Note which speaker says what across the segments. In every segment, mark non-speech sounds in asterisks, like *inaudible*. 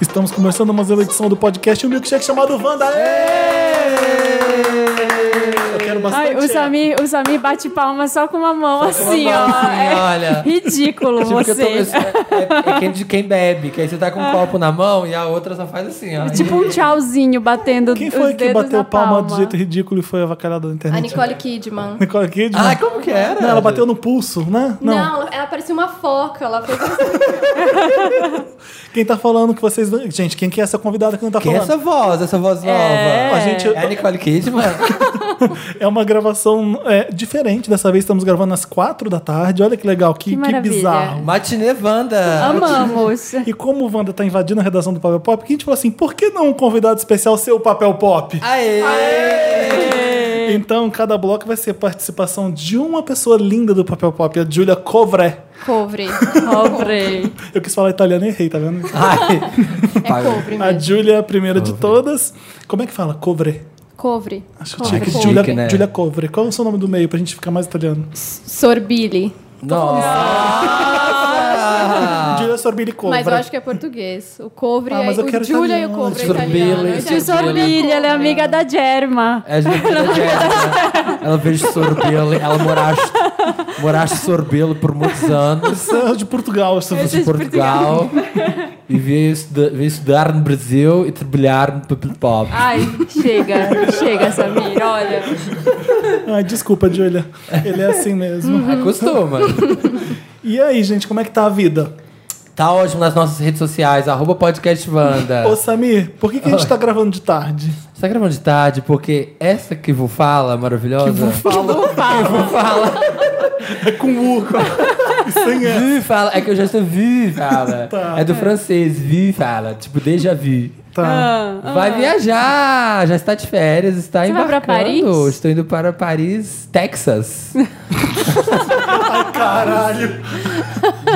Speaker 1: Estamos começando mais uma edição do podcast Um Milkshake chamado Wanda. Eu quero bastante. é.
Speaker 2: Ai, o, Samir, o Samir bate palma só com uma mão assim, ó. É
Speaker 3: olha.
Speaker 2: *laughs* Ridículo
Speaker 3: Tipo que eu tô- eu
Speaker 2: você.
Speaker 3: sou-
Speaker 2: É.
Speaker 3: é, é quem, de quem bebe, que aí você tá com um copo na mão e a outra só faz assim, ó.
Speaker 2: Tipo um tchauzinho batendo
Speaker 1: Quem
Speaker 2: os
Speaker 1: foi que
Speaker 2: dedos
Speaker 1: bateu
Speaker 2: na
Speaker 1: palma,
Speaker 2: palma
Speaker 1: do jeito ridículo e foi avacalhada na internet?
Speaker 4: A Nicole Kidman.
Speaker 1: Nicole Kidman?
Speaker 3: Ah, como que era?
Speaker 1: Não, ela bateu no pulso, né?
Speaker 4: Não, ela- ela parecia uma foca. Ela fez assim. *laughs*
Speaker 1: Quem tá falando que vocês. Gente, quem que é essa convidada que não tá
Speaker 3: Quem é
Speaker 1: falando?
Speaker 3: essa voz, essa voz nova?
Speaker 1: A gente,
Speaker 3: É a Nicole Kidman?
Speaker 1: *laughs* é uma gravação é, diferente. Dessa vez estamos gravando às quatro da tarde. Olha que legal, que, que,
Speaker 2: Que maravilha.
Speaker 1: bizarro.
Speaker 3: Matinê né, Wanda.
Speaker 2: Amamos.
Speaker 1: E como o Wanda tá invadindo a redação do Papel Pop, que a gente falou assim: por que não um convidado especial ser o Papel Pop?
Speaker 3: Aê!
Speaker 1: Então, cada bloco vai ser participação de uma pessoa linda do Papel Pop, a Giulia Covré.
Speaker 4: Cobre.
Speaker 2: Cobrei.
Speaker 1: Eu quis falar italiano e errei, tá vendo? *laughs*
Speaker 3: Ai.
Speaker 4: É cobre
Speaker 1: A
Speaker 4: mesmo.
Speaker 1: Giulia, a primeira de todas. Como é que fala? Covré.
Speaker 4: Cobre.
Speaker 1: Acho
Speaker 4: Covré.
Speaker 1: chique.
Speaker 3: Covré.
Speaker 1: Giulia,
Speaker 3: Chique, né?
Speaker 1: Giulia Covré. Qual é o seu nome do meio pra gente ficar mais italiano?
Speaker 4: Sorbile.
Speaker 3: Nossa.
Speaker 1: Giulia Sorbilli Covré.
Speaker 4: Mas eu acho que é português. O cobre
Speaker 1: Ah,
Speaker 4: é.
Speaker 1: mas eu quero
Speaker 4: O Julia e o
Speaker 1: italiano.
Speaker 4: cobre é
Speaker 3: Sorbile,
Speaker 4: italiano. Eu
Speaker 3: sorbile.
Speaker 2: De
Speaker 4: entendo.
Speaker 2: Sorbilha, ela é amiga da Germa.
Speaker 3: É a gente da Jéssica. Ela fez sorbelo, ela moraste, moraste sorbelo por muitos anos
Speaker 1: São é de Portugal, essa
Speaker 2: Eu
Speaker 1: voz.
Speaker 4: é
Speaker 2: sei.
Speaker 3: de
Speaker 2: é de
Speaker 3: Portugal e veio, estuda- veio estudar no Brasil e trabalhar no Pop Pop.
Speaker 2: Ai, chega, chega, Samir, olha.
Speaker 1: Ai, desculpa, Giulia. Ele é assim mesmo.
Speaker 3: Uhum. Acostuma.
Speaker 1: E aí, gente, como é que tá a vida?
Speaker 3: Tá ótimo nas nossas redes sociais, arroba podcast Wanda.
Speaker 1: Ô, Samir, por que, que a gente tá gravando de tarde?
Speaker 3: Você tá gravando de tarde porque essa que vos fala, maravilhosa. Que vos fala. Que vos fala.
Speaker 1: É com
Speaker 3: *laughs*
Speaker 1: U. Sem E.
Speaker 3: Vi fala. É que eu já estou vi fala.
Speaker 1: *laughs* Tá.
Speaker 3: É do francês, vi fala. Tipo, déjà vu.
Speaker 1: Tá.
Speaker 3: Vai viajar! Já está de férias, está
Speaker 2: Ah. Você vai pra
Speaker 3: embarcando.
Speaker 2: Paris?
Speaker 3: Estou indo para
Speaker 1: *laughs*
Speaker 3: Paris, Texas.
Speaker 1: Caralho.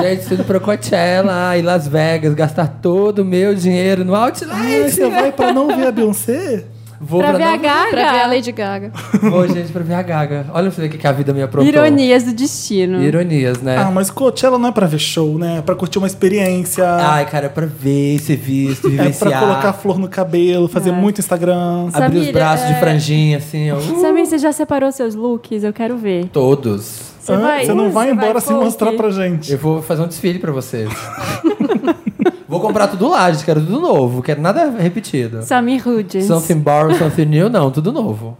Speaker 3: Gente, estou indo para Coachella e Las Vegas, gastar todo o meu dinheiro no
Speaker 1: Ai,
Speaker 3: Outlet.
Speaker 1: Ah, você vai pra não ver a Beyoncé?
Speaker 3: Vou
Speaker 2: Pra
Speaker 3: pra
Speaker 2: ver a
Speaker 4: Pra ver a
Speaker 2: Gaga.
Speaker 4: Lady Gaga.
Speaker 3: não... Vou, gente, para ver a Gaga. Olha pra você ver o que que a vida me aprontou.
Speaker 2: Ironias do destino.
Speaker 3: Ironias, né?
Speaker 1: Ah, mas Coachella não é pra ver show, né? É pra curtir uma experiência.
Speaker 3: Ai, cara, é pra ver, ser visto,
Speaker 1: é
Speaker 3: vivenciar. É.
Speaker 1: pra colocar flor no cabelo, fazer muito Instagram.
Speaker 2: Ah.
Speaker 3: Abrir os
Speaker 2: Samira,
Speaker 3: braços de
Speaker 2: é-
Speaker 3: franjinha, assim, ó. Uh,
Speaker 2: Samir, você já separou seus looks? Eu quero ver.
Speaker 3: Todos.
Speaker 2: Você
Speaker 1: Hã?
Speaker 2: vai?
Speaker 1: Você não vai embora sem
Speaker 2: folk?
Speaker 1: mostrar pra gente.
Speaker 3: Eu vou fazer um desfile pra vocês. *laughs* vou comprar tudo lá, gente. Quero tudo novo. Quero nada repetido.
Speaker 2: Samir Hudgens.
Speaker 3: Something borrowed, something new, não, tudo novo.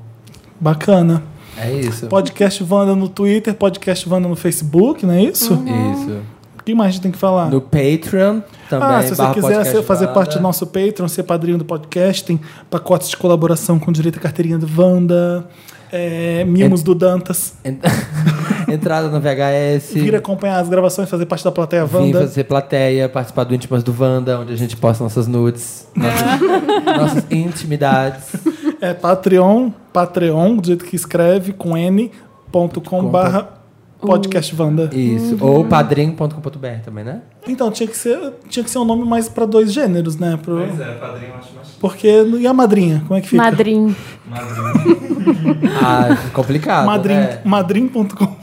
Speaker 1: Bacana.
Speaker 3: É isso.
Speaker 1: Podcast Wanda no Twitter, podcast Wanda no Facebook, não é isso?
Speaker 3: Uhum. Isso.
Speaker 1: O que mais a gente tem que falar?
Speaker 3: No Patreon também.
Speaker 1: Ah, se você
Speaker 3: barra
Speaker 1: quiser
Speaker 3: podcast
Speaker 1: ser- fazer
Speaker 3: Wanda.
Speaker 1: parte do nosso Patreon, ser padrinho do podcast, tem pacotes de colaboração com direito à carteirinha do Wanda, é, mimos do Dantas.
Speaker 3: Ent- *laughs* Entrada no VHS.
Speaker 1: Vir acompanhar as gravações, fazer parte da plateia
Speaker 3: Vim
Speaker 1: Wanda.
Speaker 3: fazer plateia, participar do Íntimas do Wanda, onde a gente posta nossas nudes, nossas, nossas intimidades.
Speaker 1: É Patreon, Patreon, do jeito que escreve, com N, ponto com barra podcast Wanda.
Speaker 3: Isso. Ou padrim.com.br também, né?
Speaker 1: Então, tinha que ser, tinha que ser um nome mais pra dois gêneros, né? Pro,
Speaker 5: É, padrinho, acho mais
Speaker 1: porque, e a madrinha? Como é que fica?
Speaker 2: Madrim.
Speaker 3: Ah, complicado.
Speaker 1: Madrim,
Speaker 3: né?
Speaker 1: Madrim.com.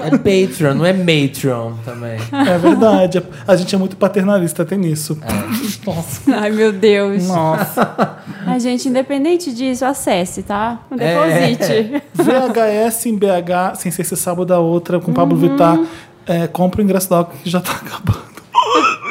Speaker 3: É Patreon, não é Matron também.
Speaker 1: É verdade. A gente é muito paternalista, tem isso.
Speaker 3: É.
Speaker 1: Nossa.
Speaker 2: Ai, meu Deus.
Speaker 1: Nossa.
Speaker 2: A gente, independente disso, acesse, tá?
Speaker 1: É.
Speaker 2: Deposite.
Speaker 1: VHS em BH, sem ser esse sábado da outra, com Pablo
Speaker 2: Uhum.
Speaker 1: Vittar. É, compra o ingresso da Oca, que já tá acabando.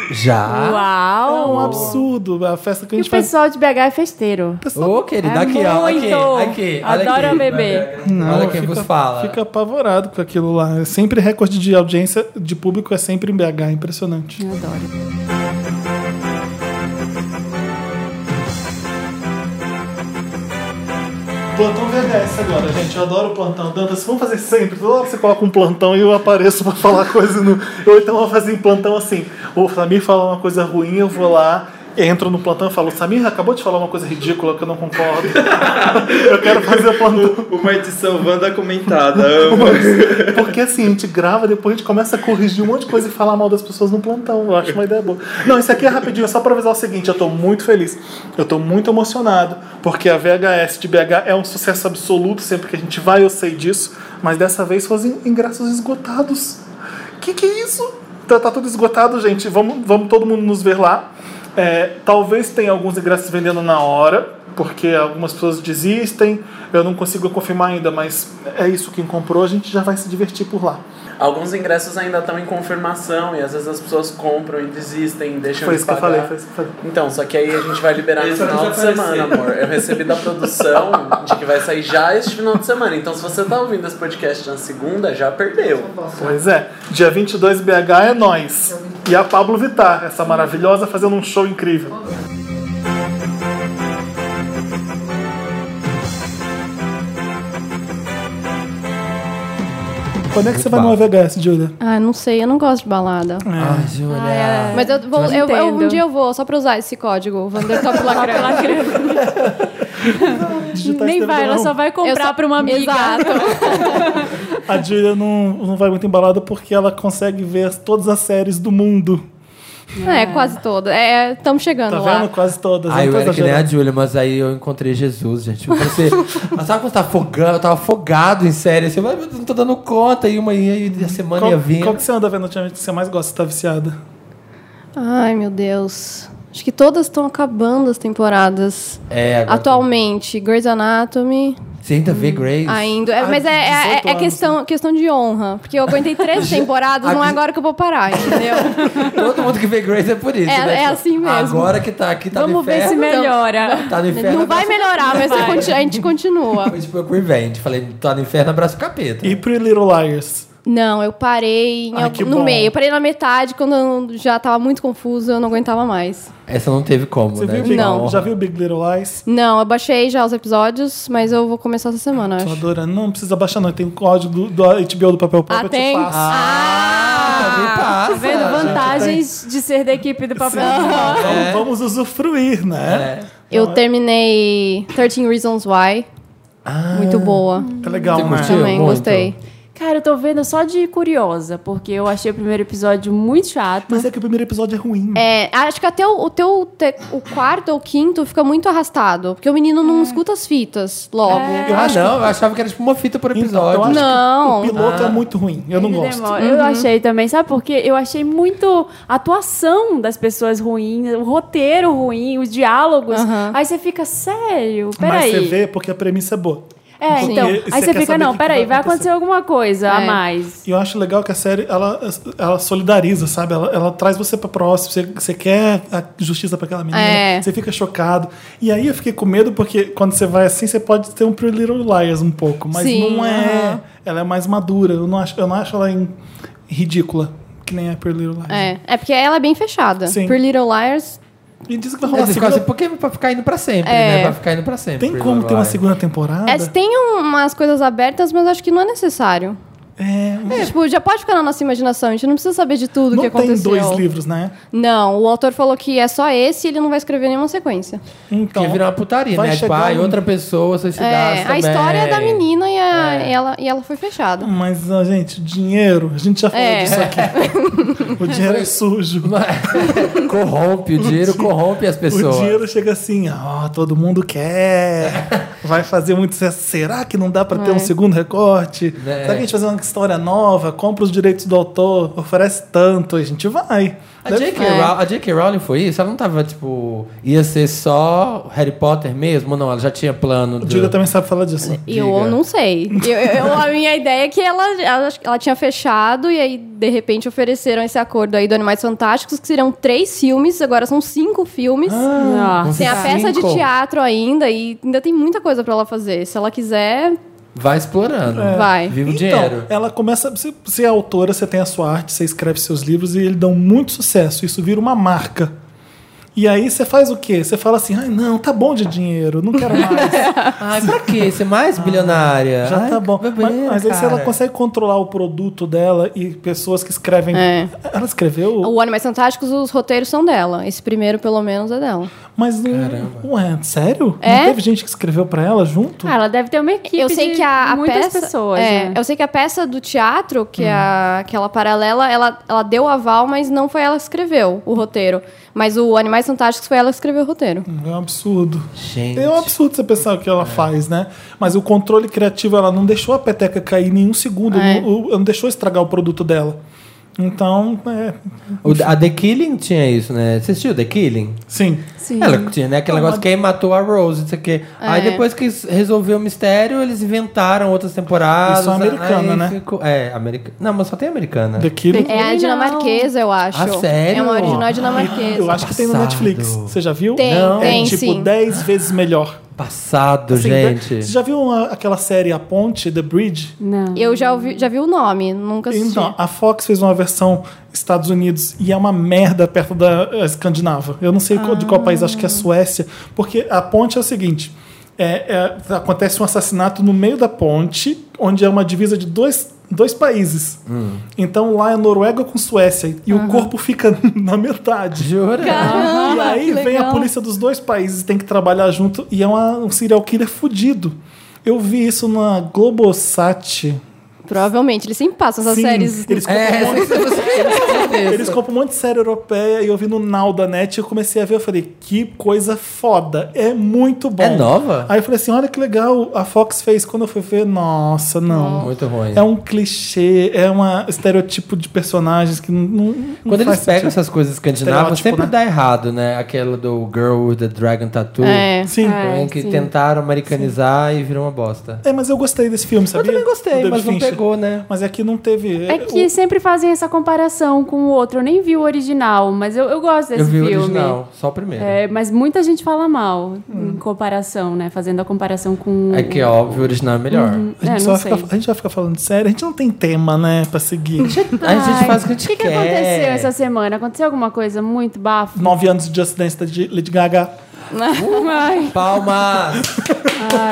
Speaker 3: Já.
Speaker 1: É um
Speaker 2: Uau!
Speaker 1: absurdo. A festa que a
Speaker 2: E
Speaker 1: gente
Speaker 2: o
Speaker 1: faz.
Speaker 2: pessoal de BH é festeiro.
Speaker 3: Ô, querido,
Speaker 2: É
Speaker 3: aqui, ó. Aqui,
Speaker 2: muito.
Speaker 3: aqui. olha
Speaker 2: Adoro
Speaker 3: aqui.
Speaker 2: beber.
Speaker 3: Olha quem vos fala.
Speaker 1: Fica apavorado com aquilo lá. É sempre recorde de audiência de público, é sempre em BH. é Impressionante.
Speaker 2: Eu adoro.
Speaker 1: Plantão VHS agora, gente. Eu adoro o plantão. Dantas, vamos fazer sempre. Toda hora que você coloca um plantão e eu apareço pra falar coisa no. Ou então eu vou fazer um plantão assim. O Samir fala uma coisa ruim, eu vou lá, entro no plantão e falo: Samir acabou de falar uma coisa ridícula que eu não
Speaker 3: *laughs*
Speaker 1: concordo. eu quero fazer o plantão.
Speaker 5: *laughs* Uma edição Wanda comentada.
Speaker 1: *laughs*
Speaker 5: amo.
Speaker 1: Porque assim, a gente grava, depois a gente começa a corrigir um monte de coisa e falar mal das pessoas no plantão. Eu acho uma ideia boa. Não, isso aqui é rapidinho, é só pra avisar o seguinte: eu tô muito feliz, eu tô muito emocionado, porque a VHS de BH é um sucesso absoluto, sempre que a gente vai, eu sei disso, mas dessa vez foi em ingressos Então esgotados. Que que é isso? Tá, tá tudo esgotado, gente. Vamos, vamos todo mundo nos ver lá. É, talvez tenha alguns ingressos vendendo na hora, porque algumas pessoas desistem. Eu não consigo confirmar ainda, mas é isso. Quem comprou, a gente já vai se divertir por lá.
Speaker 6: Alguns ingressos ainda estão em confirmação e às vezes as pessoas compram e desistem, deixam
Speaker 1: Foi
Speaker 6: de
Speaker 1: isso que eu
Speaker 6: pagar.
Speaker 1: falei, foi isso que eu falei.
Speaker 6: Então, só que aí a gente vai liberar no
Speaker 5: Esse eu
Speaker 6: final de
Speaker 5: já apareci.
Speaker 6: semana, amor. Eu recebi da produção de que vai sair já este final de semana. Então, se você tá ouvindo esse podcast na segunda, já perdeu.
Speaker 1: Pois é, dia 22 BH é nós. E a Pablo Vittar, essa maravilhosa, fazendo um show incrível. Quando é que você vai no
Speaker 3: bom.
Speaker 1: VHS, Julia?
Speaker 4: Ah, não sei, eu não gosto de balada. Ah. É.
Speaker 3: Ai, Júlia.
Speaker 4: Mas eu vou,
Speaker 2: Mas
Speaker 4: eu, eu- um
Speaker 2: entendo.
Speaker 4: dia eu vou, só pra usar esse código, Vandertop Lacrã.
Speaker 1: Digitar
Speaker 2: Nem
Speaker 1: esse
Speaker 2: vai,
Speaker 1: tempo
Speaker 2: ela
Speaker 1: não.
Speaker 2: só vai comprar pra uma amiga.
Speaker 4: Exato.
Speaker 1: A Julia não, não vai muito embalada porque ela consegue ver as- todas as séries do mundo.
Speaker 4: É, quase toda. Estamos chegando
Speaker 1: Tá
Speaker 4: lá.
Speaker 1: vendo? Quase todas. não
Speaker 3: Aí Ah, eu
Speaker 1: tô
Speaker 3: era que nem a
Speaker 1: exagerando.
Speaker 3: Júlia, mas aí eu encontrei Jesus, gente. Eu pensei, mas sabe quando tá afogando? Eu tava afogado em série. Assim, mas eu não tô dando conta. E uma ia e a semana ia
Speaker 1: qual,
Speaker 3: vir.
Speaker 1: qual que você anda vendo ultimamente que você mais gosta? Você tá viciada?
Speaker 4: Ai, meu Deus. Acho que todas estão acabando as temporadas.
Speaker 3: É,
Speaker 1: tá-
Speaker 3: agora-
Speaker 4: Atualmente, Grey's Anatomy
Speaker 3: Você ainda vê Grace?
Speaker 4: ainda. É,
Speaker 1: Ah,
Speaker 4: mas é, é-
Speaker 1: 18
Speaker 4: é
Speaker 1: anos, né?
Speaker 4: questão, questão de honra. Porque eu aguentei
Speaker 1: *laughs*
Speaker 4: três temporadas, não é agora que eu vou parar, entendeu?
Speaker 3: Todo mundo que vê Grace é por isso.
Speaker 4: É-
Speaker 3: né?
Speaker 4: é
Speaker 3: Tipo,
Speaker 4: assim mesmo.
Speaker 3: Agora que tá aqui, tá no
Speaker 2: Vamos ver se
Speaker 3: inferno.
Speaker 2: melhora.
Speaker 3: Tá no inferno.
Speaker 4: não vai
Speaker 3: abraça-
Speaker 4: melhorar, mas você conti- a gente continua.
Speaker 3: Foi tipo eu com o Revenge. Falei, tá no inferno, abraço o capeta.
Speaker 1: E Pretty Little Liars?
Speaker 4: Não, eu parei em
Speaker 1: Ai,
Speaker 4: algum-
Speaker 1: que
Speaker 4: no
Speaker 1: bom.
Speaker 4: meio. Eu parei na metade, quando eu já tava muito confusa, eu não aguentava mais.
Speaker 3: Essa não teve como,
Speaker 1: Você
Speaker 3: né?
Speaker 1: viu
Speaker 3: Tipo,
Speaker 1: Big,
Speaker 4: Não.
Speaker 1: Já viu Big Little Lies?
Speaker 4: Não, eu baixei já os episódios, mas eu vou começar essa semana,
Speaker 1: Tô
Speaker 4: acho.
Speaker 1: adorando. Não precisa baixar, não. Tem o código do, do HBO do papel pop,
Speaker 4: Ah,
Speaker 1: eu
Speaker 4: tem?
Speaker 1: te passo.
Speaker 3: Ah, me
Speaker 2: Tá
Speaker 3: passa.
Speaker 2: vendo? Vantagens
Speaker 1: tá
Speaker 2: de ser da equipe do papel. Aham.
Speaker 1: Então vamos usufruir, né?
Speaker 3: É.
Speaker 4: Eu terminei 13 Reasons Why. Muito boa.
Speaker 1: É Ah, legal,
Speaker 3: Você
Speaker 1: né?
Speaker 3: curtiu?
Speaker 4: Também,
Speaker 3: muito.
Speaker 4: gostei.
Speaker 2: Cara, eu tô vendo só de curiosa, porque eu achei o primeiro episódio muito chato.
Speaker 1: Mas é que o primeiro episódio é ruim.
Speaker 4: É, acho que até o, o teu te- o quarto ou quinto fica muito arrastado, porque o menino não escuta as fitas logo.
Speaker 3: Ah, não, eu achava que era tipo uma fita por
Speaker 1: Então, eu
Speaker 3: episódio. Ah.
Speaker 1: acho
Speaker 4: Não.
Speaker 1: que o piloto é muito ruim. Eu não
Speaker 2: Ele
Speaker 1: gosto. Uhum.
Speaker 2: demora. É,
Speaker 3: Uhum.
Speaker 2: Eu achei também, sabe por quê? Eu achei muito a atuação das pessoas ruim, o roteiro ruim, os diálogos.
Speaker 4: Aham.
Speaker 2: Aí você fica, sério,
Speaker 1: Mas
Speaker 2: peraí.
Speaker 1: você vê porque a premissa é boa.
Speaker 2: É,
Speaker 1: Porque
Speaker 2: então.
Speaker 1: você
Speaker 2: Aí você
Speaker 1: quer
Speaker 2: fica,
Speaker 1: saber o
Speaker 2: não,
Speaker 1: que
Speaker 2: peraí, vai
Speaker 1: vai acontecer."
Speaker 2: acontecer alguma coisa a
Speaker 4: É.
Speaker 2: mais.
Speaker 1: E eu acho legal que a série, ela, ela solidariza, sabe? Ela, ela traz você pra próximo. Você, você quer a justiça pra aquela menina.
Speaker 4: É.
Speaker 1: Você fica chocado. E aí eu fiquei com medo, porque quando você vai assim, você pode ter um Pretty Little Liars um pouco. Mas
Speaker 4: Sim,
Speaker 1: não é...
Speaker 4: aham.
Speaker 1: Ela é mais madura. Eu não acho, eu não acho ela em- ridícula, que nem a Pretty Little Liars.
Speaker 4: É, é porque ela é bem fechada.
Speaker 1: Sim.
Speaker 4: Por Little Liars,
Speaker 1: E diz que vai rolar
Speaker 3: Eu
Speaker 1: a
Speaker 3: fico assim,
Speaker 1: segunda...
Speaker 3: por que pra ficar indo pra sempre,
Speaker 4: É.
Speaker 3: né? Pra ficar indo pra sempre.
Speaker 1: Tem como ter uma segunda temporada?
Speaker 4: é, tem umas coisas abertas, mas acho que não é necessário.
Speaker 1: É,
Speaker 4: É, tipo, já pode ficar na nossa imaginação, a gente não precisa saber de tudo
Speaker 1: não
Speaker 4: que
Speaker 1: tem
Speaker 4: aconteceu.
Speaker 1: dois livros, né?
Speaker 4: Não, o autor falou que é só esse e ele não vai escrever nenhuma sequência.
Speaker 1: Então,
Speaker 3: Porque vira uma putaria,
Speaker 1: vai
Speaker 3: né? Tipo,
Speaker 1: chegar
Speaker 3: ai,
Speaker 1: um-
Speaker 3: outra pessoa, sociedade.
Speaker 4: É, a
Speaker 3: também.
Speaker 4: história é da menina e, a- e ela, e ela foi fechada.
Speaker 1: É. Mas, ah, gente, dinheiro, a gente já falou
Speaker 4: É.
Speaker 1: disso aqui. O dinheiro é
Speaker 3: *laughs*
Speaker 1: sujo.
Speaker 3: corrompe, o dinheiro corrompe as pessoas.
Speaker 1: O dinheiro chega assim, ó, todo mundo quer, vai fazer muito sucesso. Será que não dá pra
Speaker 4: É.
Speaker 1: ter um segundo recorte?
Speaker 3: É.
Speaker 1: Será que a gente faz uma história nova? Compra os direitos do autor, oferece tanto, a gente vai.
Speaker 3: A J.K.
Speaker 4: É.
Speaker 3: Row- a J.K. Rowling foi isso? Ela não tava, tipo, ia ser só Harry Potter mesmo? Não, ela já tinha plano.
Speaker 1: O
Speaker 3: do-
Speaker 1: Diego também sabe falar disso.
Speaker 4: E eu
Speaker 3: Diga.
Speaker 4: não sei. Eu- eu- a minha ideia é que ela, ela, ela tinha fechado e aí, de repente, ofereceram esse acordo aí do Animais Fantásticos, que seriam três filmes, agora são cinco filmes.
Speaker 1: Ah,
Speaker 2: Nossa.
Speaker 3: Nossa.
Speaker 4: tem a peça de
Speaker 3: cinco.
Speaker 4: teatro ainda e ainda tem muita coisa pra ela fazer. Se ela quiser,
Speaker 3: Vai explorando.
Speaker 1: É.
Speaker 4: Vai.
Speaker 3: Vive o
Speaker 1: Então,
Speaker 3: dinheiro.
Speaker 1: ela começa. Você, você é autora, você tem a sua arte, você escreve seus livros e eles dão muito sucesso. Isso vira uma marca. E aí você faz o quê? Você fala assim: ai, não, tá bom de dinheiro, não quero mais.
Speaker 3: Ai, pra quê? Ser mais bilionária?
Speaker 1: Ah, Já
Speaker 3: É. Ai,
Speaker 1: tá bom.
Speaker 3: que bobeira,
Speaker 1: mas, mas aí se
Speaker 3: cara.
Speaker 1: ela consegue controlar o produto dela e pessoas que escrevem.
Speaker 4: É.
Speaker 1: Ela escreveu,
Speaker 4: o Animais Fantásticos, os roteiros são dela. Esse primeiro, pelo menos, é dela.
Speaker 1: mas não.
Speaker 3: Caramba.
Speaker 1: Ué, um sério?
Speaker 4: É?
Speaker 1: Não teve gente que escreveu pra ela junto?
Speaker 2: Ah, ela deve ter uma equipe
Speaker 4: eu sei
Speaker 2: de
Speaker 4: que a, a
Speaker 2: muitas
Speaker 4: peça,
Speaker 2: pessoas.
Speaker 4: é,
Speaker 2: né?
Speaker 4: eu sei que a peça do teatro, que
Speaker 1: Hum.
Speaker 4: é a- aquela paralela, ela, ela deu aval, mas não foi ela que escreveu o roteiro. Mas o Animais Fantásticos foi ela que escreveu o roteiro.
Speaker 1: É um absurdo.
Speaker 3: Gente.
Speaker 1: É um absurdo você pensar o que ela faz, né? Mas o controle criativo, ela não deixou a peteca cair nenhum um segundo,
Speaker 4: É.
Speaker 1: não, o- não deixou estragar o produto dela. Então, é,
Speaker 3: O- a The Killing tinha isso, né? Você assistiu The Killing?
Speaker 1: sim.
Speaker 4: Sim.
Speaker 3: Ela tinha, né? Aquele negócio, quem matou a Rose, isso aqui. Aí
Speaker 4: É.
Speaker 3: depois que s- resolveu o mistério, eles inventaram outras temporadas.
Speaker 1: Isso é americana,
Speaker 3: aí
Speaker 1: né?
Speaker 3: ficou- é, americana. Não, mas só tem americana.
Speaker 1: The Killing.
Speaker 4: É a dinamarquesa, eu acho.
Speaker 3: Ah, sério?
Speaker 4: É uma original
Speaker 1: Eu
Speaker 4: dinamarquesa.
Speaker 1: acho que tem no
Speaker 3: Passado.
Speaker 1: Netflix. Você já viu?
Speaker 4: Tem,
Speaker 3: Não.
Speaker 1: É
Speaker 4: tem,
Speaker 1: tipo
Speaker 4: sim.
Speaker 1: 10 vezes melhor.
Speaker 3: Passado,
Speaker 1: Assim,
Speaker 3: gente.
Speaker 1: Você já viu uma- aquela série A Ponte, The Bridge?
Speaker 2: Não.
Speaker 4: Eu já, ouvi, já vi o nome, nunca assisti.
Speaker 1: Então, a Fox fez uma versão Estados Unidos e é uma merda perto da eh, Escandinava. Eu não sei qual- de qual país, acho que
Speaker 2: Ah.
Speaker 1: é Suécia, porque a ponte é o seguinte: é, é, acontece um assassinato no meio da ponte, onde é uma divisa de dois, dois países.
Speaker 3: Hum,
Speaker 1: Então lá é Noruega com Suécia e o corpo fica *laughs* na metade.
Speaker 3: Jura?
Speaker 1: e
Speaker 2: Caramba,
Speaker 1: aí
Speaker 2: que
Speaker 1: vem a
Speaker 2: legal.
Speaker 1: polícia dos dois países, tem que trabalhar junto e é uma- um serial killer fudido. Eu vi isso na Globosat.
Speaker 4: Provavelmente, eles sempre passam essas
Speaker 1: Sim,
Speaker 4: séries.
Speaker 1: eles um
Speaker 3: É, você- você-
Speaker 1: *laughs* Eles compram um monte de série europeia e eu vi no Now da net e eu comecei a ver, eu falei, que coisa foda, é muito bom.
Speaker 3: É nova?
Speaker 1: Aí eu falei assim, olha que legal, a Fox fez quando eu fui ver, nossa, não.
Speaker 3: Muito ruim.
Speaker 1: É um clichê, é um estereotipo de personagens que não, não
Speaker 3: Quando
Speaker 1: faz
Speaker 3: eles pegam
Speaker 1: sentido.
Speaker 3: essas coisas escandinavas,
Speaker 1: Estereótipo,
Speaker 3: sempre
Speaker 1: né?
Speaker 3: dá errado, né? Aquela do Girl with the Dragon Tattoo.
Speaker 4: É.
Speaker 1: Sim. É.
Speaker 3: né?
Speaker 2: É,
Speaker 3: que
Speaker 2: sim.
Speaker 3: tentaram americanizar e virou uma bosta.
Speaker 1: né? mas eu gostei desse filme,
Speaker 3: Eu
Speaker 1: sabia?
Speaker 3: também
Speaker 1: Do
Speaker 3: gostei,
Speaker 1: David
Speaker 3: mas não
Speaker 1: Fincher.
Speaker 3: pegou, né?
Speaker 1: Mas é que não teve...
Speaker 2: É que sempre fazem essa comparação com o outro. Eu nem vi o original, mas eu, eu gosto desse
Speaker 3: Eu vi
Speaker 2: filme.
Speaker 3: o original, só o primeiro. É,
Speaker 2: É, mas muita gente fala mal
Speaker 4: Hum.
Speaker 2: em comparação, né? Fazendo a comparação com.
Speaker 3: É que, óbvio, o original é melhor.
Speaker 1: A gente,
Speaker 2: É,
Speaker 1: só
Speaker 2: não
Speaker 1: vai ficar-
Speaker 2: sei.
Speaker 1: a gente vai ficar falando sério, a gente não tem tema, né, pra
Speaker 3: *laughs*
Speaker 1: seguir.
Speaker 3: Aí a gente
Speaker 2: Ai,
Speaker 3: faz é. o que a gente
Speaker 2: O que, que
Speaker 3: quer.
Speaker 2: aconteceu essa semana? Aconteceu alguma coisa muito bafo?
Speaker 1: Nove anos de Just Dance da Lady Gaga.
Speaker 3: Uh.
Speaker 2: *laughs* Ai,
Speaker 3: Palmas!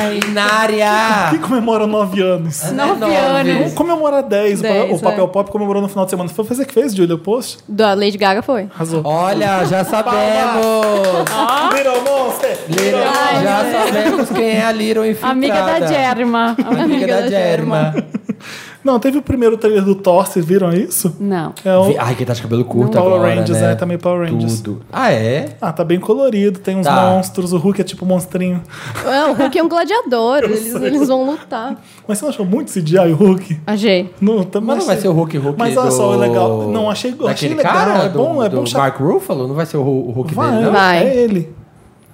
Speaker 2: ai.
Speaker 1: Quem
Speaker 3: Inária!
Speaker 1: comemora nove anos? Um
Speaker 2: Nove
Speaker 3: É, Nove.
Speaker 2: anos.
Speaker 1: Comemora 10, o pa-
Speaker 4: 10,
Speaker 1: o papel
Speaker 4: é.
Speaker 1: pop comemorou no final de semana. Foi você é que fez, Julia, o post?
Speaker 4: Da Lady Gaga foi.
Speaker 1: Arrasou.
Speaker 3: Olha, já sabemos!
Speaker 1: Little Monster!
Speaker 3: Little- já sabemos quem é a Little Infiltrada.
Speaker 2: Amiga da Germa.
Speaker 3: Amiga da
Speaker 4: da
Speaker 3: Germa.
Speaker 1: Não, teve o primeiro trailer do Thor, vocês viram isso?
Speaker 2: Não.
Speaker 1: É o...
Speaker 3: Vi- Ai, quem tá de cabelo curto
Speaker 1: Power
Speaker 3: agora,
Speaker 1: Rangers,
Speaker 3: né?
Speaker 1: é, tá meio Power Rangers.
Speaker 3: Tudo. Ah, é?
Speaker 1: Ah, tá bem colorido, tem uns
Speaker 3: Tá.
Speaker 1: monstros, o Hulk é tipo um monstrinho.
Speaker 4: Ah, o Hulk é um gladiador, eles, eles vão lutar.
Speaker 1: Mas você não achou muito CGI o Hulk?
Speaker 4: Achei.
Speaker 1: Não, também
Speaker 3: Mas não vai
Speaker 1: achei.
Speaker 3: ser o Hulk Hulk
Speaker 1: Mas olha
Speaker 3: do...
Speaker 1: só, é legal. Não, achei,
Speaker 3: Daquele
Speaker 1: achei legal,
Speaker 3: cara
Speaker 1: é
Speaker 3: do-
Speaker 1: bom, é
Speaker 3: do
Speaker 1: bom. chato.
Speaker 3: Mark Ruffalo? Não vai ser o, Hu- o Hulk
Speaker 1: Vai,
Speaker 3: dele, Ah. não?
Speaker 4: Vai. é
Speaker 1: é ele.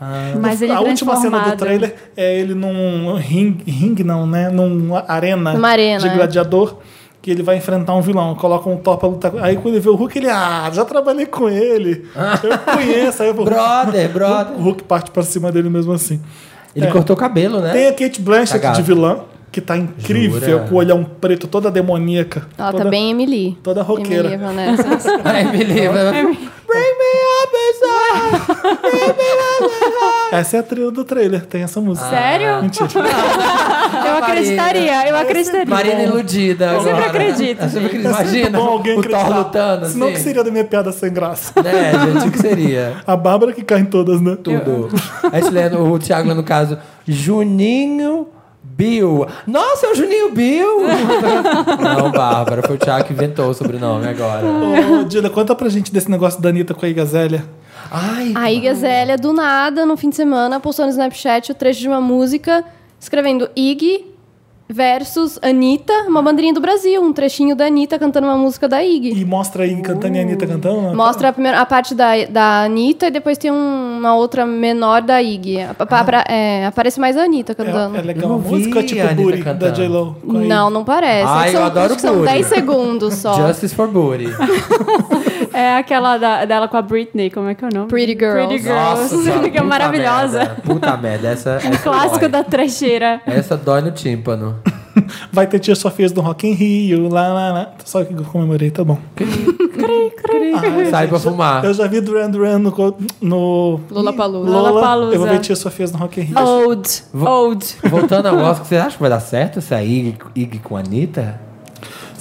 Speaker 1: Então,
Speaker 2: Mas ele
Speaker 1: a última cena do
Speaker 2: transformado.
Speaker 1: trailer é ele num ringue, ringue não, né? Numa arena,
Speaker 4: Numa arena,
Speaker 1: de
Speaker 4: é.
Speaker 1: gladiador. Que ele vai enfrentar um vilão, coloca um Thor pra lutar. com- Aí quando ele vê o Hulk, ele, ah, já trabalhei com
Speaker 3: *laughs*
Speaker 1: ele. Eu conheço. Aí eu vou, o
Speaker 3: Brother, brother.
Speaker 1: Hulk parte pra cima dele mesmo assim.
Speaker 3: Ele
Speaker 1: É.
Speaker 3: cortou o cabelo, né?
Speaker 1: Tem a Kate Blanchett
Speaker 3: Cagado.
Speaker 1: de vilã, que tá incrível,
Speaker 3: Jura?
Speaker 1: com o olhão preto, toda demoníaca.
Speaker 4: Ela
Speaker 1: toda,
Speaker 4: tá bem Emily. é
Speaker 1: Toda roqueira.
Speaker 4: Emily
Speaker 1: *laughs*
Speaker 4: Evanescence.
Speaker 3: Ai, beleza.
Speaker 4: É
Speaker 3: Bring me up inside.
Speaker 1: Essa é a trilha do trailer, tem essa
Speaker 3: Ah.
Speaker 1: música.
Speaker 2: Sério?
Speaker 1: *laughs*
Speaker 3: *laughs*
Speaker 1: Mentira.
Speaker 2: Eu acreditaria, eu acreditaria.
Speaker 3: Marina iludida.
Speaker 2: Eu sempre
Speaker 3: agora.
Speaker 2: acredito,
Speaker 3: Eu sempre
Speaker 2: gente.
Speaker 3: acredito. Imagina
Speaker 1: É Bom, alguém
Speaker 3: o Thor
Speaker 1: acreditar.
Speaker 3: lutando assim.
Speaker 1: Senão que seria da minha piada sem
Speaker 3: *laughs*
Speaker 1: graça.
Speaker 3: Né, gente, o que seria?
Speaker 1: *laughs* A Bárbara que cai em todas, né?
Speaker 3: Tudo. A gente lendo, o Thiago lendo no caso, Juninho Bill. Nossa, é o Juninho Bill! Não, Bárbara, foi o Thiago que inventou o sobrenome agora.
Speaker 1: Ô, Dila, conta pra gente desse negócio da Anitta com a Igazélia.
Speaker 3: Ai,
Speaker 4: Aí Gazélia, do nada, no fim de semana, postou no Snapchat o trecho de uma música escrevendo Ig versus Anitta, uma bandeirinha do Brasil, um trechinho da Anitta cantando uma música da Ig.
Speaker 1: E mostra aí cantando e a Anitta cantando. né?
Speaker 4: Mostra a, primeira, a parte da, da Anitta e depois tem um- uma outra menor da Ig. A- pa- pra- é, aparece mais a Anitta
Speaker 1: É,
Speaker 4: cantando.
Speaker 1: é legal
Speaker 3: Eu
Speaker 1: a
Speaker 3: não
Speaker 1: música,
Speaker 3: vi
Speaker 1: tipo
Speaker 3: a Anitta
Speaker 1: Buri, da
Speaker 3: cantando.
Speaker 1: J-Lo. com a
Speaker 4: Não, não parece.
Speaker 3: Ai,
Speaker 4: É que
Speaker 3: eu
Speaker 4: são,
Speaker 3: adoro
Speaker 4: acho que são
Speaker 3: Buri.
Speaker 4: 10 segundos só.
Speaker 3: Justice for Booty.
Speaker 2: É aquela da- dela com a Britney, como é que é o nome?
Speaker 4: Pretty Girls.
Speaker 2: Pretty
Speaker 3: Nossa,
Speaker 2: Girls,
Speaker 3: senhora,
Speaker 2: *laughs* que é
Speaker 3: puta
Speaker 2: maravilhosa. *laughs* Um
Speaker 3: merda. Puta merda, essa, essa é
Speaker 2: Clássico
Speaker 3: dói.
Speaker 2: da trecheira.
Speaker 3: Essa dói no tímpano.
Speaker 1: Iggy. Vai ter Tia Sofias do Rock in Rio, lá, lá, lá. Só que eu comemorei, tá bom. Ah,
Speaker 3: Sai pra fumar.
Speaker 1: Eu já vi Duran Duran no... co- no...
Speaker 4: Lollapalooza.
Speaker 1: Lola,
Speaker 2: Lollapalooza.
Speaker 1: eu vou ver Tia Sofias no Rock in Rio.
Speaker 2: Old, old.
Speaker 3: Voltando ao Oscar, você acha que vai dar certo essa Ig, Ig com a Anitta?
Speaker 1: *laughs*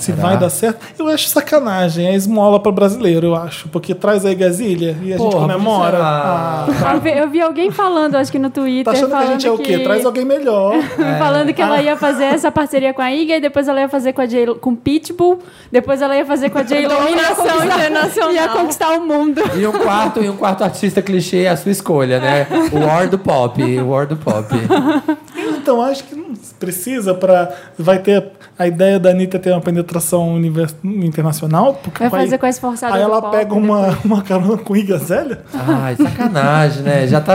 Speaker 1: Se
Speaker 3: Será?
Speaker 1: vai dar certo. Eu acho sacanagem. É esmola pra brasileiro, eu acho. Porque traz a Igazília e a gente
Speaker 3: Porra,
Speaker 1: comemora.
Speaker 3: ah.
Speaker 1: Ah,
Speaker 2: Eu vi, eu vi alguém falando, acho que no Twitter,
Speaker 1: tá achando que a
Speaker 2: falando
Speaker 1: gente é o quê?
Speaker 2: que-
Speaker 1: Traz alguém melhor.
Speaker 2: *laughs*
Speaker 1: É.
Speaker 2: Falando que ela ia fazer essa parceria com a Iga e depois ela ia fazer com a J com Pitbull, depois ela ia fazer com a J Lo
Speaker 4: Dominação
Speaker 2: internacional. Ia conquistar o mundo.
Speaker 3: E um quarto, e um quarto artista clichê é a sua escolha, né? O War do Pop, o War do Pop.
Speaker 1: Então, acho que não- precisa para vai ter a ideia da Anitta ter uma penetração univer- internacional? Porque
Speaker 2: Vai
Speaker 1: aí-
Speaker 2: fazer com a esforçada
Speaker 1: Aí
Speaker 2: do
Speaker 1: ela
Speaker 2: pop
Speaker 1: pega uma, *laughs* uma carona com Iga Zélia?
Speaker 3: Ai, sacanagem, né? Já tá.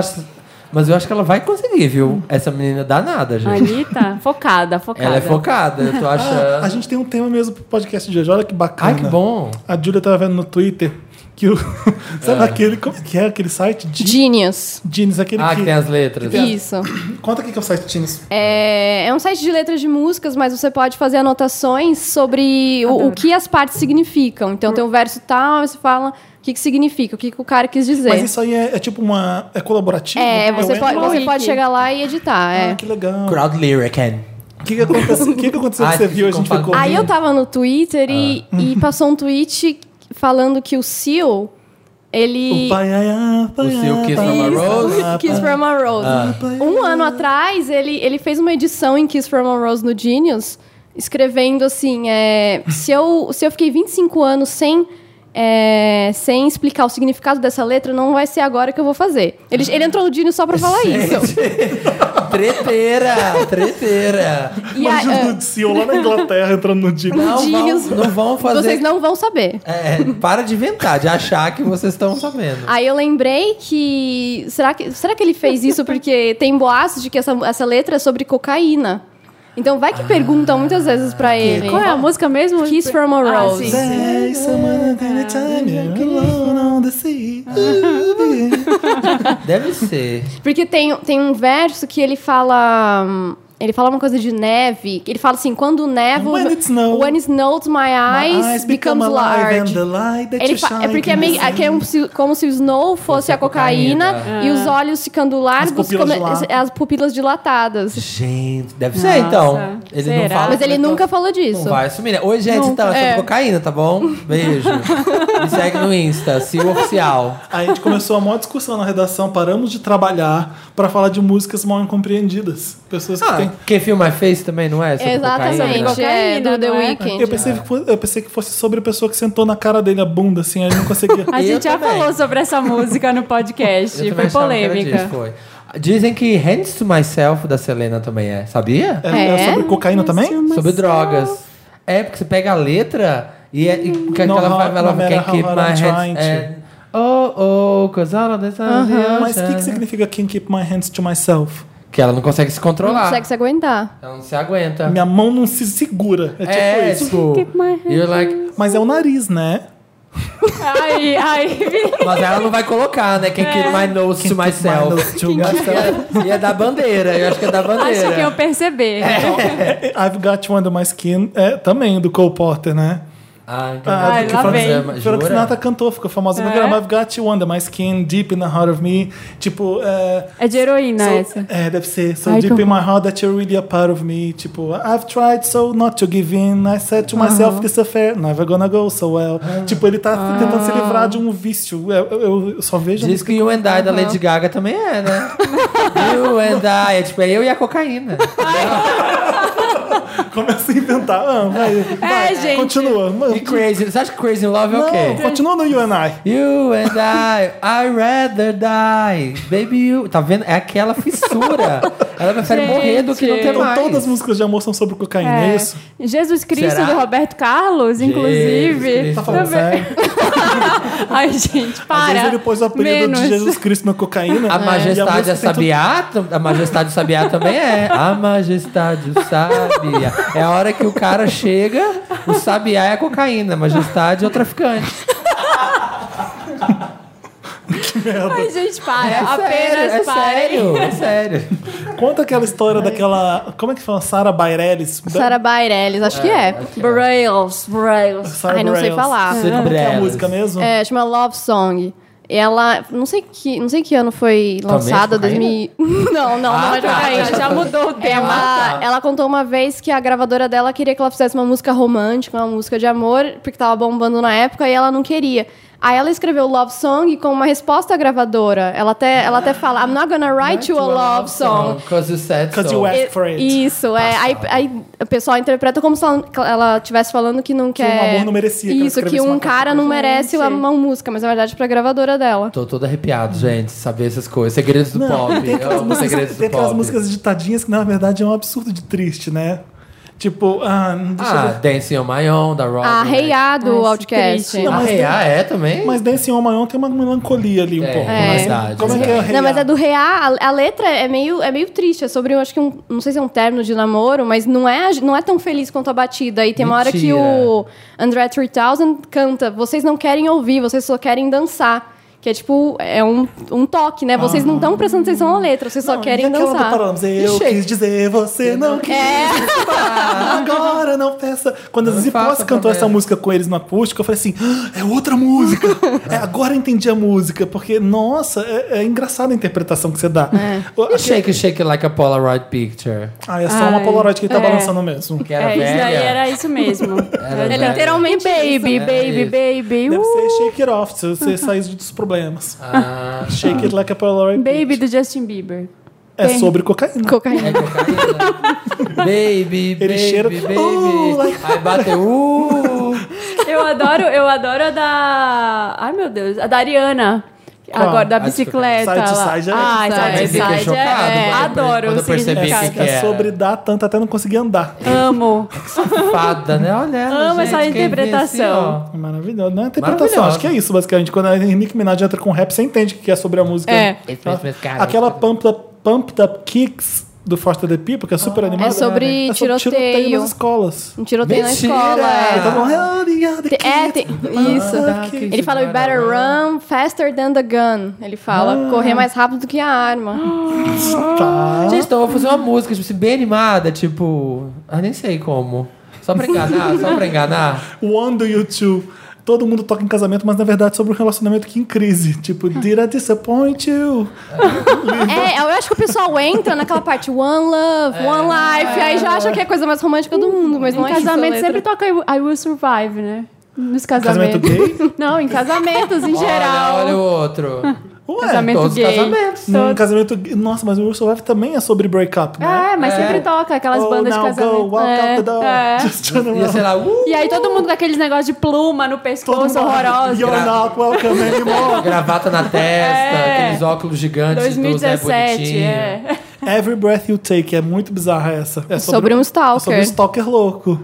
Speaker 3: Mas eu acho que ela vai conseguir, viu? Essa menina é danada, gente.
Speaker 2: Anitta, focada, focada.
Speaker 3: Ela é focada, eu tô
Speaker 1: Ah, a
Speaker 3: achando.
Speaker 1: gente tem um tema mesmo pro podcast de hoje, olha que bacana.
Speaker 3: Ai, que bom.
Speaker 1: A Julia tava vendo no Twitter que o. *laughs* Sabe aquele. Como é que é aquele site? Ge-
Speaker 4: Genius.
Speaker 1: Genius, aquele
Speaker 3: Ah,
Speaker 1: que.
Speaker 3: que tem as letras.
Speaker 4: Isso.
Speaker 1: Conta o que que é o site Genius.
Speaker 4: É, é um site de letras de músicas, mas você pode fazer anotações sobre o, o que as partes significam. Então tem um verso tal, aí você fala o que, que significa, o que, que o cara quis dizer.
Speaker 1: Mas isso aí é, é tipo uma. É um colaborativo?
Speaker 4: é,
Speaker 1: Eu
Speaker 4: você,
Speaker 1: entro
Speaker 4: pode,
Speaker 1: lá
Speaker 4: você
Speaker 1: e-
Speaker 4: pode chegar lá e editar.
Speaker 1: Ah,
Speaker 4: é.
Speaker 1: que legal.
Speaker 3: Crowd lyric. hein?
Speaker 1: O que, que aconteceu, o que, que, aconteceu que
Speaker 3: Ai,
Speaker 1: você viu? A
Speaker 3: ficou
Speaker 1: gente ficou. Ah.
Speaker 3: falando.
Speaker 4: Aí eu tava no Twitter e, e passou um tweet falando que o Seal, ele.
Speaker 1: O pai, ai, ai, pai,
Speaker 3: O seu
Speaker 1: ai,
Speaker 3: Kiss
Speaker 1: pai,
Speaker 3: from a
Speaker 1: ai,
Speaker 3: Rose?
Speaker 1: pai, Ah.
Speaker 4: Kiss
Speaker 1: pai,
Speaker 4: from a Rose.
Speaker 1: pai,
Speaker 4: Um ano atrás, ele, ele fez uma edição em Kiss from a Rose no Genius, escrevendo assim: é, se, eu, se eu fiquei 25 anos sem, é, sem explicar o significado dessa letra, não vai ser agora que eu vou fazer. Ele, ele entrou no Genius só pra falar isso.
Speaker 3: Treteira, treteira.
Speaker 4: E a-
Speaker 1: Imagina o
Speaker 4: é,
Speaker 1: Lucio lá na Inglaterra entrando no Genius.
Speaker 3: Não vão,
Speaker 4: Dias.
Speaker 3: não vão fazer.
Speaker 4: vocês não vão saber.
Speaker 3: É, para de inventar, de achar que vocês estão sabendo.
Speaker 4: Aí eu lembrei que será, que. será que ele fez isso porque tem boatos de que essa, essa letra é sobre cocaína? Então vai que perguntam muitas vezes pra ele.
Speaker 2: Qual é a música mesmo?
Speaker 4: Kiss from a
Speaker 2: Ah,
Speaker 4: Rose.
Speaker 2: sim.
Speaker 1: There is someone at any time you're alone on the sea.
Speaker 3: Deve ser.
Speaker 4: Porque tem, tem um verso que ele fala. hum, Ele fala uma coisa de neve. Ele fala assim: quando nevo.
Speaker 1: When it snow-
Speaker 4: when it snows, my
Speaker 1: My
Speaker 4: eyes,
Speaker 1: eyes become
Speaker 4: becomes
Speaker 1: alive and
Speaker 4: large.
Speaker 1: the light that
Speaker 4: Ele
Speaker 1: you
Speaker 4: fa-
Speaker 1: shine
Speaker 4: é porque é,
Speaker 1: in
Speaker 4: meio,
Speaker 1: the
Speaker 4: é que é um se- como se o snow fosse a cocaína,
Speaker 3: cocaína.
Speaker 4: e os olhos ficando largos,
Speaker 1: pupilas
Speaker 4: come-
Speaker 1: dilatadas.
Speaker 4: as pupilas dilatadas.
Speaker 3: Gente, deve
Speaker 2: Nossa.
Speaker 3: ser então. Ele não
Speaker 2: Será?
Speaker 3: fala.
Speaker 4: Mas ele
Speaker 3: então
Speaker 4: nunca falou
Speaker 3: Não
Speaker 4: disso.
Speaker 3: vai assumir, né? Oi, gente,
Speaker 4: Nunca.
Speaker 3: então, é sobre
Speaker 4: É.
Speaker 3: cocaína, tá bom? Beijo. Me segue no Insta, se o oficial.
Speaker 1: Aí a gente começou a maior discussão na redação, paramos de trabalhar pra falar de músicas mal incompreendidas. Pessoas que têm.
Speaker 3: Ah, quem filma face também, não é? Sobre cocaína?
Speaker 4: Exatamente, é,
Speaker 2: Cocaína,
Speaker 4: do The
Speaker 2: não é?
Speaker 4: Weeknd.
Speaker 1: Eu pensei, que fosse, eu pensei que fosse sobre a pessoa que sentou na cara dele a bunda, assim, aí ele não conseguia.
Speaker 2: *laughs* *laughs* A
Speaker 3: Eu
Speaker 2: gente já
Speaker 3: também.
Speaker 2: falou sobre essa música no
Speaker 3: Eu
Speaker 2: podcast.
Speaker 3: também
Speaker 2: Foi
Speaker 3: achava que era
Speaker 2: Tipo polêmica.
Speaker 3: disso, foi. Dizem que Hands to Myself da Selena também é, sabia?
Speaker 1: É, é
Speaker 4: É?
Speaker 1: sobre cocaína também?
Speaker 3: Sobre drogas. É, porque você pega a letra e, é, e que
Speaker 1: No
Speaker 3: ela
Speaker 1: how-
Speaker 3: fala,
Speaker 1: no
Speaker 3: ela
Speaker 1: matter
Speaker 3: quer
Speaker 1: how
Speaker 3: keep
Speaker 1: hard
Speaker 3: my
Speaker 1: I'm trying
Speaker 3: hands... é,
Speaker 1: to.
Speaker 3: and- Oh, oh, cause all of this... Uh
Speaker 1: Mas o que, que significa Can't Keep My Hands to Myself?
Speaker 3: Que ela não consegue se
Speaker 4: Não
Speaker 3: controlar.
Speaker 4: consegue se aguentar.
Speaker 3: Ela não se aguenta.
Speaker 1: Minha mão não se segura. É tipo
Speaker 3: é,
Speaker 1: isso.
Speaker 3: tipo...
Speaker 2: Keep my hands
Speaker 3: You're like...
Speaker 1: Mas é o nariz, né?
Speaker 2: Ai, *laughs* ai.
Speaker 3: Mas ela não vai colocar, né? Quem keep my nose to myself.
Speaker 1: nose to
Speaker 3: Eu acho que é- E é da bandeira. Eu acho que é da bandeira.
Speaker 2: Acho que eu perceber.
Speaker 1: É, I've Got You Under My Skin é também do Cole Porter, né?
Speaker 3: Ah, então.
Speaker 1: Ah,
Speaker 2: Ai,
Speaker 1: que
Speaker 2: lá
Speaker 1: Frank-
Speaker 2: vem.
Speaker 1: Frank
Speaker 3: Jura?
Speaker 1: Sinatra cantou, ficou famosa pra
Speaker 2: É?
Speaker 1: caramba. I've Got You Under My Skin, Deep in the Heart of Me. Tipo, é,
Speaker 2: É de heroína
Speaker 1: so-
Speaker 2: essa.
Speaker 1: É, deve ser. So
Speaker 2: Ai,
Speaker 1: deep
Speaker 2: que
Speaker 1: in my heart that you're really a part of me. Tipo, I've tried so not to give in. I said to myself this affair never gonna go so well.
Speaker 3: Ah.
Speaker 1: Tipo, ele tá
Speaker 2: Ah.
Speaker 1: tentando se livrar de um vício. Eu, eu- eu só vejo.
Speaker 3: Diz que You and I da Lady Gaga também é, né? *laughs* you and I. É tipo, é eu e a cocaína.
Speaker 1: *laughs* Começa a inventar. Ah, vai, vai.
Speaker 2: É, gente.
Speaker 1: Continua. Mano,
Speaker 3: E Crazy. Você acha que Crazy in Love é
Speaker 1: não,
Speaker 3: o quê?
Speaker 1: continua no You and I.
Speaker 3: You and I, I rather die. Baby, you. Tá vendo? É aquela fissura. Ela prefere
Speaker 2: *laughs* Gente.
Speaker 3: morrer do que não ter
Speaker 1: Então,
Speaker 3: mais.
Speaker 1: todas as músicas de amor são sobre cocaína, é,
Speaker 2: É.
Speaker 1: isso?
Speaker 2: Jesus Cristo
Speaker 3: Será?
Speaker 2: do Roberto Carlos, inclusive.
Speaker 3: Cristo.
Speaker 1: Tá falando
Speaker 2: Também.
Speaker 1: sério?
Speaker 2: *laughs* Ai, gente, para.
Speaker 1: Às vezes ele pôs o apelido
Speaker 2: Menos.
Speaker 1: de Jesus Cristo na cocaína.
Speaker 3: A majestade
Speaker 1: e a música
Speaker 3: é
Speaker 1: tem tudo-
Speaker 3: sabiá, tam- a majestade do sabiá também é. A majestade do sabiá. É a hora que o cara chega, o sabiá é a cocaína, a majestade é o traficante.
Speaker 2: Ai, gente, para. Apenas
Speaker 3: sério, *laughs* é
Speaker 2: para.
Speaker 3: sério,
Speaker 2: *laughs*
Speaker 3: é sério.
Speaker 1: Conta aquela história daquela. Como é que fala? Sara Bareilles. Da-
Speaker 4: Sarah Bareilles, acho que é.
Speaker 2: Brails, Brails.
Speaker 1: Sarah
Speaker 4: Ai, não sei
Speaker 1: Bareilles.
Speaker 4: falar.
Speaker 1: Como que é a
Speaker 3: Bareilles.
Speaker 1: música mesmo?
Speaker 4: É, chama Love Song. Ela, não sei que, não sei que ano foi
Speaker 3: Também
Speaker 4: lançada,
Speaker 3: é de
Speaker 4: 2000. Não, não, não
Speaker 3: Ah,
Speaker 4: é de
Speaker 3: tá.
Speaker 4: cocaína.
Speaker 2: Já mudou o tema.
Speaker 1: Ah,
Speaker 3: Ah.
Speaker 4: Ela, É,
Speaker 1: tá.
Speaker 4: ela contou uma vez que a gravadora dela queria que ela fizesse uma música romântica, uma música de amor, porque tava bombando na época e ela não queria. Aí ela escreveu Love Song com uma resposta à gravadora. Ela até, ela até fala, I'm not gonna write you a love song.
Speaker 3: Cause you said
Speaker 1: Cause
Speaker 3: so.
Speaker 1: you asked
Speaker 4: E-
Speaker 1: for it.
Speaker 4: Isso, é. Aí, aí o pessoal interpreta como se ela- que ela estivesse falando que não quer.
Speaker 1: um amor não merecia que ela
Speaker 4: Isso, que
Speaker 1: escrevesse
Speaker 4: um
Speaker 1: uma
Speaker 4: cara não merece
Speaker 2: Gente.
Speaker 4: uma música, mas na verdade é pra gravadora dela.
Speaker 3: Tô todo arrepiado, gente, saber essas coisas. Segredos do pop.
Speaker 1: tem
Speaker 3: Eu
Speaker 1: aquelas,
Speaker 3: amo segredos
Speaker 1: músicas, tem
Speaker 3: do
Speaker 1: aquelas
Speaker 3: pop.
Speaker 1: músicas ditadinhas que na verdade é um absurdo de triste, né? Tipo, ah, não deixa
Speaker 3: Ah,
Speaker 1: eu ver.
Speaker 3: Dancing on My Own, da Rock.
Speaker 4: A Reiá
Speaker 2: Ai,
Speaker 4: do
Speaker 2: isso é
Speaker 4: Outcast.
Speaker 2: triste.
Speaker 1: Não,
Speaker 3: A
Speaker 1: mas
Speaker 3: Reiá é também?
Speaker 1: Mas Dancing on My Own tem uma melancolia ali um
Speaker 3: É,
Speaker 1: pouco.
Speaker 4: é
Speaker 1: né?
Speaker 3: verdade,
Speaker 1: Como é que é
Speaker 3: verdade.
Speaker 1: Hey
Speaker 4: Não, mas
Speaker 1: Ya?
Speaker 4: a do Reá, a, a letra é meio, é meio triste. É sobre, eu acho que um. Não sei se é um término de namoro, mas não é, não é tão feliz quanto a batida. E tem uma hora que
Speaker 3: Mentira.
Speaker 4: o André 3000 canta: Vocês não querem ouvir, vocês só querem dançar. Que é tipo, é um, um toque, né? Vocês não estão prestando atenção na letra, vocês só
Speaker 1: Não, e
Speaker 4: querem
Speaker 1: aquela do
Speaker 4: dançar.
Speaker 1: Paralamas, eu
Speaker 3: Shake.
Speaker 1: quis dizer, você não quis.
Speaker 7: *laughs*
Speaker 1: Agora não peça. Quando a
Speaker 3: Não
Speaker 1: Zizi
Speaker 3: faça
Speaker 1: Posse cantou
Speaker 3: promessa.
Speaker 1: essa música com eles no acústico, eu falei assim: "Ah, é outra
Speaker 3: *laughs*
Speaker 1: música. É, agora eu entendi a música, porque, nossa, é, é engraçada a interpretação que você dá.
Speaker 2: É.
Speaker 1: O-
Speaker 3: E
Speaker 1: aquele-
Speaker 3: Shake Shake Like a Polaroid Picture.
Speaker 1: Ah, é só uma
Speaker 2: Ai,
Speaker 1: Polaroid que ele tá
Speaker 2: é.
Speaker 1: balançando mesmo.
Speaker 3: Que era
Speaker 2: é, isso
Speaker 3: velha.
Speaker 2: daí era isso mesmo.
Speaker 3: *laughs* Era
Speaker 2: É
Speaker 3: velha.
Speaker 2: literalmente né? baby,
Speaker 3: isso.
Speaker 2: baby, baby.
Speaker 1: Deve
Speaker 2: uh,
Speaker 1: ser Shake It Off, se você sair dos problemas.
Speaker 3: Ah,
Speaker 1: *laughs* Shake It Like a Polaroid.
Speaker 2: baby do Justin Bieber.
Speaker 1: É sobre cocaína.
Speaker 3: é
Speaker 1: *laughs*
Speaker 4: Cocaína.
Speaker 3: cocaína. baby,
Speaker 1: Ele
Speaker 3: baby,
Speaker 1: cheira-
Speaker 3: baby.
Speaker 1: Uh, like-
Speaker 3: Aí bateu. Uh,
Speaker 2: Eu adoro, eu adoro a da. Ai meu Deus, a da Ariana.
Speaker 1: Qual?
Speaker 2: Agora, da
Speaker 3: Ah, desculpa.
Speaker 2: bicicleta.
Speaker 1: Side to
Speaker 2: lá.
Speaker 1: side é-
Speaker 2: ah,
Speaker 3: Aí
Speaker 2: side,
Speaker 3: fiquei
Speaker 2: to side
Speaker 3: chocado
Speaker 2: é.
Speaker 3: quando eu-
Speaker 2: Adoro
Speaker 3: quando eu
Speaker 2: o
Speaker 3: percebi
Speaker 1: É,
Speaker 3: que que
Speaker 2: significado.
Speaker 1: é
Speaker 3: era.
Speaker 1: sobre dar tanto até não conseguir andar.
Speaker 2: Amo.
Speaker 3: fada, né? Olha ela,
Speaker 2: Amo
Speaker 3: gente,
Speaker 2: essa
Speaker 3: quem vê
Speaker 2: interpretação.
Speaker 3: assim, ó.
Speaker 1: É Maravilhoso. Não é interpretação.
Speaker 3: Maravilhoso.
Speaker 1: Acho que é isso, basicamente. Quando a Nick Minaj entra com rap, você entende o que é sobre a música.
Speaker 2: É.
Speaker 3: Esse mesmo, esse cara.
Speaker 1: Aquela Pumped Up, Pumped Up Kicks do Foster the People, que é super animada.
Speaker 4: É sobre
Speaker 1: tiroteio
Speaker 4: tiroteio.
Speaker 1: nas escolas.
Speaker 4: Um tiroteio na
Speaker 3: Mentira!
Speaker 4: escola. É.
Speaker 1: Todo mundo, "Oh, the other
Speaker 4: Te- É,
Speaker 1: kids,
Speaker 4: tem, isso.
Speaker 1: Ah, que-
Speaker 4: Ele fala, you better run faster than the gun. Ele fala, correr mais rápido do que a arma.
Speaker 1: Ah. Tá.
Speaker 3: Gente, então eu vou fazer uma música, tipo assim, bem animada, tipo. Ah, nem sei como. Só pra enganar, só pra enganar.
Speaker 1: One do You Two. Todo mundo toca em casamento, mas na verdade sobre um relacionamento que em crise. Tipo, did I disappoint you?
Speaker 4: É, eu acho que o pessoal entra naquela parte One Love, One Life, aí já acha que é a coisa mais romântica do mundo, mas não
Speaker 2: Em
Speaker 4: é isso a
Speaker 2: casamento
Speaker 4: letra.
Speaker 2: sempre tá- toca I Will- I Will Survive, né? Nos casamentos.
Speaker 1: Casamento gay?
Speaker 2: *laughs* Não, em casamentos em geral.
Speaker 3: Olha, olha o outro.
Speaker 4: É,
Speaker 1: Ué,
Speaker 2: casamento
Speaker 3: todos os
Speaker 2: gay.
Speaker 3: casamentos.
Speaker 1: Num
Speaker 2: Todos.
Speaker 1: Hum, casamento gay. Nossa, mas o Urso Live também é sobre breakup, né?
Speaker 2: É, mas
Speaker 3: É.
Speaker 2: sempre toca aquelas
Speaker 1: Oh,
Speaker 2: bandas de
Speaker 1: now
Speaker 2: casamento.
Speaker 1: go, walk
Speaker 2: é.
Speaker 1: out the door. *laughs*
Speaker 2: é.
Speaker 1: Just turn
Speaker 3: E sei
Speaker 1: around.
Speaker 3: lá, uh,
Speaker 2: E aí todo mundo com aqueles negócios de pluma no pescoço horrorosos.
Speaker 1: You're not welcome anymore.
Speaker 3: gravata na testa,
Speaker 2: É.
Speaker 3: aqueles óculos gigantes do Zé
Speaker 2: 2017,
Speaker 3: Bonitinho.
Speaker 2: é.
Speaker 1: Every breath you take. É muito bizarra essa. É
Speaker 4: Sobre um
Speaker 1: é sobre um
Speaker 4: stalker.
Speaker 1: stalker louco.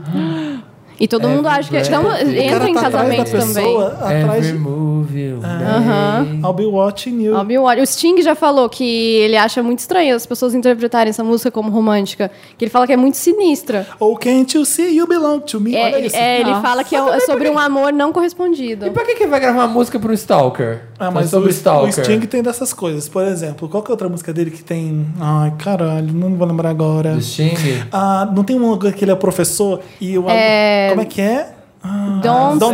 Speaker 4: E todo
Speaker 3: Every
Speaker 4: mundo acha que.
Speaker 3: breath.
Speaker 4: Então,
Speaker 1: O
Speaker 4: entra
Speaker 1: cara
Speaker 4: em
Speaker 1: tá atrás da
Speaker 4: casamento também.
Speaker 1: pessoa, atrás
Speaker 3: Every
Speaker 1: de...
Speaker 3: move you make.
Speaker 1: I'll be watching you.
Speaker 4: Ó, Bill Wally- O Sting já falou que ele acha muito estranho as pessoas interpretarem essa música como romântica. Que ele fala que é muito sinistra.
Speaker 1: Oh, can't you see you belong to me?
Speaker 4: É,
Speaker 1: Olha
Speaker 4: ele-
Speaker 1: isso.
Speaker 4: é, ele
Speaker 2: Nossa.
Speaker 4: fala que é, é sobre um amor não correspondido.
Speaker 3: E pra que que vai gravar uma música um pro Stalker?
Speaker 1: Ah,
Speaker 3: Só
Speaker 1: mas o,
Speaker 3: sobre Stalker.
Speaker 1: o Sting tem dessas coisas. Por exemplo, qual que é outra música dele que tem... Ai, caralho, não vou lembrar agora.
Speaker 3: Do Sting?
Speaker 1: Ah, não tem uma que ele é professor e o...
Speaker 4: É.
Speaker 1: Como é que é? Ah,
Speaker 4: Don't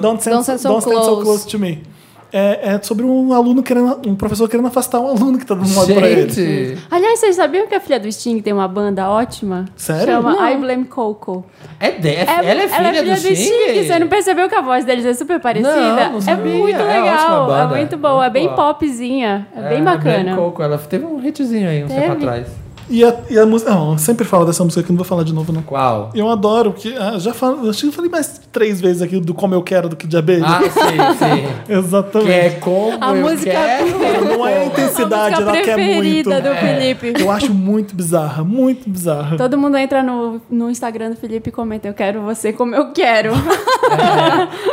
Speaker 1: don't stand,
Speaker 4: don't stand so
Speaker 1: don't stand so
Speaker 4: close.
Speaker 1: close to me. É, é sobre um aluno querendo... Um professor querendo afastar um aluno que tá dando um modo pra ele.
Speaker 3: Gente,
Speaker 2: Aliás, vocês sabiam que a filha do Sting tem uma banda ótima?
Speaker 1: Sério?
Speaker 2: Chama
Speaker 4: Não.
Speaker 2: I Blame Coco.
Speaker 3: é de... ela é filha do, Sting?
Speaker 2: Você não percebeu que a voz deles é super parecida?
Speaker 3: Não, não
Speaker 2: é
Speaker 3: sabia.
Speaker 2: muito
Speaker 3: É ótima
Speaker 2: legal. É,
Speaker 3: banda.
Speaker 2: muito boa. É bem
Speaker 3: Muito boa.
Speaker 2: popzinha. É, bem
Speaker 3: a
Speaker 2: bacana.
Speaker 3: Glenn Coco, ela teve um hitzinho aí um tempo
Speaker 2: Teve.
Speaker 3: atrás.
Speaker 1: E a, e a música... Não, eu sempre falo dessa música aqui, não vou falar de novo, não.
Speaker 3: Qual?
Speaker 1: Eu adoro, porque ah, já falo, acho que eu falei mais três vezes aqui do como eu quero do que de abelha.
Speaker 3: Ah, sim, sim. que
Speaker 1: *laughs* Exatamente.
Speaker 3: é como
Speaker 2: A
Speaker 3: eu
Speaker 2: música
Speaker 3: quero.
Speaker 1: Não é a
Speaker 2: a
Speaker 1: intensidade,
Speaker 2: música
Speaker 1: ela quer muito. É.
Speaker 2: preferida do Felipe.
Speaker 1: Eu acho muito bizarra, muito bizarra.
Speaker 2: Todo mundo entra no, no Instagram do Felipe e comenta: Eu quero você como eu quero.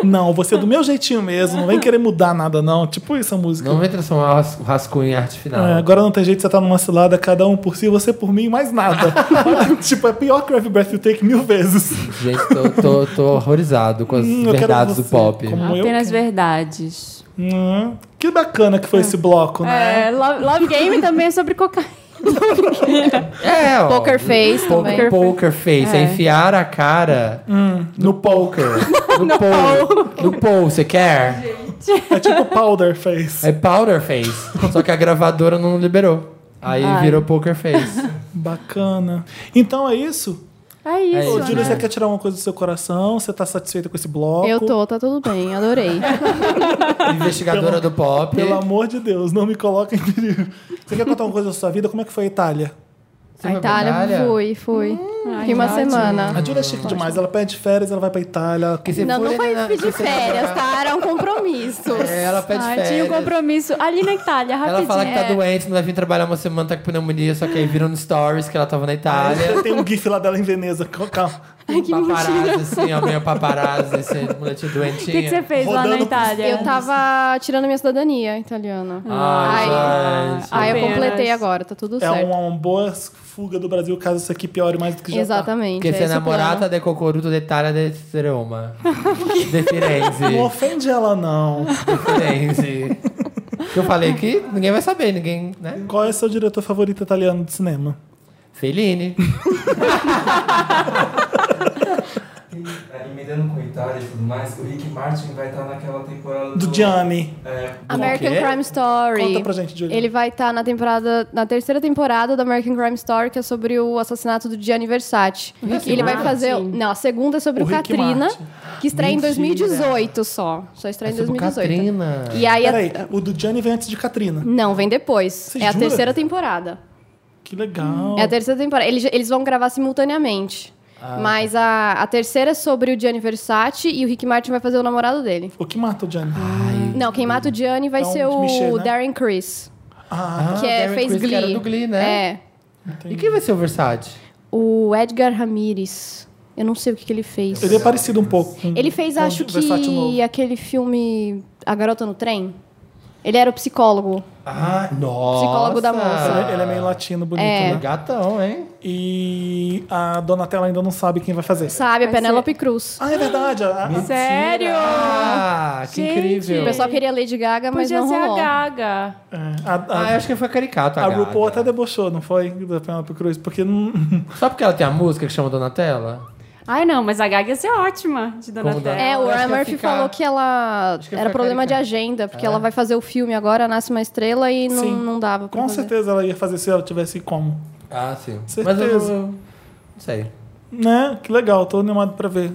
Speaker 1: Não, você é do meu jeitinho mesmo, não vem querer mudar nada, não. Tipo isso a música.
Speaker 3: Não vem transformar o ras- o rascunho em arte final.
Speaker 1: É, agora não tem jeito, você tá numa cilada, cada um por si, você por mim, mais
Speaker 3: *laughs*
Speaker 1: nada. *laughs* Olha, tipo, é pior que o Every Breath You Take mil vezes.
Speaker 3: Gente, tô, tô- tô horrorizado com as
Speaker 1: Hum, eu quero
Speaker 3: verdades do
Speaker 1: você
Speaker 3: pop.
Speaker 1: como- eu
Speaker 2: Apenas verdades.
Speaker 1: Hum, que bacana
Speaker 4: É.
Speaker 1: que foi esse bloco, né?
Speaker 2: É, Love, Love Game também é sobre cocaína.
Speaker 3: *laughs* É, ó.
Speaker 4: Poker Face também.
Speaker 3: Poker, poker face. É.
Speaker 2: É.
Speaker 3: enfiar a cara
Speaker 1: Hum.
Speaker 3: no poker. No, poker. No poker, você quer?
Speaker 1: É,
Speaker 4: *laughs*
Speaker 1: tipo Powder Face.
Speaker 3: É Powder Face. Só que a gravadora não liberou. Aí
Speaker 2: Ai.
Speaker 3: virou Poker Face.
Speaker 1: Bacana. Então é isso?
Speaker 2: É isso.
Speaker 1: Ô, Júlia,
Speaker 3: né?
Speaker 1: você quer tirar uma coisa do seu coração? Você tá satisfeita com esse bloco?
Speaker 4: Eu tô, tá tudo bem,
Speaker 2: *laughs*
Speaker 4: adorei.
Speaker 3: *laughs* Investigadora do pop.
Speaker 1: Pelo amor de Deus, não me coloca em perigo. Você quer contar uma coisa da sua vida? Como é que foi a Itália?
Speaker 3: Você
Speaker 4: A
Speaker 3: foi pra
Speaker 4: Itália, fui, fui.
Speaker 2: Hum,
Speaker 4: Fiquei uma semana.
Speaker 1: A Júlia é chique demais, ela pede férias, ela vai pra Itália.
Speaker 3: Porque você
Speaker 4: Não, não
Speaker 3: né,
Speaker 4: foi
Speaker 3: na-
Speaker 4: pedir
Speaker 3: você foi pra-
Speaker 4: férias, tá? Era um compromisso.
Speaker 3: *laughs* É, ela pede
Speaker 2: Ai,
Speaker 3: férias.
Speaker 2: tinha um compromisso ali na Itália, rapidinho.
Speaker 3: Ela fala que tá
Speaker 4: É.
Speaker 3: doente, não vai vir trabalhar uma semana, tá com pneumonia, só que aí viram no stories que ela tava na Itália.
Speaker 1: Tem um gif lá dela em Veneza. Calma.
Speaker 4: Ai, que
Speaker 3: paparazzi,
Speaker 4: mentira.
Speaker 3: assim, ó, meio paparazzi, esse moleque
Speaker 2: O que, que você
Speaker 3: doentinho.
Speaker 2: fez lá na
Speaker 1: Rodando por
Speaker 2: Itália? Ah,
Speaker 4: Eu tava tirando minha cidadania italiana.
Speaker 3: Ah, Ai,
Speaker 4: Ai,
Speaker 3: gente.
Speaker 4: Aí eu
Speaker 2: Apenas.
Speaker 4: completei agora, tá tudo
Speaker 1: É
Speaker 4: certo.
Speaker 1: uma, uma boa fuga do Brasil, caso isso aqui piore mais do que já tá.
Speaker 4: Exatamente.
Speaker 3: Porque
Speaker 4: é
Speaker 3: se
Speaker 4: esse o
Speaker 3: namorata
Speaker 4: plano.
Speaker 3: de cocoruto de Itália de Roma. De
Speaker 1: tá. Não
Speaker 3: Firenze.
Speaker 1: ofende ela, não.
Speaker 3: De Firenze. Que eu falei que ninguém vai saber, ninguém, né?
Speaker 1: Qual é seu diretor favorito italiano de cinema? *laughs*
Speaker 3: Fellini.
Speaker 8: É, emendando com Itália e tudo mais, o Rick Martin vai estar naquela temporada
Speaker 1: Do Gianni.
Speaker 8: É,
Speaker 4: American
Speaker 3: quê?
Speaker 4: Crime Story.
Speaker 1: Conta pra gente, Julia.
Speaker 4: Ele vai estar na temporada, na terceira temporada do American Crime Story, que é sobre o assassinato do Gianni Versace. E ele vai fazer, não, a segunda é sobre
Speaker 1: O
Speaker 4: o,
Speaker 1: Rick
Speaker 4: Katrina,
Speaker 1: Martin.
Speaker 4: que estreia em
Speaker 3: Mentira.
Speaker 4: 2018 só. Só estreia em
Speaker 3: né? É sobre
Speaker 4: 2018.
Speaker 3: Katrina.
Speaker 4: E aí a-
Speaker 1: Peraí, o do Gianni vem antes de Katrina.
Speaker 4: Não, vem depois.
Speaker 1: Você
Speaker 4: é a
Speaker 1: jura?
Speaker 4: terceira temporada.
Speaker 1: Que legal.
Speaker 4: É a terceira temporada. Eles, eles vão gravar simultaneamente.
Speaker 1: Ah, tá.
Speaker 4: Mas a, a terceira é sobre o Gianni Versace e o Rick Martin vai fazer o namorado dele.
Speaker 1: O que mata o Gianni?
Speaker 4: Não, quem mata o Gianni vai
Speaker 1: É um
Speaker 4: ser o
Speaker 1: Michel, né?
Speaker 4: Darren Criss,
Speaker 1: Ah,
Speaker 4: que é,
Speaker 3: Darren
Speaker 4: fez
Speaker 3: Criss,
Speaker 4: Glee.
Speaker 3: que era do Glee, né?
Speaker 4: É.
Speaker 3: E quem vai ser o Versace?
Speaker 4: O Edgar Ramirez. Eu não sei o que, que ele fez.
Speaker 1: ele é parecido um pouco. com-
Speaker 4: Ele fez,
Speaker 1: com
Speaker 4: acho
Speaker 1: o Versace
Speaker 4: que,
Speaker 1: novo.
Speaker 4: aquele filme A Garota no Trem. Ele era o psicólogo.
Speaker 3: Ah, nossa.
Speaker 4: Psicólogo da moça.
Speaker 1: Ele, ele é meio latino, bonito, né?
Speaker 3: Gatão, hein?
Speaker 1: E a Donatella ainda não sabe quem vai fazer.
Speaker 4: Sabe, a
Speaker 2: Vai
Speaker 4: Penélope Cruz.
Speaker 1: Ah, é verdade. a- a-
Speaker 2: Sério?
Speaker 3: Ah, que
Speaker 2: Gente.
Speaker 3: incrível.
Speaker 4: O pessoal queria Lady Gaga, mas
Speaker 2: Podia
Speaker 4: não
Speaker 2: ser
Speaker 4: rolou.
Speaker 2: a Gaga.
Speaker 1: é, a,
Speaker 3: Ah,
Speaker 1: a-
Speaker 3: eu acho que foi caricato.
Speaker 1: a RuPaul
Speaker 3: gata.
Speaker 1: até debochou, não foi? Da Penelope Cruz, porque não.
Speaker 3: Só porque ela tem a música que chama Donatella?
Speaker 2: Ai, não, mas a Gaga ia ser ótima de
Speaker 3: Como
Speaker 2: Donatella.
Speaker 4: É,
Speaker 3: Eu acho
Speaker 4: o Ryan
Speaker 3: que ia
Speaker 4: Murphy
Speaker 3: ficar-
Speaker 4: falou que ela
Speaker 3: acho que ia
Speaker 4: era
Speaker 3: ficar É.
Speaker 4: problema
Speaker 3: caricato.
Speaker 4: de agenda, porque ela vai fazer o filme agora, nasce uma estrela e não,
Speaker 1: Sim.
Speaker 4: não dava pra
Speaker 1: Com
Speaker 4: fazer.
Speaker 1: certeza ela ia fazer se ela tivesse como.
Speaker 3: Ah, sim. Mas eu,
Speaker 1: Certeza.
Speaker 3: eu- eu não sei.
Speaker 1: Né? Que legal, tô animado pra ver.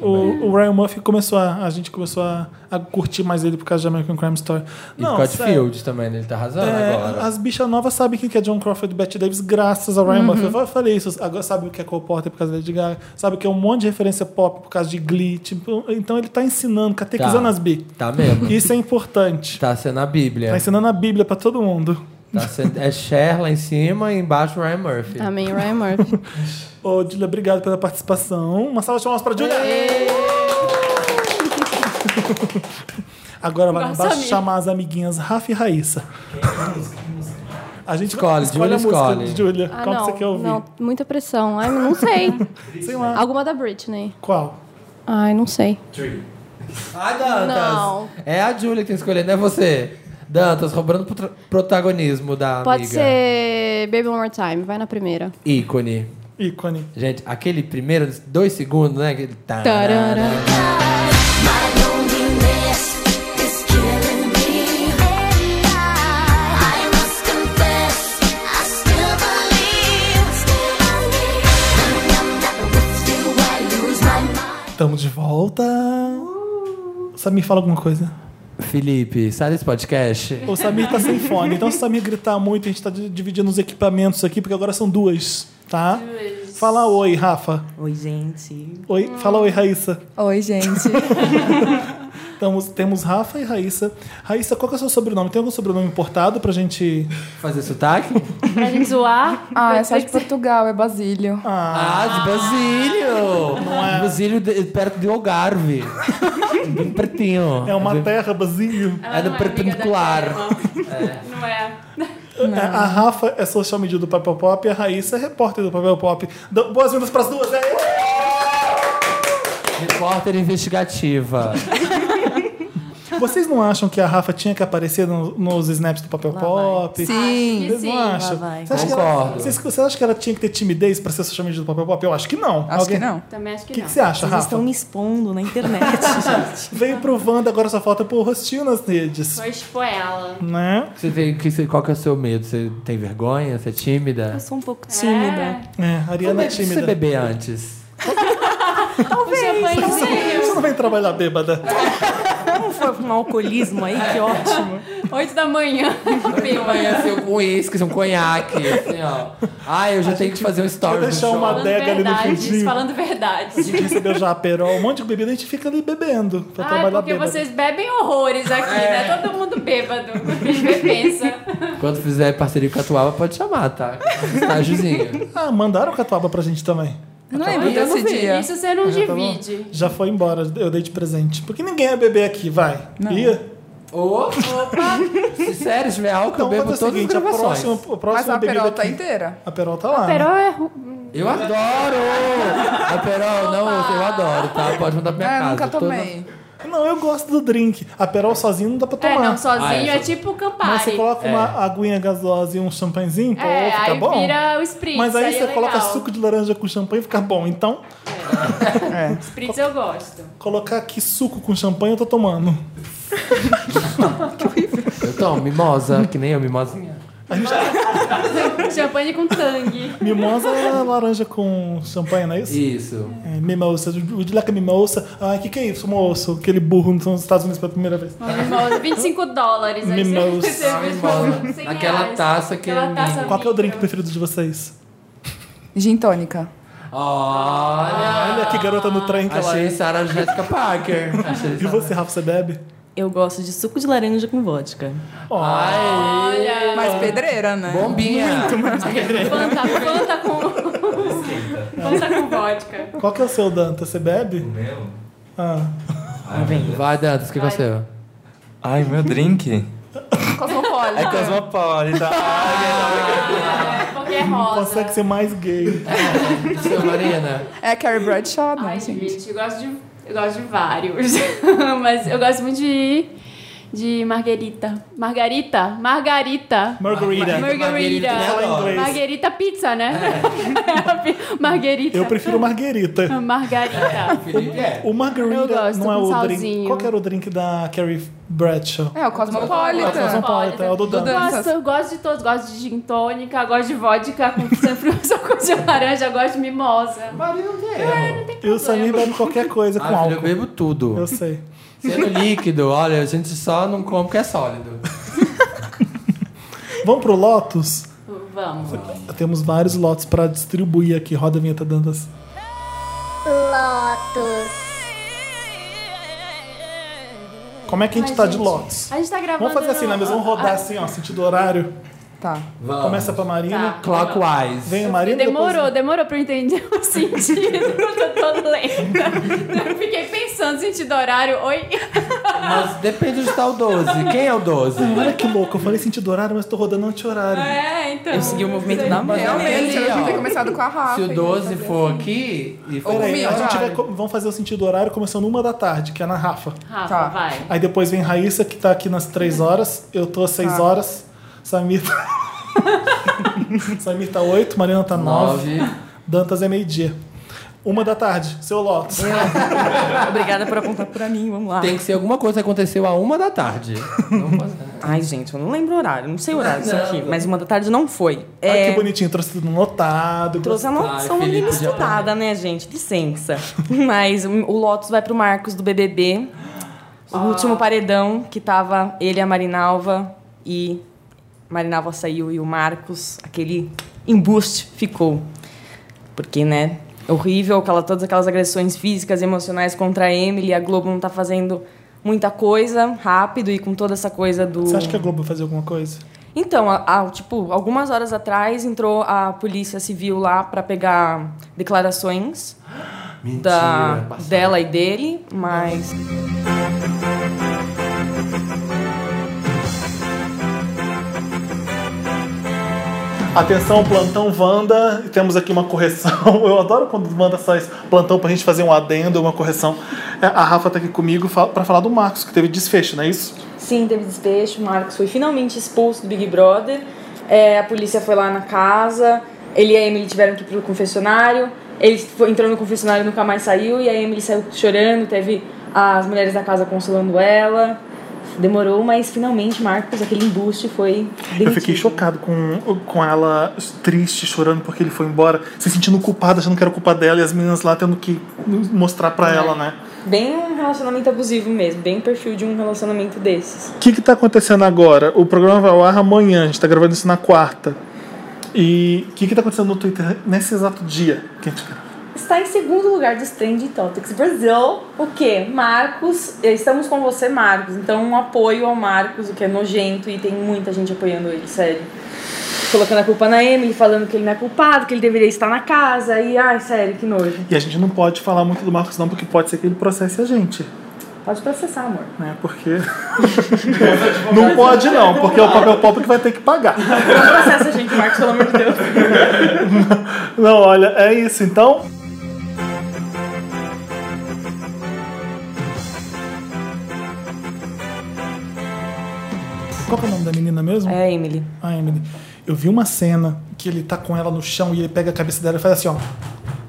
Speaker 1: O, o Ryan Murphy começou a. A gente começou a, a curtir mais ele por causa de American Crime Story.
Speaker 3: E
Speaker 1: não,
Speaker 3: Scott
Speaker 1: sério.
Speaker 3: Field também, né? ele tá arrasando
Speaker 1: É,
Speaker 3: agora.
Speaker 1: as bichas novas sabem quem que é John Crawford e Betty Davis graças ao Ryan Murphy. Eu falei isso. Agora sabe o que é Cole Porter por causa da Lady Gaga. Sabe o que é um monte de referência pop por causa de Glee. Tipo, então ele tá ensinando, catequizando
Speaker 3: Tá.
Speaker 1: as bi.
Speaker 3: Tá mesmo.
Speaker 1: Isso é importante.
Speaker 3: Tá sendo a Bíblia.
Speaker 1: Tá ensinando a Bíblia pra todo mundo.
Speaker 3: Tá sendo... É Cher lá em cima e embaixo Ryan Murphy.
Speaker 4: Amém, Ryan Murphy.
Speaker 1: *laughs* Ô, Julia, obrigado pela participação. Uma salva de palmas pra Julia! *laughs* Agora vai lá
Speaker 2: Nossa,
Speaker 1: embaixo
Speaker 2: amiga.
Speaker 1: chamar as amiguinhas Rafa e Raíssa. A gente
Speaker 3: Escolhe,
Speaker 1: escolhe a
Speaker 3: Julia,
Speaker 1: música,
Speaker 3: escolhe.
Speaker 1: Julia.
Speaker 4: Ah,
Speaker 1: qual que
Speaker 4: não,
Speaker 1: você quer ouvir?
Speaker 4: não, muita pressão. Ai, não sei.
Speaker 1: *laughs* Sei lá.
Speaker 4: Alguma da Britney.
Speaker 1: Qual?
Speaker 4: Ai, não sei.
Speaker 8: Tree.
Speaker 3: Ah, Dantas!
Speaker 4: Não.
Speaker 3: É a Julia que tem que escolher, não é você. Dantas, roubando pro protagonismo da
Speaker 4: Pode
Speaker 3: amiga.
Speaker 4: ser Baby One More Time, vai na primeira.
Speaker 3: Ícone.
Speaker 1: Ícone.
Speaker 3: Gente, aquele primeiro, dois segundos, né? Aquele...
Speaker 4: Tarará.
Speaker 7: My loneliness is killing me. I must confess, I still believe. When I'm not with you, I lose my mind.
Speaker 1: Estamos de volta. Samir, fala alguma coisa.
Speaker 3: Felipe, sai desse podcast.
Speaker 1: O Samir tá sem fone, então se o Samir gritar muito, a gente tá di- dividindo os equipamentos aqui, porque agora são duas, tá? Fala oi, Rafa.
Speaker 9: Oi, gente.
Speaker 1: Oi, Fala oi, Raíssa. *laughs*
Speaker 9: Oi, gente.
Speaker 1: Estamos, temos Rafa e Raíssa. Raíssa, qual que é o seu sobrenome? Tem algum sobrenome importado pra gente.
Speaker 3: Fazer sotaque?
Speaker 2: Pra gente zoar.
Speaker 9: Ah, é só de Portugal, é Basílio.
Speaker 3: *laughs* Ah, de Basílio! Não é. Basílio de- perto de Algarve.
Speaker 1: *laughs*
Speaker 3: Bem pertinho.
Speaker 1: É uma
Speaker 3: Bem-
Speaker 1: terra, Basílio.
Speaker 3: É do perpendicular.
Speaker 2: Não é.
Speaker 1: É, A Rafa é social media do Papel Pop e a Raíssa é repórter do Papel Pop. Dá- Boas-vindas pras duas, né?
Speaker 3: Repórter investigativa.
Speaker 1: Vocês não acham que a Rafa tinha que aparecer no- nos snaps do papel pop?
Speaker 9: Sim.
Speaker 1: Vocês
Speaker 2: Sim,
Speaker 1: não
Speaker 2: lá
Speaker 1: acham?
Speaker 2: vai.
Speaker 1: Você acha, que ela,
Speaker 3: Concordo.
Speaker 1: vocês, você acha que ela tinha que ter timidez para ser social media do papel pop? Eu acho que não.
Speaker 9: Acho
Speaker 1: Alguém-
Speaker 9: que não.
Speaker 2: Também acho
Speaker 1: O
Speaker 2: que,
Speaker 1: que,
Speaker 2: não.
Speaker 1: que você acha,
Speaker 10: Vocês
Speaker 1: Rafa?
Speaker 10: estão me expondo na *laughs* internet, gente.
Speaker 1: Veio pro Wanda, agora só falta pro rostinho nas redes.
Speaker 2: Foi tipo ela.
Speaker 1: Né?
Speaker 3: Você vê que você- qual que é o seu medo? Você tem vergonha? Você é tímida?
Speaker 10: Eu sou um pouco tímida.
Speaker 1: É, Ariana é
Speaker 3: Como é que você
Speaker 1: tímida.
Speaker 3: beber antes?
Speaker 1: *laughs* Você não vem trabalhar bêbada.
Speaker 10: né? Como foi um alcoolismo aí? Que ótimo.
Speaker 2: Oito da manhã.
Speaker 3: Meu, aí assim, um uísque, um conhaque, assim, ó. Ai, eu já tenho que fazer um story
Speaker 1: Vou
Speaker 3: do
Speaker 1: deixar
Speaker 3: show.
Speaker 1: uma-
Speaker 2: falando
Speaker 1: adega ali no
Speaker 2: verdades.
Speaker 1: fundinho.
Speaker 2: Falando
Speaker 1: A
Speaker 2: verdades.
Speaker 1: gente recebeu já aperol, um monte de bebida, a gente fica ali bebendo pra
Speaker 2: Ah,
Speaker 1: trabalhar
Speaker 2: porque
Speaker 1: bêbada.
Speaker 2: vocês bebem horrores aqui,
Speaker 1: É.
Speaker 2: né? Todo mundo bêbado. Porque pensa.
Speaker 3: Quando fizer parceria com a Tuava, pode chamar, tá? Estágiozinho.
Speaker 1: Ah, mandaram catuaba pra gente também.
Speaker 9: Eu não lembro
Speaker 2: Eu não
Speaker 9: desse
Speaker 2: vi.
Speaker 9: dia.
Speaker 2: Isso você não
Speaker 1: tá bom.
Speaker 2: divide.
Speaker 1: Já foi embora, eu dei de presente. Porque ninguém ia beber aqui, vai.
Speaker 9: Não.
Speaker 1: Ia?
Speaker 3: Ô, Se sério, se tiver álcool,
Speaker 1: Então
Speaker 3: eu
Speaker 1: vamos fazer
Speaker 3: bebo
Speaker 1: o
Speaker 3: todas as
Speaker 1: seguinte, a
Speaker 3: gravações.
Speaker 1: próxima, a
Speaker 9: Mas
Speaker 1: próxima
Speaker 9: a
Speaker 1: bebida
Speaker 9: perola tá
Speaker 1: aqui...
Speaker 9: inteira.
Speaker 1: A perol tá lá.
Speaker 2: Perol
Speaker 1: né?
Speaker 2: é ru-
Speaker 3: Eu adoro! A Perol, não, usa, eu adoro, tá? Pode mandar pra minha
Speaker 9: Ah,
Speaker 3: casa.
Speaker 9: nunca
Speaker 3: Tô-
Speaker 9: tomei.
Speaker 1: Não, eu gosto do drink. A perol sozinho não dá pra
Speaker 2: É,
Speaker 1: tomar.
Speaker 2: não, sozinho
Speaker 3: Ah, é,
Speaker 2: é,
Speaker 3: só-
Speaker 2: tipo
Speaker 1: Mas
Speaker 2: Campari.
Speaker 1: você coloca
Speaker 3: É.
Speaker 1: uma aguinha gasosa e um champanhezinho, pô,
Speaker 2: é,
Speaker 1: fica
Speaker 2: aí
Speaker 1: bom.
Speaker 2: vira o Spritz.
Speaker 1: Mas aí,
Speaker 2: aí
Speaker 1: você
Speaker 2: é
Speaker 1: coloca
Speaker 2: legal.
Speaker 1: suco de laranja com champanhe e fica bom. Então, *laughs* É.
Speaker 2: Spritz eu gosto.
Speaker 1: colocar aqui suco com champanhe eu tô tomando.
Speaker 3: Eu tomo mimosa, que nem eu, mimosinha.
Speaker 2: *laughs* Champanhe com tangue.
Speaker 1: Mimosa é laranja com champanhe, não é isso?
Speaker 3: Isso.
Speaker 1: É, mimosa, o de lá que é mimosa. Ai, que que é isso, moço? Aquele burro nos Estados Unidos pela primeira vez.
Speaker 2: Mimosa, 25 dólares. Aí
Speaker 1: Mimosa.
Speaker 2: *laughs* você você vê, tipo, 100
Speaker 3: Aquela
Speaker 2: reais.
Speaker 3: taça que
Speaker 2: Aquela taça
Speaker 1: Qual que é o drink
Speaker 2: micro.
Speaker 1: preferido de vocês?
Speaker 9: Gin tônica.
Speaker 3: Olha,
Speaker 1: Olha que garota no trem que ela
Speaker 3: achei
Speaker 1: é.
Speaker 3: Sarah Jessica Parker. Achei
Speaker 1: E você, Rafa, você bebe?
Speaker 10: Eu gosto de suco de laranja com vodka.
Speaker 3: Ai,
Speaker 2: Olha,
Speaker 9: Mas pedreira, né?
Speaker 3: bombinha.
Speaker 2: Fanta, Fanta com... Fanta com vodka.
Speaker 1: Qual que é o seu, Danta? Você
Speaker 8: O
Speaker 1: bebe?
Speaker 8: meu?
Speaker 1: Ah.
Speaker 8: Ai, meu
Speaker 3: Vai, Dantas, o que é?
Speaker 2: Vai.
Speaker 3: aconteceu?
Speaker 8: Deus. Ai, meu drink? É
Speaker 9: Cosmopolita.
Speaker 2: *laughs*
Speaker 8: cosmopolita.
Speaker 2: Porque é rosa.
Speaker 1: Consegue ser mais gay.
Speaker 3: Seu Marina?
Speaker 9: É Carrie Bradshaw, não,
Speaker 2: Ai, gente.
Speaker 9: gente.
Speaker 2: eu gosto de... Eu gosto de vários. *laughs* Mas eu gosto muito de... De margarita. Margarita? Margarita.
Speaker 1: Margarita.
Speaker 2: Margarita.
Speaker 1: Fala em inglês.
Speaker 2: Margarita pizza, né? *laughs* Margarita.
Speaker 1: É. Eu prefiro marguerita.
Speaker 2: Margarita.
Speaker 3: Felipe é.
Speaker 1: O
Speaker 2: Eu
Speaker 1: margarita
Speaker 2: gosto,
Speaker 1: não é
Speaker 2: com
Speaker 1: o drink.
Speaker 2: salzinho.
Speaker 1: Qual que era o drink da Carrie Bradshaw?
Speaker 9: É, o
Speaker 1: Cosmopolitan.
Speaker 9: Cosmopolita.
Speaker 1: Cosmopolita, é o do
Speaker 9: Do
Speaker 1: Danta.
Speaker 9: Dan.
Speaker 2: Gosto, eu gosto de todos. Gosto de gin tônica, gosto de vodka com *laughs* sempre um suco de laranja, gosto de mimosa.
Speaker 3: Marina não tem erro.
Speaker 1: E o Samir bebe qualquer coisa com
Speaker 3: Ah, filho, eu
Speaker 1: álcool.
Speaker 3: bebo tudo.
Speaker 1: Eu sei.
Speaker 3: Sendo líquido, olha, a gente só não come porque é sólido.
Speaker 1: Vamos pro Lotus?
Speaker 2: Vamos.
Speaker 1: Temos vários lotes pra distribuir aqui. Roda a vinheta, Dantas. Como é que a gente
Speaker 2: Ai,
Speaker 1: tá de
Speaker 2: gente.
Speaker 1: lotes?
Speaker 2: A gente tá gravando... Ah.
Speaker 1: Vamos fazer assim, né? Mas vamos rodar assim, ó, sentido horário.
Speaker 9: Tá.
Speaker 3: Vamos.
Speaker 1: Começa pra Marina.
Speaker 2: Tá.
Speaker 3: Clockwise.
Speaker 1: Vem a Marina.
Speaker 2: Demorou,
Speaker 1: Depois... né?
Speaker 2: demorou pra eu entender o *laughs* sentido. eu tô toda lenta. Eu fiquei pensando, sentido horário. Oi?
Speaker 3: Mas depende de está o 12. Quem é o 12?
Speaker 1: Olha que louco, eu falei sentido horário, mas tô rodando anti-horário.
Speaker 2: É, então.
Speaker 10: Eu segui o movimento da mão.
Speaker 9: Realmente, eu devia ter
Speaker 3: Ele,
Speaker 9: começado com a
Speaker 3: ó,
Speaker 9: Rafa. então.
Speaker 3: se o
Speaker 9: hein?
Speaker 3: 12 for aqui e for
Speaker 1: Peraí,
Speaker 9: comi
Speaker 1: a gente
Speaker 9: horário.
Speaker 1: vai. co- Vamos fazer o sentido horário começando uma da tarde, que é na Rafa.
Speaker 2: Rafa,
Speaker 9: Tá.
Speaker 2: vai.
Speaker 1: Aí depois vem Raíssa, que tá aqui nas três horas. Eu tô às seis
Speaker 9: Tá.
Speaker 1: horas. Samir. tá- *laughs* Samir tá oito, Marina tá nove.
Speaker 3: 9.
Speaker 1: Dantas é meio-dia. Uma da tarde, seu Lotus.
Speaker 10: *laughs* Obrigada por apontar pra mim, vamos lá.
Speaker 3: Tem que ser alguma coisa que aconteceu a uma da tarde. Não pode-
Speaker 10: Ai, gente, eu não lembro o horário, não sei o horário disso aqui, mas uma da tarde não foi.
Speaker 1: Olha que
Speaker 10: É,
Speaker 1: bonitinho, trouxe tudo notado.
Speaker 10: trouxe a
Speaker 3: Ai,
Speaker 10: noção
Speaker 3: Felipe
Speaker 10: menina
Speaker 3: já
Speaker 10: estudada, né, gente? Licença. *laughs* Mas o o Lotus vai pro Marcos do BBB, o
Speaker 3: Ah.
Speaker 10: último paredão que tava ele, a Marinalva e Marinalva saiu e o Marcos, aquele embuste ficou. Porque, né, horrível, aquela, todas aquelas agressões físicas e emocionais contra a Emily, a Globo não tá fazendo muita coisa rápido e com toda essa coisa do
Speaker 1: Você acha que a Globo vai fazer alguma coisa?
Speaker 10: então, a- a- tipo, algumas horas atrás entrou a polícia civil lá para pegar declarações
Speaker 3: Mentira.
Speaker 10: da
Speaker 3: passado.
Speaker 10: dela e dele, mas
Speaker 1: Atenção, plantão Wanda. *laughs* Temos aqui uma correção. Eu adoro quando o Wanda faz plantão pra gente fazer um adendo, uma correção. É, A Rafa tá aqui comigo fa- pra falar do Marcos, que teve desfecho, não é isso?
Speaker 10: Sim, teve despejo. O Marcos foi finalmente expulso do Big Brother. É, a polícia foi lá na casa. Ele e a Emily tiveram que ir pro confessionário. Ele foi, entrou no confessionário e nunca mais saiu. E a Emily saiu chorando. Teve as mulheres da casa consolando ela. Demorou, mas finalmente Marcos, aquele embuste foi.
Speaker 1: Eu fiquei chocado com, com ela triste, chorando porque ele foi embora, se sentindo culpada, achando que era culpa dela e as meninas lá tendo que mostrar pra ela, né?
Speaker 10: Bem um relacionamento abusivo mesmo. Bem o perfil de um relacionamento desses.
Speaker 1: O que que tá acontecendo agora? O programa vai ao ar amanhã, a gente tá gravando isso na quarta. E o que que tá acontecendo no Twitter nesse exato dia? Que a gente grava?
Speaker 10: Está em segundo lugar dos Trending Topics Brasil. O que? Marcos, eh, estamos com você, Marcos. Então, um apoio ao Marcos, o que é nojento e tem muita gente apoiando ele, sério. Colocando a culpa na Emily, falando que ele não é culpado, que ele deveria estar na casa. E, ai, sério, que nojo.
Speaker 1: E a gente não pode falar muito do Marcos não, porque pode ser que ele processe a gente,
Speaker 10: Pode processar, amor.
Speaker 1: né? Porque... não pode não, porque é o papel pop que vai ter que pagar.
Speaker 10: Não processa a gente, Marcos, pelo amor de Deus.
Speaker 1: Não, olha, é isso então. Qual que é o nome da menina mesmo?
Speaker 10: É, Emily.
Speaker 1: A Emily. Eu vi uma cena que ele tá com ela no chão e ele pega a cabeça dela e faz assim, ó.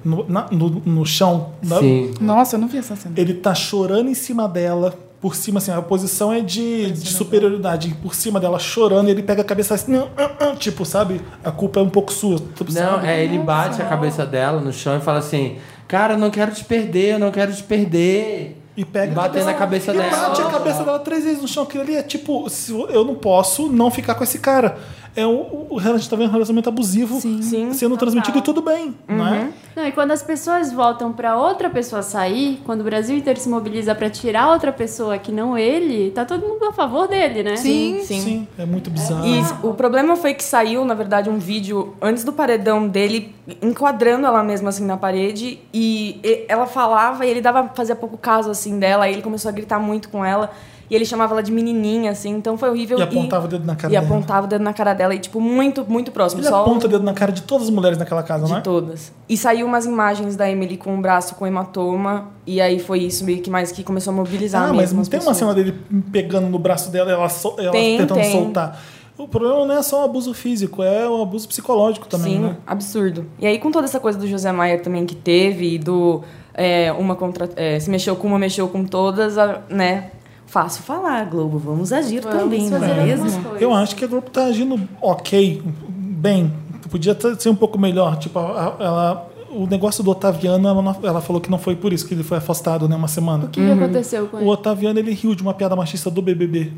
Speaker 1: No, na- no, no chão. da-
Speaker 3: Sim.
Speaker 9: Nossa, eu não vi essa cena.
Speaker 1: Ele tá chorando em cima dela. Por cima, assim, a posição é de, de superioridade. E Por cima dela, chorando, e ele pega a cabeça assim, "Não, ah, ah", tipo, sabe? A culpa é um pouco sua. tu
Speaker 3: Não,
Speaker 1: sabe?
Speaker 3: é, ele bate a cabeça dela no chão e fala assim: Cara, eu não quero te perder, eu não quero te perder.
Speaker 1: E pega
Speaker 3: Tá Batendo a cabeça
Speaker 1: E
Speaker 3: dela.
Speaker 1: bate a cabeça dela três vezes no chão. Aquilo ali é tipo, se eu eu não posso não ficar com esse cara. É o, o, a gente tá vendo um relacionamento abusivo
Speaker 10: Sim.
Speaker 1: sendo transmitido e tudo bem, né?
Speaker 2: Não, e quando as pessoas voltam pra outra pessoa sair, quando o Brasil inteiro se mobiliza pra tirar outra pessoa que não ele, tá todo mundo a favor dele, né?
Speaker 9: Sim.
Speaker 10: Sim.
Speaker 1: Sim, é muito bizarro.
Speaker 10: E o problema foi que saiu, na verdade, um vídeo antes do paredão dele, enquadrando ela mesma assim na parede. E e- ela falava e ele dava fazia pouco caso assim dela. Aí ele começou a gritar muito com ela. E ele chamava ela de menininha, assim. Então foi horrível.
Speaker 1: E apontava o dedo na cara
Speaker 10: E
Speaker 1: dela.
Speaker 10: apontava o dedo na cara dela. E, tipo, muito, muito próximo.
Speaker 1: Ele
Speaker 10: só um
Speaker 1: aponta o dedo na cara de todas as mulheres naquela casa, não é?
Speaker 10: de todas. E saiu umas imagens da Emily com o braço com hematoma. E aí foi isso meio que mais que começou a mobilizar
Speaker 1: Ah,
Speaker 10: mesmo
Speaker 1: mas não
Speaker 10: as
Speaker 1: tem uma
Speaker 10: pessoas.
Speaker 1: cena dele pegando no braço dela e ela, sol- ela
Speaker 10: Tem,
Speaker 1: tentando
Speaker 10: tem.
Speaker 1: soltar. O problema não é só o abuso físico, é o abuso psicológico também,
Speaker 10: Sim,
Speaker 1: né?
Speaker 10: absurdo. E aí, com toda essa coisa do José Maia também que teve, e do é, uma contra. é, se mexeu com uma, mexeu com todas, a- né? Fácil falar, Globo, vamos agir também, não é mesmo?
Speaker 1: Eu acho que a Globo tá agindo ok, bem. Podia ter- ser um pouco melhor. Tipo, a- a- ela- o negócio do Otaviano, ela, não- ela falou que não foi por isso que ele foi afastado, né? Uma semana.
Speaker 2: O que
Speaker 10: Uhum.
Speaker 2: aconteceu com
Speaker 1: O
Speaker 2: ele? Ah.
Speaker 1: Otaviano, ele riu de uma piada machista do BBB.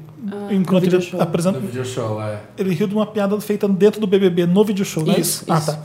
Speaker 1: enquanto ele apresenta.
Speaker 3: No video show, é.
Speaker 1: Ele riu de uma piada feita dentro do BBB no video show, não é isso?
Speaker 10: Isso,
Speaker 1: Ah,
Speaker 10: isso.
Speaker 1: tá.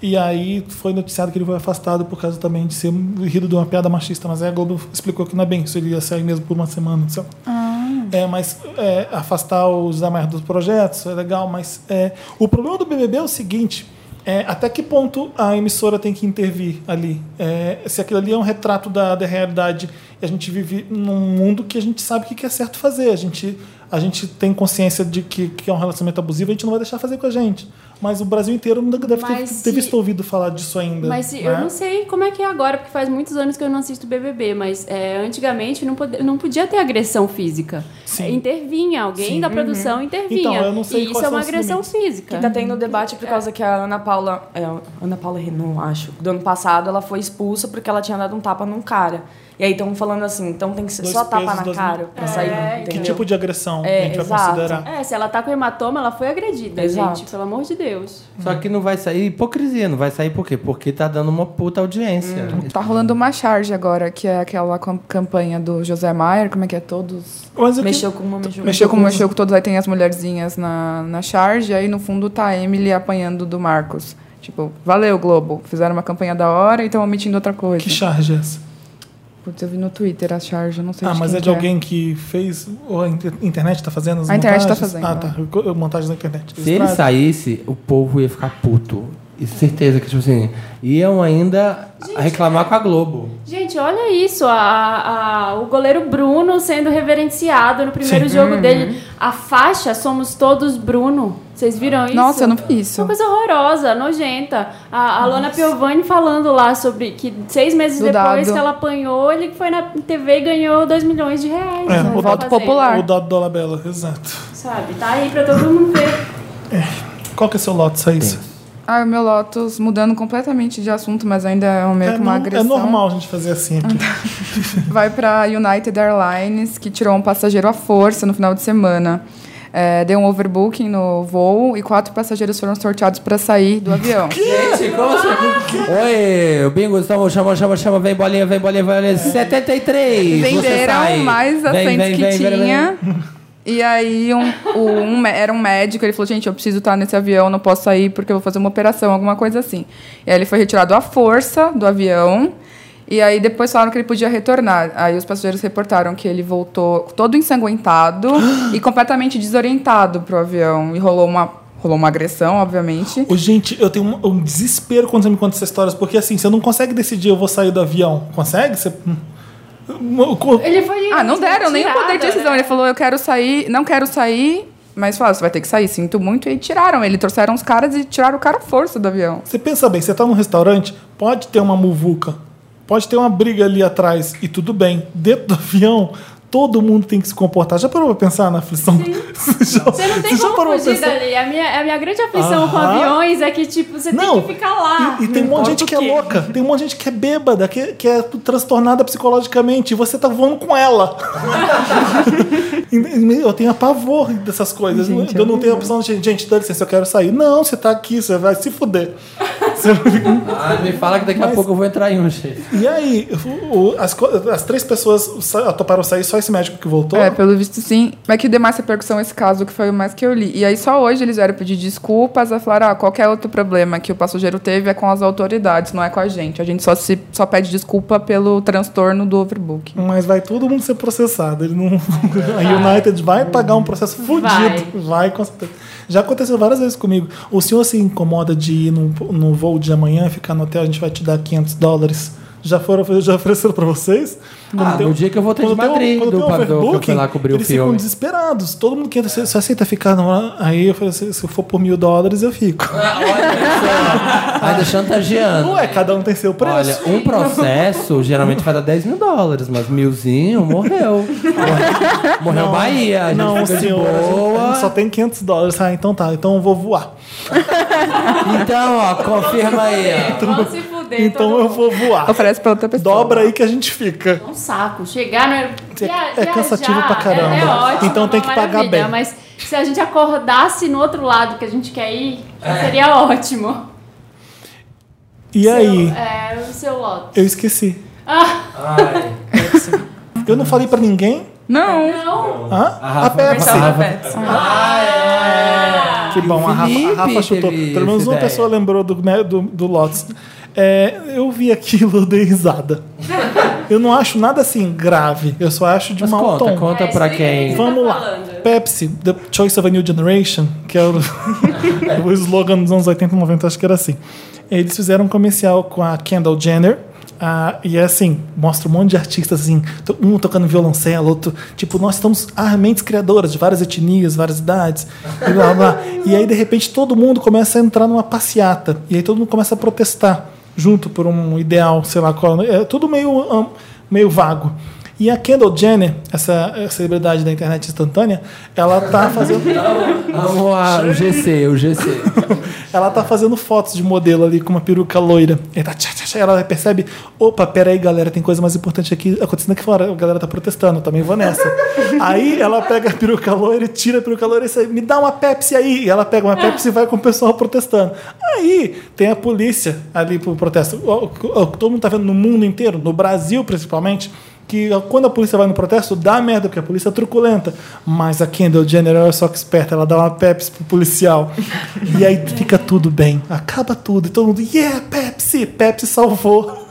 Speaker 1: E aí foi noticiado que ele foi afastado por causa também de ser rido de uma piada machista, mas aí a Globo explicou que não é bem isso, ele ia sair mesmo por uma semana. sei lá.
Speaker 4: Ah.
Speaker 1: É, mas é, afastar os amarros dos projetos é legal, mas é, o problema do BBB é o seguinte. é, até que ponto a emissora tem que intervir ali? É, se aquilo ali é um retrato da, da realidade, e a gente vive num mundo que a gente sabe o que que é certo fazer. A gente, a gente tem consciência de que, que é um relacionamento abusivo, a gente não vai deixar fazer com a gente. Mas o Brasil inteiro não deve ter,
Speaker 2: Mas se-
Speaker 1: ter visto ouvido falar disso ainda.
Speaker 2: Mas se-
Speaker 1: né?
Speaker 2: eu não sei como é que é agora, porque faz muitos anos que eu não assisto BBB, mas é, antigamente não, pode- não podia ter agressão física.
Speaker 1: Sim.
Speaker 2: É, Intervinha, alguém
Speaker 1: Sim. Uhum.
Speaker 2: da produção intervinha.
Speaker 1: Então, eu não sei
Speaker 2: e
Speaker 1: quais
Speaker 2: isso é uma
Speaker 1: são os
Speaker 2: agressão
Speaker 1: limites.
Speaker 2: física.
Speaker 10: Que tá tendo debate
Speaker 2: É.
Speaker 10: por causa que a Ana Paula. É, Ana Paula Renault, acho. Do ano passado, ela foi expulsa porque ela tinha dado um tapa num cara. E aí estão falando assim, então tem que ser
Speaker 1: Dois
Speaker 10: só tapa
Speaker 1: pesos,
Speaker 10: na
Speaker 1: dois
Speaker 10: cara
Speaker 1: mil-
Speaker 10: pra sair.
Speaker 2: É,
Speaker 1: Que
Speaker 10: entendeu?
Speaker 1: tipo de agressão
Speaker 10: É,
Speaker 1: a gente vai
Speaker 10: exato.
Speaker 1: considerar?
Speaker 2: É, se ela tá com hematoma, ela foi agredida,
Speaker 10: Exato.
Speaker 2: gente. Pelo amor de Deus.
Speaker 3: Só que não vai sair hipocrisia, não vai sair por quê? Porque tá dando uma puta audiência.
Speaker 1: Hum,
Speaker 9: Tá rolando uma charge agora, que é aquela cam- campanha do José Maier, como é que é? Todos.
Speaker 1: Mas o que-
Speaker 10: Mexeu com uma, mexeu com
Speaker 9: Mexeu com mexeu com todos, aí tem as mulherzinhas na, na charge, aí no fundo tá a Emily apanhando do Marcos. Tipo, valeu, Globo. Fizeram uma campanha da hora e estão omitindo outra coisa.
Speaker 1: que charge é essa?
Speaker 9: Putz, eu vi no Twitter a charge, eu não sei
Speaker 1: Ah,
Speaker 9: de
Speaker 1: mas
Speaker 9: quem
Speaker 1: é de
Speaker 9: que
Speaker 1: alguém que fez. Ou a inter- internet tá fazendo as
Speaker 9: A
Speaker 1: montagens?
Speaker 9: internet tá fazendo,
Speaker 1: Ah,
Speaker 9: é.
Speaker 1: tá. Eu- eu- Montagens da internet.
Speaker 3: Se ele
Speaker 1: Eles trazem.
Speaker 3: saísse, o povo ia ficar puto. E certeza que, tipo assim, iam ainda reclamar com a Globo.
Speaker 2: Gente, olha isso. a- a- o goleiro Bruno sendo reverenciado no primeiro
Speaker 3: Sim.
Speaker 2: jogo
Speaker 3: Uhum.
Speaker 2: dele. A faixa Somos Todos Bruno. Vocês viram isso?
Speaker 9: Nossa, eu não vi isso.
Speaker 2: Uma coisa horrorosa, nojenta. A, a Lona Piovani falando lá sobre que seis meses
Speaker 9: Do
Speaker 2: depois
Speaker 9: dado.
Speaker 2: que ela apanhou, ele foi na TV e ganhou 2 milhões de reais.
Speaker 1: É,
Speaker 2: Não
Speaker 1: o
Speaker 2: tá
Speaker 1: dado
Speaker 2: fazendo,
Speaker 1: O dado do Dolabella, exato.
Speaker 2: Sabe? Tá aí pra todo mundo
Speaker 1: *laughs*
Speaker 2: ver.
Speaker 1: Qual que é seu lote, Saís?
Speaker 9: Ah, o meu Lotus, mudando completamente de assunto, mas ainda é um- meio
Speaker 1: É
Speaker 9: que uma
Speaker 1: no- é
Speaker 9: agressão.
Speaker 1: normal a gente fazer assim aqui.
Speaker 9: Vai para United Airlines, que tirou um passageiro à força no final de semana. É, deu um overbooking no voo e quatro passageiros foram sorteados para sair
Speaker 1: *laughs*
Speaker 9: do avião.
Speaker 3: Gente, como assim? *laughs* Oi, o bingo, então chama, chama, chama, vem bolinha, vem bolinha, vem bolinha. 73! você
Speaker 9: Venderam
Speaker 3: sai.
Speaker 9: mais
Speaker 3: Vem,
Speaker 9: assentos
Speaker 3: vem,
Speaker 9: que
Speaker 3: vem, vem,
Speaker 9: tinha. E aí um, o- um mé- era um médico, ele falou, gente, eu preciso estar nesse avião, não posso sair porque eu vou fazer uma operação, alguma coisa assim. E aí ele foi retirado à força do avião. E aí depois falaram que ele podia retornar. Aí os passageiros reportaram que ele voltou todo ensanguentado *gasps* e completamente desorientado pro avião. E rolou *laughs* uma, rolou uma agressão, obviamente.
Speaker 1: Ô, gente, eu tenho um, um desespero quando você me conta essas histórias, porque assim, você não consegue decidir eu vou sair do avião. Consegue? Você. hum,
Speaker 2: Ele foi.
Speaker 9: Ah, não deram nem o poder de
Speaker 2: tirada,
Speaker 9: decisão. Ele falou, eu quero sair, não quero sair, mas falaram, você vai ter que sair, sinto muito. E tiraram ele, trouxeram os caras e tiraram o cara à força do avião.
Speaker 1: Você pensa bem, você tá num restaurante, pode ter uma muvuca, pode ter uma briga ali atrás e tudo bem. Dentro do avião, todo mundo tem que se comportar. Já parou pra pensar na aflição? *laughs* Você já-
Speaker 2: Você não tem
Speaker 1: já
Speaker 2: como
Speaker 1: parou pra
Speaker 2: fugir
Speaker 1: pensar?
Speaker 2: dali. A minha, a minha grande aflição com
Speaker 1: Aham.
Speaker 2: aviões é que, tipo, você
Speaker 1: Não,
Speaker 2: tem que ficar lá.
Speaker 1: E tem um monte de gente que é
Speaker 2: Importa o quê.
Speaker 1: louca, tem um monte de gente que é bêbada, que, que é transtornada psicologicamente, e você tá voando com ela. eu tenho pavor dessas coisas. né?
Speaker 9: Gente,
Speaker 1: eu não tenho a
Speaker 9: horrível.
Speaker 1: opção de gente, dá licença, eu quero sair. Não, você tá aqui, você vai se fuder. Você
Speaker 3: Ah, me fala que daqui a
Speaker 1: Mas-
Speaker 3: pouco eu vou entrar em um, chefe.
Speaker 1: E aí, o- o- as, co- as três pessoas sa- toparam sair, só esse médico que voltou?
Speaker 9: É, pelo visto sim. Mas que deu mais repercussão esse caso, que foi o mais que eu li. E aí só hoje eles vieram pedir desculpas, a falar, ah, qualquer outro problema que o passageiro teve é com as autoridades, não é com a gente. A gente só, se, só pede desculpa pelo transtorno do
Speaker 1: *laughs*
Speaker 9: overbook.
Speaker 1: Mas vai todo mundo ser processado. Ele não... *laughs* A United vai pagar um processo fudido.
Speaker 2: Vai.
Speaker 1: Vai. com certeza. Já aconteceu várias vezes comigo. O senhor se incomoda de ir num, num voo de amanhã, ficar no hotel, a gente vai te dar 500 dólares. Já foram, *laughs* já ofereceram pra vocês?
Speaker 3: Ah, no dia que eu voltei de
Speaker 1: quando tem um-
Speaker 3: Madrid,
Speaker 1: quando
Speaker 3: do
Speaker 1: tem um
Speaker 3: Pablo, que eu fui
Speaker 1: overbooking,
Speaker 3: lá cobrir o
Speaker 1: eles ficam
Speaker 3: filme.
Speaker 1: desesperados. Todo mundo que entra, você você aceita ficar? no- Aí eu falei, assim, se for por mil dólares, eu fico.
Speaker 3: Ah,
Speaker 1: *laughs*
Speaker 3: Ainda chantageando.
Speaker 1: Ué, cada um tem seu preço.
Speaker 3: tá Olha, um processo geralmente vai dar 10 mil dólares, mas
Speaker 1: *laughs*
Speaker 3: milzinho morreu. Morreu, morreu Bahia, a gente
Speaker 1: Não,
Speaker 3: fica
Speaker 1: senhor,
Speaker 3: de
Speaker 1: a
Speaker 3: boa.
Speaker 1: gente Só tem 500 dólares. Ah, então tá. Então eu vou voar.
Speaker 3: Então, ó, confirma aí. ó.
Speaker 2: Vão se fuder.
Speaker 1: Então
Speaker 2: todo
Speaker 1: eu
Speaker 2: mundo.
Speaker 1: vou voar.
Speaker 9: Oferece pra outra pessoa.
Speaker 1: Dobra aí que a gente fica.
Speaker 2: É um saco. Chegar no aer-
Speaker 1: É-
Speaker 2: via-
Speaker 1: é cansativo
Speaker 2: viajar
Speaker 1: pra caramba.
Speaker 2: É, é ótimo,
Speaker 1: Então
Speaker 2: é
Speaker 1: tem
Speaker 2: uma
Speaker 1: que pagar
Speaker 2: maravilha,
Speaker 1: bem.
Speaker 2: Mas se a gente acordasse no outro lado que a gente quer ir, seria ótimo.
Speaker 1: E aí?
Speaker 2: É, o seu lote. Ah,
Speaker 1: Eu esqueci. Eu não falei pra ninguém?
Speaker 9: Não.
Speaker 2: Não.
Speaker 1: Hã? A,
Speaker 3: Rafa-
Speaker 1: Pepsi.
Speaker 3: a Rafa-
Speaker 1: Que bom, a Rafa, a Rafa
Speaker 3: Felipe
Speaker 1: chutou.
Speaker 3: teve
Speaker 1: Pelo menos
Speaker 3: essa
Speaker 1: uma
Speaker 3: ideia.
Speaker 1: pessoa lembrou do, né, do, do Lotus. É, eu vi aquilo, eu dei risada. Eu não acho nada assim grave. Eu só acho de
Speaker 3: Mas
Speaker 1: mau
Speaker 3: conta,
Speaker 1: tom.
Speaker 3: conta
Speaker 10: É
Speaker 7: É,
Speaker 3: pra
Speaker 2: explica aí
Speaker 3: quem.
Speaker 2: o que
Speaker 1: Vamos
Speaker 2: tá
Speaker 1: lá.
Speaker 2: falando.
Speaker 1: Pepsi, The Choice of a New Generation, que é o, *laughs* o slogan dos anos 80 e 90, acho que era assim. Eles fizeram um comercial com a Kendall Jenner. ah, e é assim, mostra um monte de artistas assim, to- um tocando violoncelo, outro. Tipo, nós estamos ah, mentes criadoras de várias etnias, várias idades, e blá blá. e aí, de repente, todo mundo começa a entrar numa passeata. E aí todo mundo começa a protestar junto por um ideal, sei lá qual. É tudo meio, ah, meio vago. E a Kendall Jenner, essa eh, celebridade da internet instantânea, ela
Speaker 3: *laughs*
Speaker 1: tá fazendo,
Speaker 3: Vamos lá, o GC, o GC.
Speaker 1: *laughs* ela tá fazendo fotos de modelo ali com uma peruca loira. E tá tchá, tchá, tchá, Ela percebe, opa, peraí, galera, tem coisa mais importante aqui acontecendo aqui fora. A galera tá protestando, eu também vou
Speaker 3: *laughs*
Speaker 1: nessa. aí ela pega a peruca loira, tira a peruca loira e sai, me dá uma Pepsi aí. E ela pega uma Pepsi e vai com o pessoal protestando. Aí tem a polícia ali pro protesto. O- o- o- Todo mundo tá vendo no mundo inteiro, no Brasil principalmente, que quando a polícia vai no protesto, dá merda, porque a polícia é truculenta. Mas a Kendall Jenner é só que esperta, ela dá uma Pepsi pro policial. E aí fica tudo bem. Acaba tudo. E todo mundo, yeah, Pepsi! Pepsi salvou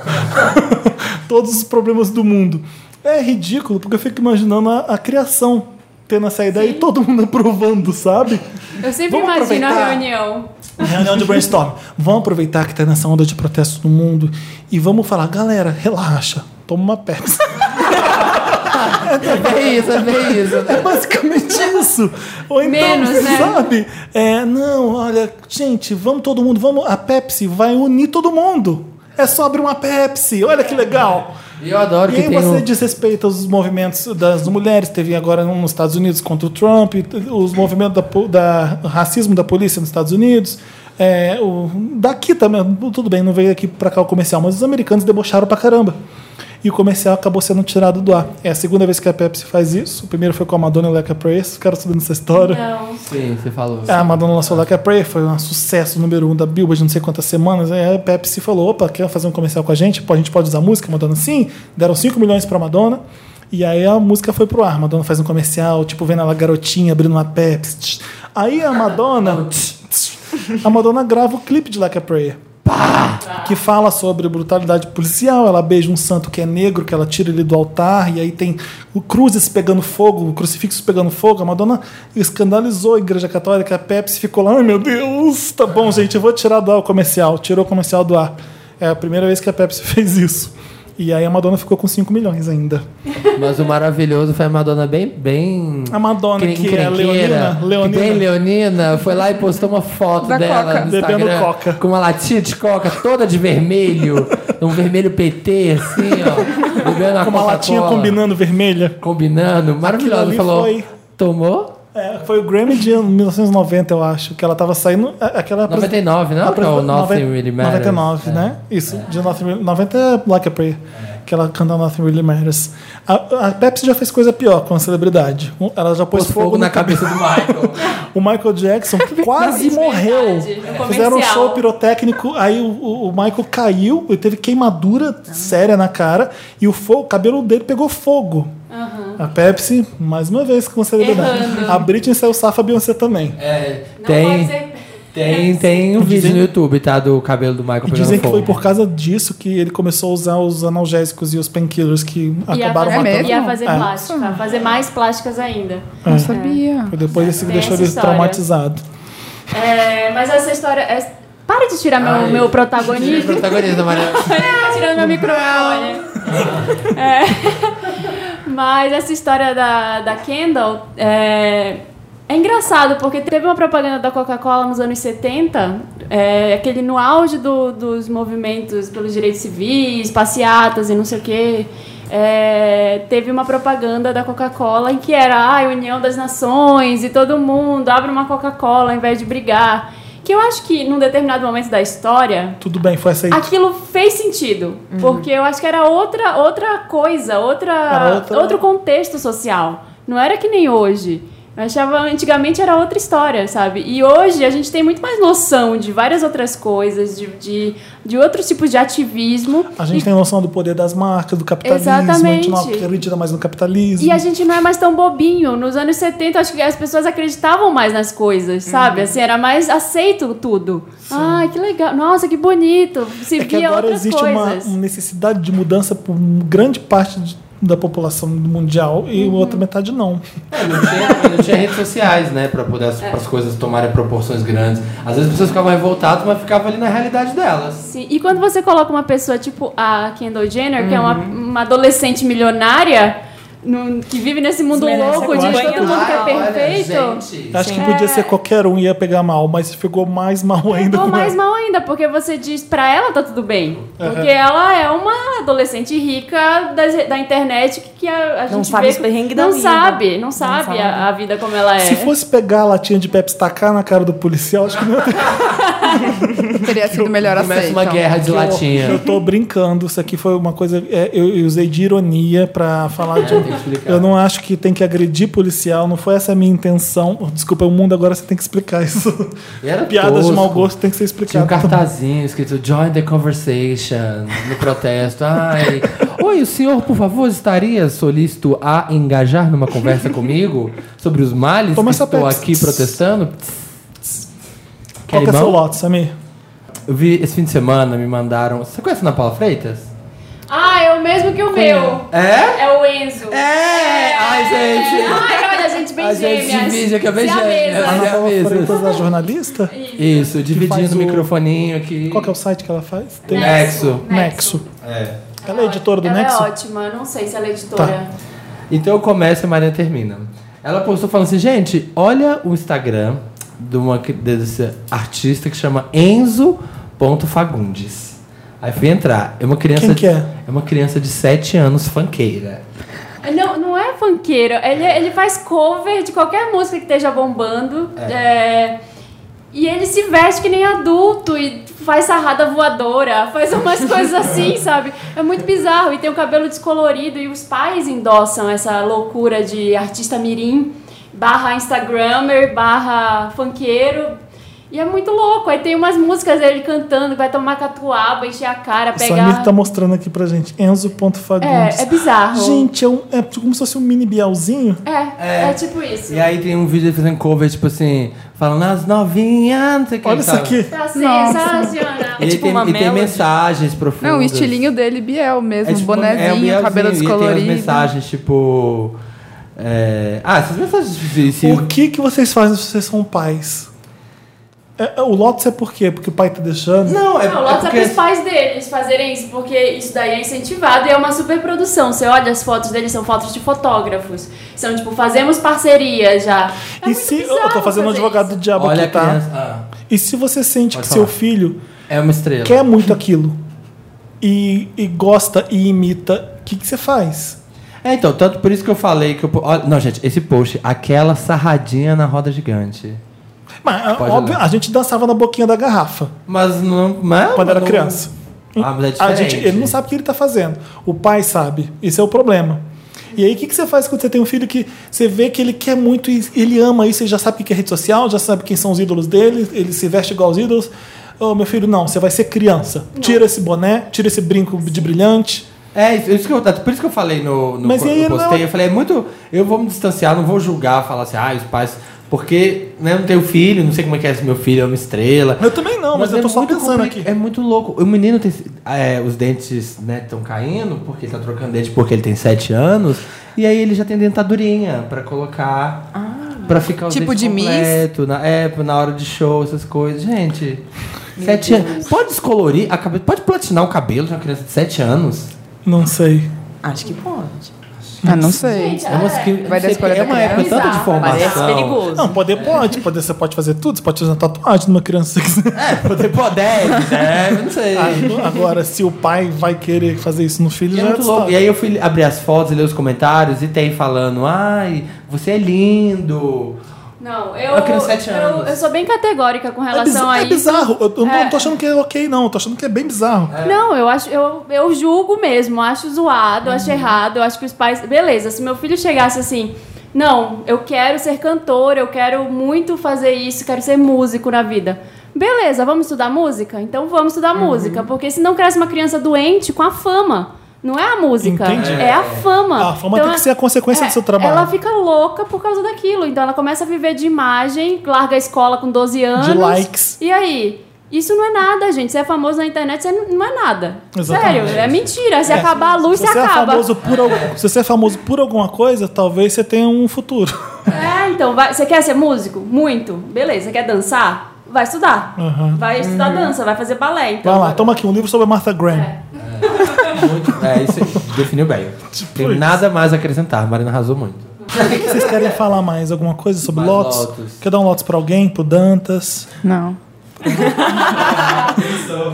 Speaker 1: todos os problemas do mundo. É ridículo, porque eu fico imaginando a, a criação tendo essa ideia e todo mundo *laughs* aprovando, sabe?
Speaker 2: Eu sempre
Speaker 1: Vamos
Speaker 2: imagino a
Speaker 1: aproveitar.
Speaker 2: reunião.
Speaker 1: Reunião de brainstorm. Vamos aproveitar que tá nessa onda de protestos no mundo e vamos falar, galera, relaxa, toma uma Pepsi.
Speaker 3: É bem isso, é bem isso.
Speaker 1: É basicamente isso. Ou então,
Speaker 3: Menos, né?
Speaker 1: sabe? É, não, olha, gente, vamos todo mundo, vamos. A Pepsi vai unir todo mundo. É só abrir uma Pepsi, olha que legal.
Speaker 3: E eu adoro
Speaker 1: e
Speaker 3: que
Speaker 1: aí
Speaker 3: tem
Speaker 1: você
Speaker 3: um-
Speaker 1: desrespeita os movimentos das mulheres. Teve agora um nos Estados Unidos contra o Trump, os movimentos da, po- da o racismo da polícia nos Estados Unidos. É, o, daqui também, tudo bem, não veio aqui pra cá o comercial, mas os americanos debocharam pra caramba. E o comercial acabou sendo tirado do ar. É a segunda vez que a Pepsi faz isso. O primeiro foi com a Madonna e Leca Praise. Ficaram sabendo essa história.
Speaker 2: Não.
Speaker 3: Sim, você falou.
Speaker 1: É A Madonna lançou Like a Prayer, foi um sucesso número um da Billboard, não sei quantas semanas. Aí a Pepsi falou: opa, quer fazer um comercial com a gente? Pô, A gente pode usar música? Madonna, sim. Deram 5 milhões pra Madonna. E aí a música foi pro ar. Madonna faz um comercial, tipo, vendo ela garotinha abrindo uma Pepsi. Tch. Aí a Madonna. tch, tch, A Madonna grava o clipe de Like a Prayer. Que fala sobre brutalidade policial. Ela beija um santo que é negro, que ela tira ele do altar, e aí tem o cruzes pegando fogo, o crucifixo pegando fogo. A Madonna escandalizou a Igreja Católica, a Pepsi ficou lá, ai meu Deus, tá bom, gente, eu vou tirar do ar o comercial. Tirou o comercial do ar. É a primeira vez que a Pepsi *laughs* fez isso. E aí a Madonna ficou com 5 milhões ainda.
Speaker 3: Mas o maravilhoso foi a Madonna bem. bem
Speaker 1: A Madonna,
Speaker 3: cren-
Speaker 1: que é
Speaker 3: crenqueira,
Speaker 1: Leonina, Leonina.
Speaker 3: que Bem Leonina, foi lá e postou uma foto
Speaker 1: Da
Speaker 3: dela
Speaker 1: Coca.
Speaker 3: no
Speaker 1: Bebendo
Speaker 3: Instagram,
Speaker 1: Coca.
Speaker 3: Com uma latinha de Coca toda de
Speaker 1: *laughs*
Speaker 3: vermelho. um vermelho PT, assim, ó. Bebendo a
Speaker 1: Com uma latinha combinando vermelha.
Speaker 3: Combinando,
Speaker 1: Aquilo
Speaker 3: maravilhoso.
Speaker 1: ali
Speaker 3: Falou.
Speaker 1: foi-
Speaker 3: Tomou?
Speaker 1: É, foi o Grammy de 1990, eu acho, que ela tava saindo. a- Aquela
Speaker 3: 99, não?
Speaker 1: apresen-
Speaker 3: Que é o Nothing
Speaker 1: noven-
Speaker 3: Really Matters. É.
Speaker 1: 99, né? Isso, de Nothing Really 90 é Like a Prayer, que ela canta Nothing Really Matters. A, a Pepsi já fez coisa pior com a celebridade. Um- Ela já pôs
Speaker 3: Pôs fogo na cabeça do Michael.
Speaker 1: *laughs* o Michael
Speaker 3: *laughs*
Speaker 1: Jackson quase
Speaker 2: Isso é
Speaker 1: morreu.
Speaker 2: verdade, no comercial.
Speaker 1: Fizeram um show pirotécnico, aí o, o- o Michael caiu e teve queimadura séria na cara e o, fogo, o cabelo dele pegou fogo.
Speaker 2: Aham.
Speaker 1: A Pepsi, mais uma vez, com celebridade.
Speaker 2: Errando.
Speaker 1: A Britney saiu safa, a Beyoncé também.
Speaker 3: É,
Speaker 2: Não pode
Speaker 3: tem.
Speaker 2: ser. É.
Speaker 3: Tem, tem um
Speaker 1: Dizem-
Speaker 3: vídeo no YouTube, tá? Do cabelo do Michael
Speaker 1: E
Speaker 3: pegando
Speaker 1: dizem que
Speaker 3: fogo.
Speaker 1: foi por causa disso que ele começou a usar os analgésicos e os painkillers que
Speaker 2: E a
Speaker 1: acabaram
Speaker 2: fazer,
Speaker 1: matando.
Speaker 2: e a fazer
Speaker 1: É.
Speaker 2: plástica, a fazer mais plásticas ainda.
Speaker 1: É.
Speaker 9: sabia.
Speaker 1: E depois isso
Speaker 2: Tem
Speaker 1: deixou
Speaker 2: essa
Speaker 1: ele
Speaker 2: história.
Speaker 1: traumatizado.
Speaker 2: É, mas essa história. é- Para de tirar meu,
Speaker 3: Ai,
Speaker 2: meu protagonismo.
Speaker 3: Protagonista, Maria.
Speaker 2: Tá tirando meu microfone. É. Mas essa história da, da Kendall é, é engraçado, porque teve uma propaganda da Coca-Cola nos anos 70, é, aquele no auge do- dos movimentos pelos direitos civis, passeatas e não sei o quê. é, teve uma propaganda da Coca-Cola em que era "Ai, União das Nações e todo mundo abre uma Coca-Cola ao invés de brigar. Que eu acho que num determinado momento da história,
Speaker 1: Tudo bem, foi aceito.
Speaker 2: aquilo fez sentido.
Speaker 1: Uhum.
Speaker 2: Porque eu acho que era outra, outra coisa, outra,
Speaker 1: Era outra-
Speaker 2: outro contexto social. Não era que nem hoje. Eu achava, antigamente era outra história, sabe? E hoje a gente tem muito mais noção de várias outras coisas, de, de, de outros tipos de ativismo.
Speaker 1: A gente
Speaker 2: E-
Speaker 1: tem um noção do poder das marcas, do capitalismo. A gente não
Speaker 2: Exatamente.
Speaker 1: acredita mais no capitalismo.
Speaker 2: E a gente não é mais tão bobinho. Nos anos 70, acho que as pessoas acreditavam mais nas coisas,
Speaker 1: Uhum.
Speaker 2: sabe? Assim, era mais aceito tudo. Ai, que legal. Nossa, que bonito.
Speaker 1: é
Speaker 2: Se
Speaker 1: que
Speaker 2: via
Speaker 1: agora
Speaker 2: outras
Speaker 1: existe uma
Speaker 2: coisas.
Speaker 1: uma necessidade de mudança por grande parte de- da população mundial e
Speaker 2: Uhum.
Speaker 1: outra metade não.
Speaker 3: Não tinha, não tinha redes sociais, né? Pra poder
Speaker 2: É.
Speaker 3: as, as coisas tomarem proporções grandes. Às vezes as pessoas ficavam revoltadas, mas ficavam ali na realidade delas.
Speaker 2: Sim, e quando você coloca uma pessoa tipo a Kendall Jenner, que é uma,
Speaker 1: Uhum.
Speaker 2: uma adolescente milionária, num- que vive nesse mundo
Speaker 10: Desmerece
Speaker 2: louco
Speaker 10: a
Speaker 2: de
Speaker 10: coisa.
Speaker 2: todo mundo que é
Speaker 3: Ah, olha,
Speaker 2: perfeito,
Speaker 3: gente.
Speaker 1: Acho que
Speaker 2: Sim.
Speaker 1: podia
Speaker 2: É.
Speaker 1: ser qualquer um e ia pegar mal, mas ficou mais Uhum. mal ainda.
Speaker 2: ficou
Speaker 1: com
Speaker 2: mais
Speaker 1: ela.
Speaker 2: mal ainda, porque você diz pra ela tá tudo bem.
Speaker 1: Aham.
Speaker 2: Porque ela é uma adolescente rica das- da, internet que, que a, a
Speaker 10: Não
Speaker 2: gente
Speaker 10: sabe
Speaker 2: vê
Speaker 10: os
Speaker 2: que-
Speaker 10: perrengues da
Speaker 2: não
Speaker 10: vida.
Speaker 2: Sabe, não
Speaker 10: Não
Speaker 2: sabe,
Speaker 10: sabe.
Speaker 2: A, a vida como ela é.
Speaker 1: Se fosse pegar a latinha de Pepsi e tacar na cara do policial, acho que não ia ter
Speaker 9: Teria sido melhor
Speaker 3: Começa
Speaker 9: aceito.
Speaker 3: uma guerra de
Speaker 1: Eu- Eu
Speaker 3: latinha.
Speaker 1: tô brincando, isso aqui foi uma coisa. é, eu, eu usei de ironia pra falar de.
Speaker 3: É, tem que explicar.
Speaker 1: Eu não acho que tem que agredir policial, não foi essa a minha intenção. Oh, Desculpa, o mundo agora você tem que explicar isso.
Speaker 3: E era
Speaker 1: Piadas de
Speaker 3: tosco.
Speaker 1: mau gosto tem que ser
Speaker 3: Tinha
Speaker 1: explicado.
Speaker 3: um cartazinho escrito Join the conversation no protesto. Ai. Oi, o senhor, por favor, estaria solícito a engajar
Speaker 1: *laughs*
Speaker 3: numa conversa comigo sobre os males
Speaker 1: Toma
Speaker 3: que
Speaker 1: essa
Speaker 3: estou
Speaker 1: Pepsi.
Speaker 3: aqui protestando?
Speaker 1: Qual
Speaker 3: Quer
Speaker 1: que é seu
Speaker 3: irmão?
Speaker 1: lote, Samir?
Speaker 3: Eu vi esse fim de semana, me mandaram. Você conhece a Ana Paula Freitas?
Speaker 2: Ah, é o mesmo que o meu.
Speaker 3: É?
Speaker 2: É o Enzo.
Speaker 3: É! Ai, gente!
Speaker 2: Ai, olha, gente, bem
Speaker 3: a gente
Speaker 2: gêmeas.
Speaker 3: divide aqui, é bem
Speaker 2: Se a
Speaker 3: gêmeas.
Speaker 2: mesa-
Speaker 3: É a
Speaker 1: Ana
Speaker 3: mesma.
Speaker 1: Freitas, a jornalista?
Speaker 3: Isso,
Speaker 1: faz
Speaker 3: dividindo
Speaker 1: o-
Speaker 3: o microfoninho aqui.
Speaker 1: Qual que é o site que ela faz?
Speaker 3: Nexo.
Speaker 1: Nexo.
Speaker 3: É.
Speaker 1: Ela é editora do
Speaker 2: Ela
Speaker 1: Nexo? Tá.
Speaker 2: é ótima, eu não sei se ela é editora.
Speaker 3: Tá. Então eu começo e a Maria termina. Ela postou falando assim, gente, olha o Instagram de uma cri- desse artista que chama Enzo.fagundes. Aí fui entrar. É uma criança.
Speaker 1: Quem que é?
Speaker 3: é uma criança de 7 anos funkeira.
Speaker 2: Não, não é funkeiro. Ele, ele faz cover de qualquer música que esteja bombando. é, e ele se veste que nem adulto e faz sarrada voadora,
Speaker 1: *laughs*
Speaker 2: faz umas coisas assim, sabe? É muito bizarro. E tem o cabelo descolorido e os pais endossam essa loucura de artista mirim barra instagrammer, barra funkeiro. E é muito louco. Aí tem umas músicas dele cantando, vai tomar catuaba, encher a cara,
Speaker 1: O Samir
Speaker 2: pegar...
Speaker 1: tá mostrando aqui pra gente. Enzo.fagundes.
Speaker 2: É, é bizarro.
Speaker 1: Gente, é, um- é como se fosse um mini bielzinho.
Speaker 2: É, é tipo isso.
Speaker 3: E aí tem um vídeo fazendo cover, tipo assim, falando as novinhas, não sei o que.
Speaker 1: Olha isso
Speaker 3: sabe?
Speaker 1: aqui.
Speaker 2: Tá
Speaker 9: Nossa.
Speaker 2: sensacional.
Speaker 3: E,
Speaker 9: tipo
Speaker 3: tem,
Speaker 9: uma
Speaker 3: e tem
Speaker 9: melody.
Speaker 3: mensagens profundas.
Speaker 9: Não, o estilinho dele, Biel mesmo.
Speaker 3: É tipo, é um
Speaker 9: bonezinho,
Speaker 3: Bielzinho,
Speaker 9: cabelo
Speaker 3: e Tem as
Speaker 9: descolorido.
Speaker 3: mensagens, tipo. é, Ah, essas mensagens difíceis.
Speaker 1: O que, que vocês fazem se vocês são pais? É, é, o Lotus é por quê? Porque o pai tá deixando?
Speaker 3: Não, é,
Speaker 2: Não,
Speaker 3: é
Speaker 2: lotes é
Speaker 3: porque...
Speaker 2: pros pais deles fazerem isso, porque isso daí é incentivado e é uma super produção. Você olha as fotos deles, são fotos de fotógrafos. São tipo, fazemos parceria já.
Speaker 1: e
Speaker 2: É muito
Speaker 1: se.
Speaker 2: bizarro
Speaker 1: Eu tô fazendo um
Speaker 2: fazer
Speaker 1: advogado
Speaker 2: isso.
Speaker 1: do diabo
Speaker 3: Olha a
Speaker 1: aqui, tá?
Speaker 3: criança. Ah,
Speaker 1: E se você sente
Speaker 3: Pode
Speaker 1: que seu
Speaker 3: falar.
Speaker 1: filho
Speaker 3: é uma estrela.
Speaker 1: quer muito aquilo e, e gosta e imita, o que, que você faz?
Speaker 3: É, então, tanto por isso que eu falei que eu. po- Olha, não, gente, esse post, aquela sarradinha na roda gigante.
Speaker 1: Mas,
Speaker 3: Pode
Speaker 1: óbvio,
Speaker 3: olhar.
Speaker 1: a gente dançava na boquinha da garrafa
Speaker 3: Mas não. Mas,
Speaker 1: quando era
Speaker 3: não-
Speaker 1: criança.
Speaker 3: Ah, mas é
Speaker 1: A
Speaker 3: diferente.
Speaker 1: Hum. gente, ele não sabe o que ele tá fazendo. O pai sabe. Esse é o problema. E aí, o que, que você faz quando você tem um filho que você vê que ele quer muito e ele ama isso, ele já sabe o que é rede social, já sabe quem são os ídolos dele, ele se veste igual aos ídolos. Ô, meu filho, não, você vai ser criança. Tira esse boné, tira esse brinco de brilhante.
Speaker 3: É, isso isso que eu, por isso que eu falei no, no
Speaker 1: Mas
Speaker 3: quando
Speaker 1: e aí
Speaker 3: eu
Speaker 1: não-
Speaker 3: postei, eu falei, é muito. Eu vou me distanciar, não vou julgar, falar assim, ah, os pais. Porque né, eu não tenho filho, não sei como é que é se meu filho é uma estrela.
Speaker 1: Eu também não, mas, eu tô
Speaker 3: é
Speaker 1: só
Speaker 3: muito
Speaker 1: pensando
Speaker 3: compli-
Speaker 1: aqui.
Speaker 3: É muito louco. O menino tem. é, os dentes, né, estão caindo, porque ele tá trocando dente porque ele tem 7 anos. E aí ele já tem dentadurinha pra colocar. Pra ficar o
Speaker 9: Tipo
Speaker 3: dente
Speaker 9: de Miss?
Speaker 3: completo, na, é, na hora de show, essas coisas. Gente, sete anos. Pode descolorir a cabeça, pode platinar o cabelo de uma criança de 7 anos.
Speaker 1: Não sei.
Speaker 10: Acho que pode.
Speaker 9: Ah, não sei.
Speaker 2: Gente,
Speaker 3: É uma,
Speaker 2: é.
Speaker 3: que-
Speaker 9: Vai da
Speaker 3: sei,
Speaker 9: escolha
Speaker 3: é
Speaker 9: da
Speaker 3: uma
Speaker 9: criança.
Speaker 3: época tanta de
Speaker 2: Bizarro,
Speaker 10: Parece
Speaker 3: formação.
Speaker 10: perigoso.
Speaker 1: Não, poder pode, poder, você pode fazer tudo, você pode fazer uma tatuagem numa criança se você quiser.
Speaker 3: É, Poder poder,
Speaker 1: *laughs*
Speaker 3: né? Eu Não sei.
Speaker 1: Ah, Agora, se o pai vai querer fazer isso no filho,
Speaker 3: E é
Speaker 1: já
Speaker 3: muito louco.
Speaker 1: sabe.
Speaker 3: E aí eu fui abrir as fotos, ler os comentários e tem falando, ai, você é lindo.
Speaker 2: Não, eu,
Speaker 3: Uma criança de sete
Speaker 2: eu-
Speaker 3: anos.
Speaker 2: eu sou bem categórica com
Speaker 1: É,
Speaker 2: relação
Speaker 1: bizarro,
Speaker 2: a
Speaker 1: é
Speaker 2: isso.
Speaker 1: bizarro. Eu, eu não
Speaker 2: É.
Speaker 1: tô achando que é ok, não. Eu tô achando que é bem bizarro.
Speaker 2: Não, eu acho, eu, eu julgo mesmo, acho zoado, acho
Speaker 1: Uhum.
Speaker 2: errado, eu acho que os pais. Beleza, se meu filho chegasse assim, não, eu quero ser cantor, eu quero muito fazer isso, quero ser músico na vida. Beleza, vamos estudar música? Então vamos estudar
Speaker 1: Uhum.
Speaker 2: música, porque senão cresce uma criança doente com a fama. Não é a música,
Speaker 1: Entendi.
Speaker 2: é a fama.
Speaker 1: A fama
Speaker 2: Então,
Speaker 1: tem que ser a consequência
Speaker 2: é,
Speaker 1: do seu trabalho.
Speaker 2: Ela fica louca por causa daquilo. Então ela começa a viver de imagem, larga a escola com 12 anos.
Speaker 1: likes.
Speaker 2: E aí? Isso não é nada, gente. Você é famoso na internet, você não é nada.
Speaker 1: Exatamente.
Speaker 2: Sério, é mentira. Se acabar a luz,
Speaker 1: se você é
Speaker 2: acaba.
Speaker 1: famoso por al- se você é famoso por alguma coisa, talvez você tenha um futuro. *laughs*
Speaker 2: É, então, vai- você quer ser músico? Muito. Beleza, quer dançar? Vai estudar.
Speaker 1: Uhum.
Speaker 2: Vai estudar dança, vai fazer balé. Então,
Speaker 1: Vai lá, toma aqui um livro sobre a Martha Graham.
Speaker 2: É.
Speaker 3: Muito- é, isso definiu bem. tem
Speaker 1: isso.
Speaker 3: nada mais a acrescentar, a Marina arrasou muito.
Speaker 1: Vocês querem falar mais alguma coisa sobre
Speaker 3: Mais
Speaker 1: Lotus?
Speaker 3: Lotus.
Speaker 1: Quer dar um Lotus pra alguém? Pro Dantas?
Speaker 9: Não.
Speaker 1: *laughs*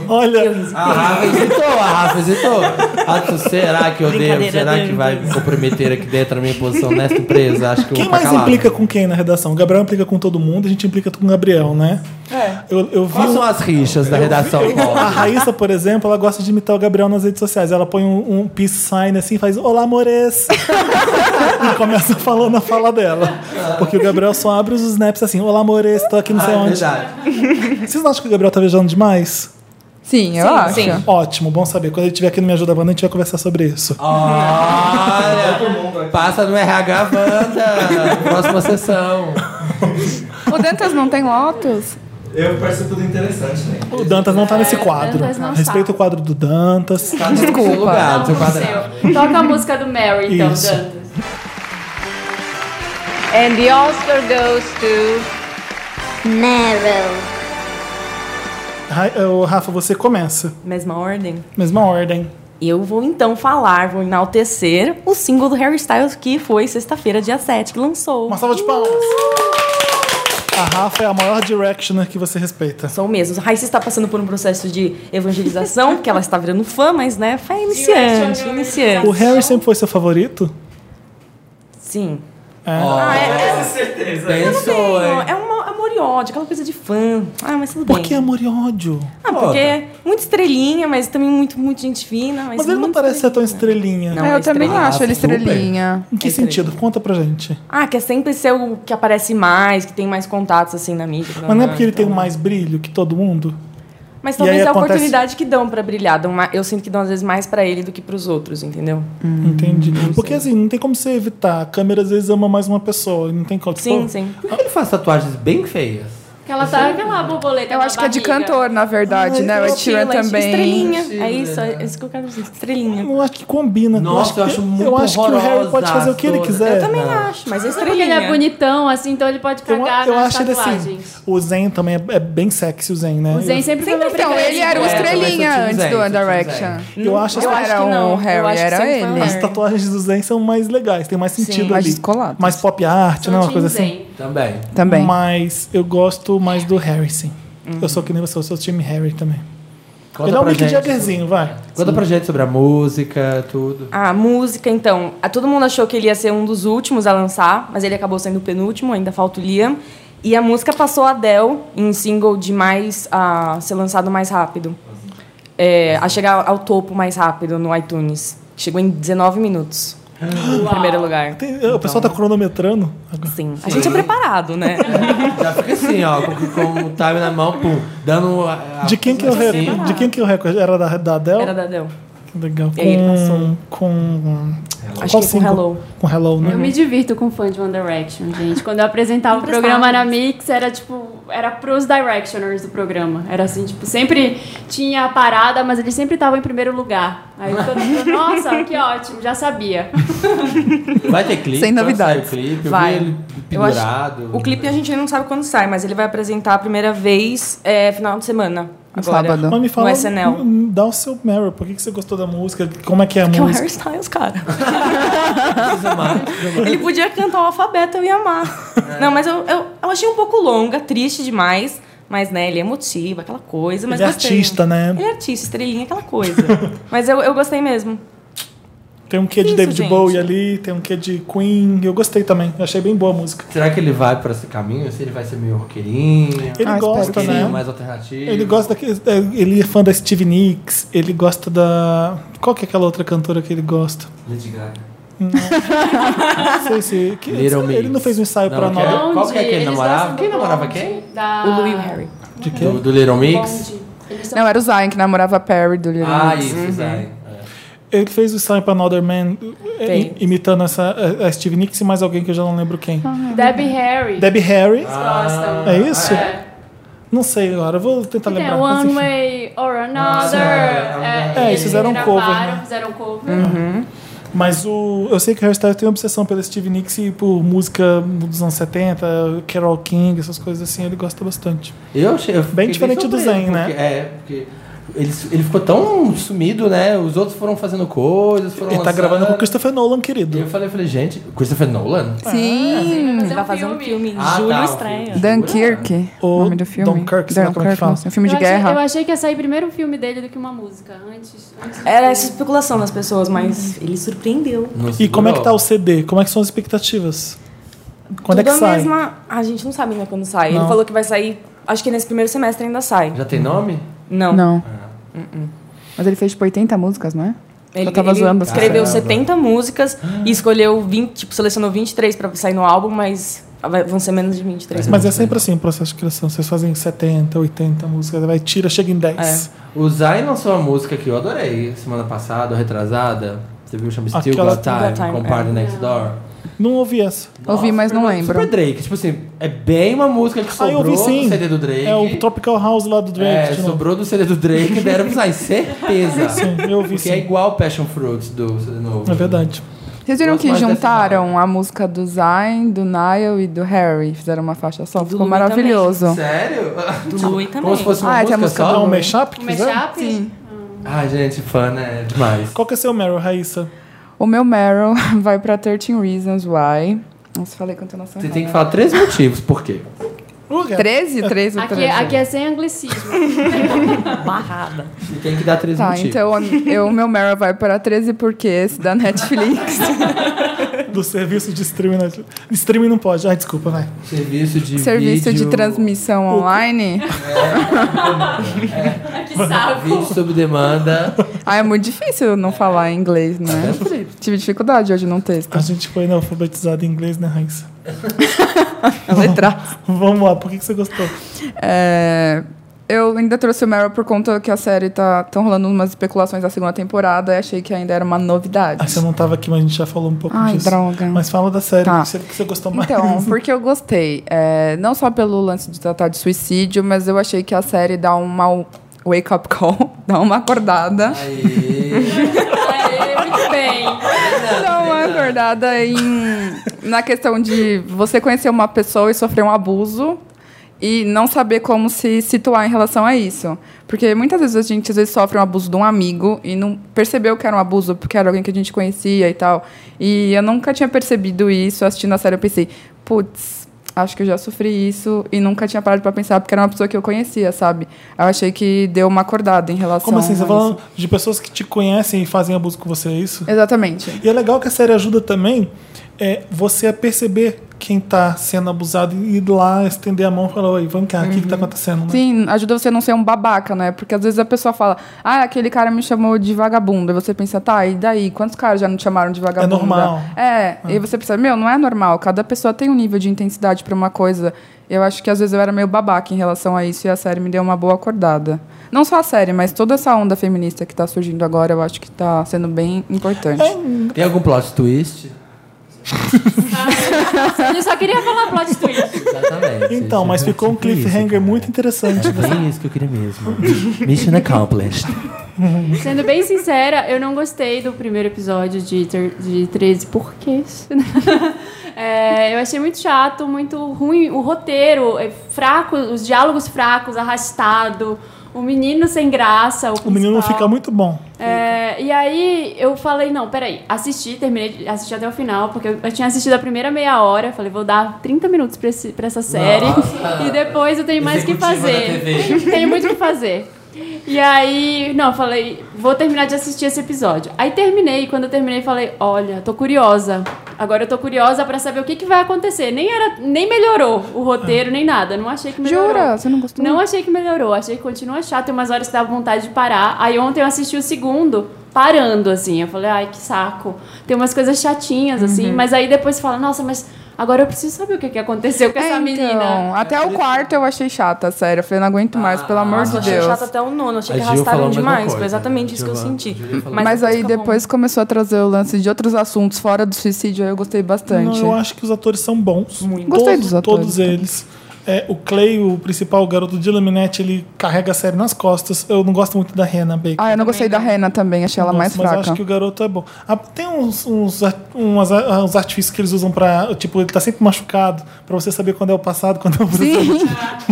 Speaker 1: Olha,
Speaker 3: A Rafa hesitou, a Rafa hesitou. Ah, tu- será que eu devo?
Speaker 10: Brincadeira
Speaker 3: Será que vai me comprometer aqui dentro a minha posição nessa empresa? Acho que eu
Speaker 1: quem
Speaker 3: vou pra
Speaker 1: mais
Speaker 3: calada.
Speaker 1: implica com quem na redação? O Gabriel implica com todo mundo, a gente implica com o Gabriel, né? É. Eu, eu vi
Speaker 3: Quais são as rixas da redação?
Speaker 1: A
Speaker 3: Paulo?
Speaker 1: Raíssa, por exemplo, ela gosta de imitar o Gabriel nas redes sociais. Ela põe um, um peace sign assim, faz Olá, amores! *laughs* e começa falando a fala dela. Porque o Gabriel só abre os snaps assim, Olá, amores, tô aqui não sei
Speaker 3: Ah,
Speaker 1: onde.
Speaker 3: verdade.
Speaker 1: Vocês não acham que o Gabriel tá viajando demais?
Speaker 9: Sim, eu acho.
Speaker 10: sim.
Speaker 1: Ótimo, bom saber. Quando ele estiver aqui no Me Ajuda Banda, a gente vai conversar sobre isso.
Speaker 3: Ah, Olha, passa no RH Wanda, próxima sessão.
Speaker 9: O Dantas não tem Lotus?
Speaker 8: Eu pareço tudo interessante, né?
Speaker 1: O Dantas não tá nesse
Speaker 11: É,
Speaker 1: quadro.
Speaker 2: Dantas não
Speaker 1: Respeita
Speaker 2: tá.
Speaker 1: o quadro do Dantas.
Speaker 3: Tá no seu
Speaker 9: Desculpa.
Speaker 3: lugar, no seu
Speaker 2: Não,
Speaker 3: quadrado.
Speaker 2: seu. Toca a música do Mary, então,
Speaker 1: Isso.
Speaker 2: Dantas.
Speaker 12: And the Oscar goes to.
Speaker 1: Meryl. Rafa, você começa.
Speaker 10: Mesma ordem?
Speaker 1: Mesma ordem.
Speaker 10: Eu vou então falar, vou enaltecer o single do Harry Styles que foi sexta-feira, dia 7, que lançou. Uma
Speaker 1: salva de palmas. A Rafa é a maior directioner que você respeita.
Speaker 10: Sou mesmo. Raíssa está passando por um processo de evangelização, porque ela está virando fã, mas né, foi iniciante, iniciante.
Speaker 1: O Harry sempre foi seu favorito?
Speaker 10: Sim.
Speaker 1: É.
Speaker 10: Ah, é, é-
Speaker 1: certeza.
Speaker 10: Eu não
Speaker 1: Pensou,
Speaker 10: tenho.
Speaker 1: hein?
Speaker 10: É um amor e ódio, aquela coisa de fã. Ah, mas tudo
Speaker 1: Por
Speaker 10: bem.
Speaker 1: que amor e ódio?
Speaker 10: Ah, porque é muito estrelinha, mas também muito, muito gente fina. Mas,
Speaker 1: Mas ele não
Speaker 10: muito
Speaker 1: parece ser tão estrelinha.
Speaker 10: Não, É, eu é também estrelinha. acho ele estrelinha.
Speaker 1: Em que
Speaker 10: É
Speaker 1: sentido? Conta pra gente.
Speaker 10: Ah, que é sempre ser o que aparece mais, que tem mais contatos assim na mídia. blá,
Speaker 1: Mas não é
Speaker 10: blá,
Speaker 1: porque ele
Speaker 10: então.
Speaker 1: tem mais brilho que todo mundo?
Speaker 10: Mas
Speaker 1: E
Speaker 10: talvez
Speaker 1: aí
Speaker 10: é a
Speaker 1: acontece-
Speaker 10: oportunidade que dão pra brilhar. dão ma- Eu sinto que dão às vezes mais pra ele do que pros outros, entendeu?
Speaker 1: Hum, Entendi.
Speaker 10: Hum,
Speaker 1: Porque assim, não tem como você evitar. A câmera às vezes ama mais uma pessoa. Não tem como. Tipo,
Speaker 10: Sim, sim.
Speaker 1: Por que ele faz tatuagens bem feias?
Speaker 2: Que ela tá aquela borboleta.
Speaker 9: Eu
Speaker 2: na
Speaker 9: acho que é de
Speaker 2: barriga.
Speaker 9: cantor, na verdade,
Speaker 1: Ai,
Speaker 9: né? O Ed
Speaker 1: estila,
Speaker 9: Sheeran também.
Speaker 10: Estrelinha. É isso, é isso que eu quero dizer. Estrelinha.
Speaker 1: Eu acho que combina.
Speaker 3: Nossa, eu acho muito
Speaker 1: Eu acho que o Harry pode
Speaker 3: horrorosas
Speaker 1: fazer o que ele
Speaker 3: todas.
Speaker 1: quiser.
Speaker 3: Eu também
Speaker 10: acho, mas é
Speaker 2: Mas é porque
Speaker 10: estrelinha.
Speaker 2: ele é bonitão, assim, então ele pode cagar
Speaker 1: Eu
Speaker 2: nas
Speaker 1: acho ele assim.
Speaker 2: tatuagens.
Speaker 1: O Zen também é, é bem sexy, o Zen, né?
Speaker 2: O Zen sempre foi meu
Speaker 9: Então,
Speaker 2: preferido.
Speaker 9: ele era um
Speaker 1: É, também
Speaker 9: estrelinha
Speaker 1: sou time
Speaker 9: antes
Speaker 1: Zen,
Speaker 9: do
Speaker 1: sou
Speaker 9: One
Speaker 1: time
Speaker 9: Direction.
Speaker 1: Eu acho,
Speaker 9: eu acho que não.
Speaker 1: o
Speaker 9: o Harry, Eu acho que era sempre foi o ele. Harry.
Speaker 1: As tatuagens do Zen são mais legais, tem mais
Speaker 9: Sim,
Speaker 1: sentido
Speaker 9: mais
Speaker 1: ali.
Speaker 9: descoladas.
Speaker 1: Mais pop art,
Speaker 9: São
Speaker 1: né? Uma
Speaker 9: time
Speaker 1: coisa
Speaker 9: Zen.
Speaker 1: assim.
Speaker 3: Também.
Speaker 9: Também.
Speaker 1: Mas eu gosto mais do Harry, sim. Eu
Speaker 9: Uhum.
Speaker 1: sou que nem você, eu sou time Harry também.
Speaker 3: Conta
Speaker 1: ele é um
Speaker 3: pra
Speaker 1: Mick
Speaker 3: gente.
Speaker 1: Jaggerzinho, vai.
Speaker 3: Conta pra gente sobre a música, tudo.
Speaker 10: Ah, A música, então, a, todo mundo achou que ele ia ser um dos últimos a lançar, mas ele acabou sendo o penúltimo, ainda falta o Liam. E a música passou a Adele em um single de mais a ser lançado mais rápido. É, a chegar ao topo mais rápido no iTunes. Chegou em 19 minutos. Em
Speaker 1: Uau.
Speaker 10: primeiro um lugar.
Speaker 1: O pessoal tá cronometrando? agora?
Speaker 10: Sim. A
Speaker 1: Uhum.
Speaker 10: gente é preparado, né?
Speaker 3: Já fica assim, ó, com, com o time na mão, pum, dando a, a-
Speaker 1: De quem que é o
Speaker 3: assim.
Speaker 1: recorde? De quem que é o recorde? Era da, da Adele?
Speaker 10: Era da Adele.
Speaker 1: Que legal.
Speaker 10: E aí ele
Speaker 1: Com. Com.
Speaker 10: Acho
Speaker 1: qual
Speaker 10: que com
Speaker 1: single?
Speaker 10: Hello.
Speaker 1: Com Hello, né?
Speaker 2: Eu me divirto com fã de One Direction, gente. Quando eu apresentava o
Speaker 10: Emprestado.
Speaker 2: programa na Mix, era tipo, era pros Directioners do programa. Era assim, tipo, sempre tinha a parada, mas eles sempre estavam em primeiro lugar. Aí todo mundo, nossa, que
Speaker 1: *laughs*
Speaker 2: ótimo, já sabia.
Speaker 3: Vai ter clipe?
Speaker 10: Sem
Speaker 3: Quando
Speaker 10: novidades.
Speaker 3: Sai o clipe,
Speaker 10: Vai.
Speaker 3: Eu vi ele
Speaker 10: Eu acho-
Speaker 3: pendurado.
Speaker 10: O clipe a gente não sabe quando sai, mas ele vai apresentar a primeira vez é, final de semana. Agora,
Speaker 1: Mas me fala, um
Speaker 10: no SNL.
Speaker 1: m- Dá o seu Meryl. Por que, que você gostou da música? Como é que é a
Speaker 10: Que é o
Speaker 1: música?
Speaker 10: Harry Styles, cara. *laughs* Ele podia cantar o alfabeto, eu ia amar.
Speaker 3: É.
Speaker 10: Não, mas eu, eu, eu achei um pouco longa, triste demais. Mas, né, ele é emotivo, aquela coisa. Mas
Speaker 1: Ele é
Speaker 10: gostei.
Speaker 1: artista, né?
Speaker 10: Ele é artista, estrelinha,
Speaker 1: *laughs*
Speaker 10: aquela coisa. mas eu, eu gostei mesmo.
Speaker 1: Tem um quê de
Speaker 10: Isso,
Speaker 1: David
Speaker 10: gente.
Speaker 1: Bowie ali, tem um quê de Queen. Eu gostei também. Eu achei bem boa a música.
Speaker 3: Será que ele vai pra esse caminho? Se ele vai ser meio roqueirinho?
Speaker 1: Ele Ah, gosta, espero que né? sim.
Speaker 3: Mais alternativo.
Speaker 1: Ele gosta daquele. Ele é fã da Steve Nicks, ele gosta da. Qual que é aquela outra cantora que ele gosta?
Speaker 8: É. Lady Gaga.
Speaker 1: Não sei se. que-
Speaker 3: *laughs* Little
Speaker 1: ele
Speaker 3: Mix.
Speaker 1: não fez um ensaio
Speaker 3: Não,
Speaker 1: pra
Speaker 3: que é-
Speaker 1: nós.
Speaker 3: Qual que é que ele
Speaker 2: Eles
Speaker 3: namorava?
Speaker 2: gostam
Speaker 3: Quem
Speaker 2: do
Speaker 3: namorava
Speaker 2: Blonde,
Speaker 3: quem?
Speaker 2: Da...
Speaker 10: O Louis Harry.
Speaker 1: De quem?
Speaker 3: Do, do Little Mix?
Speaker 2: Blonde. Eles são-
Speaker 9: Não, era o Zion que namorava a Perry do Little
Speaker 3: Ah,
Speaker 9: Mix.
Speaker 3: isso, Zay.
Speaker 1: Ele fez o ensaio pra Another Man eh,
Speaker 10: Fez.
Speaker 1: imitando essa, a- a Steve Nicks e mais alguém que eu já não lembro quem.
Speaker 2: Ah. Debbie Harry.
Speaker 1: Debbie Harry.
Speaker 2: Gostam.
Speaker 1: É isso?
Speaker 2: Ah. É.
Speaker 1: Não sei agora, eu vou tentar
Speaker 2: Tem
Speaker 1: lembrar. Tá mas
Speaker 2: One
Speaker 1: enfim.
Speaker 2: Way or
Speaker 1: Nossa,
Speaker 2: Another.
Speaker 1: é, é, eles fizeram um
Speaker 2: gravaram,
Speaker 1: cover, né?
Speaker 2: Fizeram um cover.
Speaker 3: Uhum.
Speaker 1: Mas o, eu sei que o Harry Styles tem uma obsessão pela Steve Nicks e por música dos anos 70, Carole King, essas coisas assim, ele gosta bastante.
Speaker 3: Eu achei. eu fiquei
Speaker 1: Bem diferente do
Speaker 3: surpreso,
Speaker 1: Zen, né?
Speaker 3: porque- É, porque. Ele, ele ficou tão sumido, né? Os outros foram fazendo coisas, foram
Speaker 1: Ele tá
Speaker 3: lançando.
Speaker 1: gravando com o Christopher Nolan, querido.
Speaker 3: Eu falei, eu falei, gente, Christopher Nolan?
Speaker 1: É.
Speaker 9: Sim.
Speaker 10: Ele vai fazer um filme em
Speaker 3: Ah, tá,
Speaker 10: julho
Speaker 3: um
Speaker 10: estreia.
Speaker 9: Uhum. Dunkirk, o nome do filme.
Speaker 1: Dunkirk, sei lá como é que fala.
Speaker 9: nossa, é um filme de
Speaker 2: eu
Speaker 9: guerra.
Speaker 2: Achei, eu achei que ia sair primeiro o filme dele do que uma música. Antes. antes do
Speaker 10: Era
Speaker 2: filme.
Speaker 10: essa especulação das pessoas, mas ele surpreendeu.
Speaker 1: E como é que tá o CD? Como é que são as expectativas? Quando é
Speaker 10: Tudo
Speaker 1: que
Speaker 10: a
Speaker 1: sai?
Speaker 10: mesma- A gente não sabe ainda quando sai.
Speaker 1: Não.
Speaker 10: Ele falou que vai sair, acho que nesse primeiro semestre ainda sai.
Speaker 3: Já tem
Speaker 10: *laughs*
Speaker 3: nome?
Speaker 10: Não.
Speaker 9: Não. Uhum. Mas ele fez, tipo, 80 músicas, não é?
Speaker 10: Ele,
Speaker 9: eu tava
Speaker 10: ele
Speaker 9: zoando.
Speaker 10: escreveu
Speaker 9: Caramba.
Speaker 10: 70 músicas e escolheu 20, tipo, selecionou 23 pra sair no álbum, mas vai- vão ser menos de 23.
Speaker 1: Mas é sempre assim o processo de criação. Vocês fazem 70, 80 músicas, vai, tira, chega em 10.
Speaker 9: É.
Speaker 3: O Zay lançou uma música que eu adorei semana passada, ou retrasada. Você viu? Chama Still
Speaker 1: Aquela-
Speaker 3: Got Time,
Speaker 1: Got Time,
Speaker 3: com
Speaker 1: é.
Speaker 3: Party Next Door.
Speaker 1: Não ouvi essa.
Speaker 9: Ouvi, mas não lembro.
Speaker 3: Super Drake. Tipo assim, é bem uma música que
Speaker 1: Ah, eu ouvi
Speaker 3: sobrou
Speaker 1: sim.
Speaker 3: do CD do Drake.
Speaker 1: É o Tropical House lá do Drake.
Speaker 3: É,
Speaker 1: de novo.
Speaker 3: sobrou do CD do
Speaker 1: *laughs*
Speaker 3: Drake e deram pro Zay, certeza.
Speaker 1: Sim, eu ouvi
Speaker 3: Porque
Speaker 1: sim.
Speaker 3: é igual Passion Fruits do CD novo.
Speaker 1: É verdade.
Speaker 9: Vocês viram
Speaker 8: Gosto
Speaker 9: que
Speaker 8: mais dessa
Speaker 9: juntaram a música do Zayn, do Nile e do Harry? Fizeram uma faixa só, ficou
Speaker 8: Lui
Speaker 9: maravilhoso.
Speaker 8: também.
Speaker 6: Sério?
Speaker 8: Do Lui
Speaker 9: também. se fosse uma Ah, tem a música música só? do-
Speaker 1: um mashup? que
Speaker 10: é
Speaker 9: Um
Speaker 1: fizeram?
Speaker 9: mashup? Sim.
Speaker 3: um- Ai, gente, fã né? é demais.
Speaker 1: Qual que é o seu Meryl, Raíssa?
Speaker 9: O meu Meryl *laughs* vai pra 13 Reasons Why. Nossa, falei quanta noção.
Speaker 3: Você tem que falar três motivos, por quê?
Speaker 9: 13? 13 ou
Speaker 2: Aqui,
Speaker 9: 13?
Speaker 2: aqui é sem anglicismo.
Speaker 10: Barrada.
Speaker 3: Você tem que dar três
Speaker 9: Tá,
Speaker 3: motivos.
Speaker 9: então eu- o meu Meryl vai para 13 porquês da Netflix.
Speaker 1: *laughs* Do serviço de streaming. né? Streaming não pode. Ai, desculpa, vai.
Speaker 3: Serviço *laughs* de
Speaker 9: Serviço de transmissão online.
Speaker 2: que saco.
Speaker 3: Vídeo sob demanda.
Speaker 9: Ah, é muito difícil não falar inglês, né? Tive dificuldade hoje num texto.
Speaker 1: É A gente foi alfabetizada em inglês, né,
Speaker 9: *laughs*
Speaker 1: Raíssa?
Speaker 9: Letra.
Speaker 1: Vamos lá, por que, que você gostou?
Speaker 9: É, eu ainda trouxe o Meryl por conta que a série tá tão rolando umas especulações da segunda temporada e achei que ainda era
Speaker 1: *laughs*
Speaker 9: uma novidade.
Speaker 1: Ah, você não tava aqui, mas a gente já falou um pouco
Speaker 9: Ai,
Speaker 1: disso.
Speaker 9: droga.
Speaker 1: Mas fala da série,
Speaker 9: Tá.
Speaker 1: o que você, o que você gostou mais?
Speaker 9: Então, porque eu gostei. É, não só pelo lance de tratar de suicídio, mas eu achei que a série dá uma wake-up call, *laughs* dá uma acordada.
Speaker 2: Aê, muito bem.
Speaker 9: Dá uma acordada em, é na questão de você conhecer uma pessoa e sofrer um abuso e não saber como se situar em relação a isso. Porque muitas vezes a gente às vezes, sofre um abuso de um amigo e não percebeu que era um abuso porque era alguém que a gente conhecia e tal. E eu nunca tinha percebido isso assistindo a série. Eu pensei, putz, acho que eu já sofri isso e nunca tinha parado para pensar porque era uma pessoa que eu conhecia, sabe? Eu achei que deu uma acordada em
Speaker 1: *laughs*
Speaker 9: relação
Speaker 1: Como assim? Você
Speaker 9: a
Speaker 1: tá falando de pessoas que te conhecem e fazem abuso com você, é isso?
Speaker 9: Exatamente.
Speaker 1: E é legal que a série ajuda também é, você a perceber quem tá sendo abusado e ir lá estender a mão e falar, oi, vamos cá, o que, que tá acontecendo? né?
Speaker 9: Sim, ajuda você a não ser um babaca, né? Porque às vezes a pessoa fala, ah, aquele cara me chamou de vagabundo. E você pensa, tá, e daí? Quantos caras já não te chamaram de vagabundo?
Speaker 1: normal.
Speaker 9: É, e você pensa, meu, não é normal. Cada pessoa tem um nível de intensidade pra uma coisa. Eu acho que às vezes eu era meio babaca em relação a isso e a série me deu uma boa acordada. Não só a série, mas toda essa onda feminista que tá surgindo agora, eu acho que tá sendo bem importante.
Speaker 2: É.
Speaker 3: Tem algum plot twist?
Speaker 2: Eu só queria falar plot twist.
Speaker 3: Exatamente.
Speaker 1: Então, mas ficou um
Speaker 3: Tipo isso,
Speaker 1: cliffhanger muito interessante.
Speaker 3: É bem isso que eu queria mesmo. Mission accomplished.
Speaker 2: Sendo bem sincera, eu não gostei do primeiro episódio de, ter- de 13 porquês. *laughs* É, eu achei muito chato, muito ruim. O roteiro é fraco, os diálogos fracos, arrastado. O menino sem graça. O,
Speaker 1: O menino
Speaker 2: principal.
Speaker 1: fica muito bom.
Speaker 2: É, e aí eu falei, não, peraí, assisti, terminei, de assistir até o final, porque eu, eu tinha assistido a primeira meia hora, falei, vou dar 30 minutos pra, esse- pra essa série,
Speaker 10: Nossa.
Speaker 2: e depois eu tenho mais o que
Speaker 10: Executiva da
Speaker 2: fazer.
Speaker 10: TV.
Speaker 2: tenho muito o que fazer. E aí, não, falei, vou terminar de assistir esse episódio. Aí terminei, e quando eu terminei, falei, olha, tô curiosa. Agora eu tô curiosa pra saber o que, que vai acontecer. Nem era, nem melhorou o roteiro, nem nada. Não achei que melhorou.
Speaker 9: Jura? Você não gostou?
Speaker 2: Não achei que melhorou, achei que continua chato, tem umas horas que dá vontade de parar. Aí ontem eu assisti o segundo, parando, assim. Eu falei, ai, que saco. Tem umas coisas chatinhas, assim,
Speaker 9: Uhum.
Speaker 2: mas aí depois você fala, nossa, mas agora eu preciso saber o que, que aconteceu com
Speaker 9: É,
Speaker 2: essa
Speaker 9: então,
Speaker 2: menina.
Speaker 9: Até o quarto eu achei chata, sério. Eu falei, não aguento mais, pelo amor
Speaker 10: Nossa, eu
Speaker 9: de
Speaker 10: achei
Speaker 9: Deus.
Speaker 10: chato até o nono, achei
Speaker 9: A
Speaker 10: que
Speaker 9: Gil
Speaker 10: arrastaram
Speaker 9: falou a mesma
Speaker 10: demais.
Speaker 9: coisa,
Speaker 10: Foi exatamente isso que eu
Speaker 9: Giovanna.
Speaker 10: senti.
Speaker 9: Mas, aí depois começou a trazer o lance de outros assuntos fora do suicídio, aí eu gostei
Speaker 1: Não,
Speaker 9: bastante.
Speaker 1: eu acho que os atores são bons.
Speaker 9: Gostei
Speaker 1: Todos-
Speaker 9: dos atores tá?
Speaker 1: Todos
Speaker 9: também.
Speaker 1: eles. É, o Clay, o principal garoto de Luminette, ele carrega a série nas costas. Eu não gosto muito da Hannah Baker.
Speaker 9: Ah, eu não gostei da Rena também, achei ela
Speaker 1: Nossa,
Speaker 9: mais
Speaker 1: Mas eu
Speaker 9: fraca.
Speaker 1: acho que o garoto é bom. Ah, tem uns, uns, ar- umas ar- uns artifícios que eles usam pra. Tipo, ele tá sempre machucado, pra você saber quando é o passado, quando é o presente. *laughs*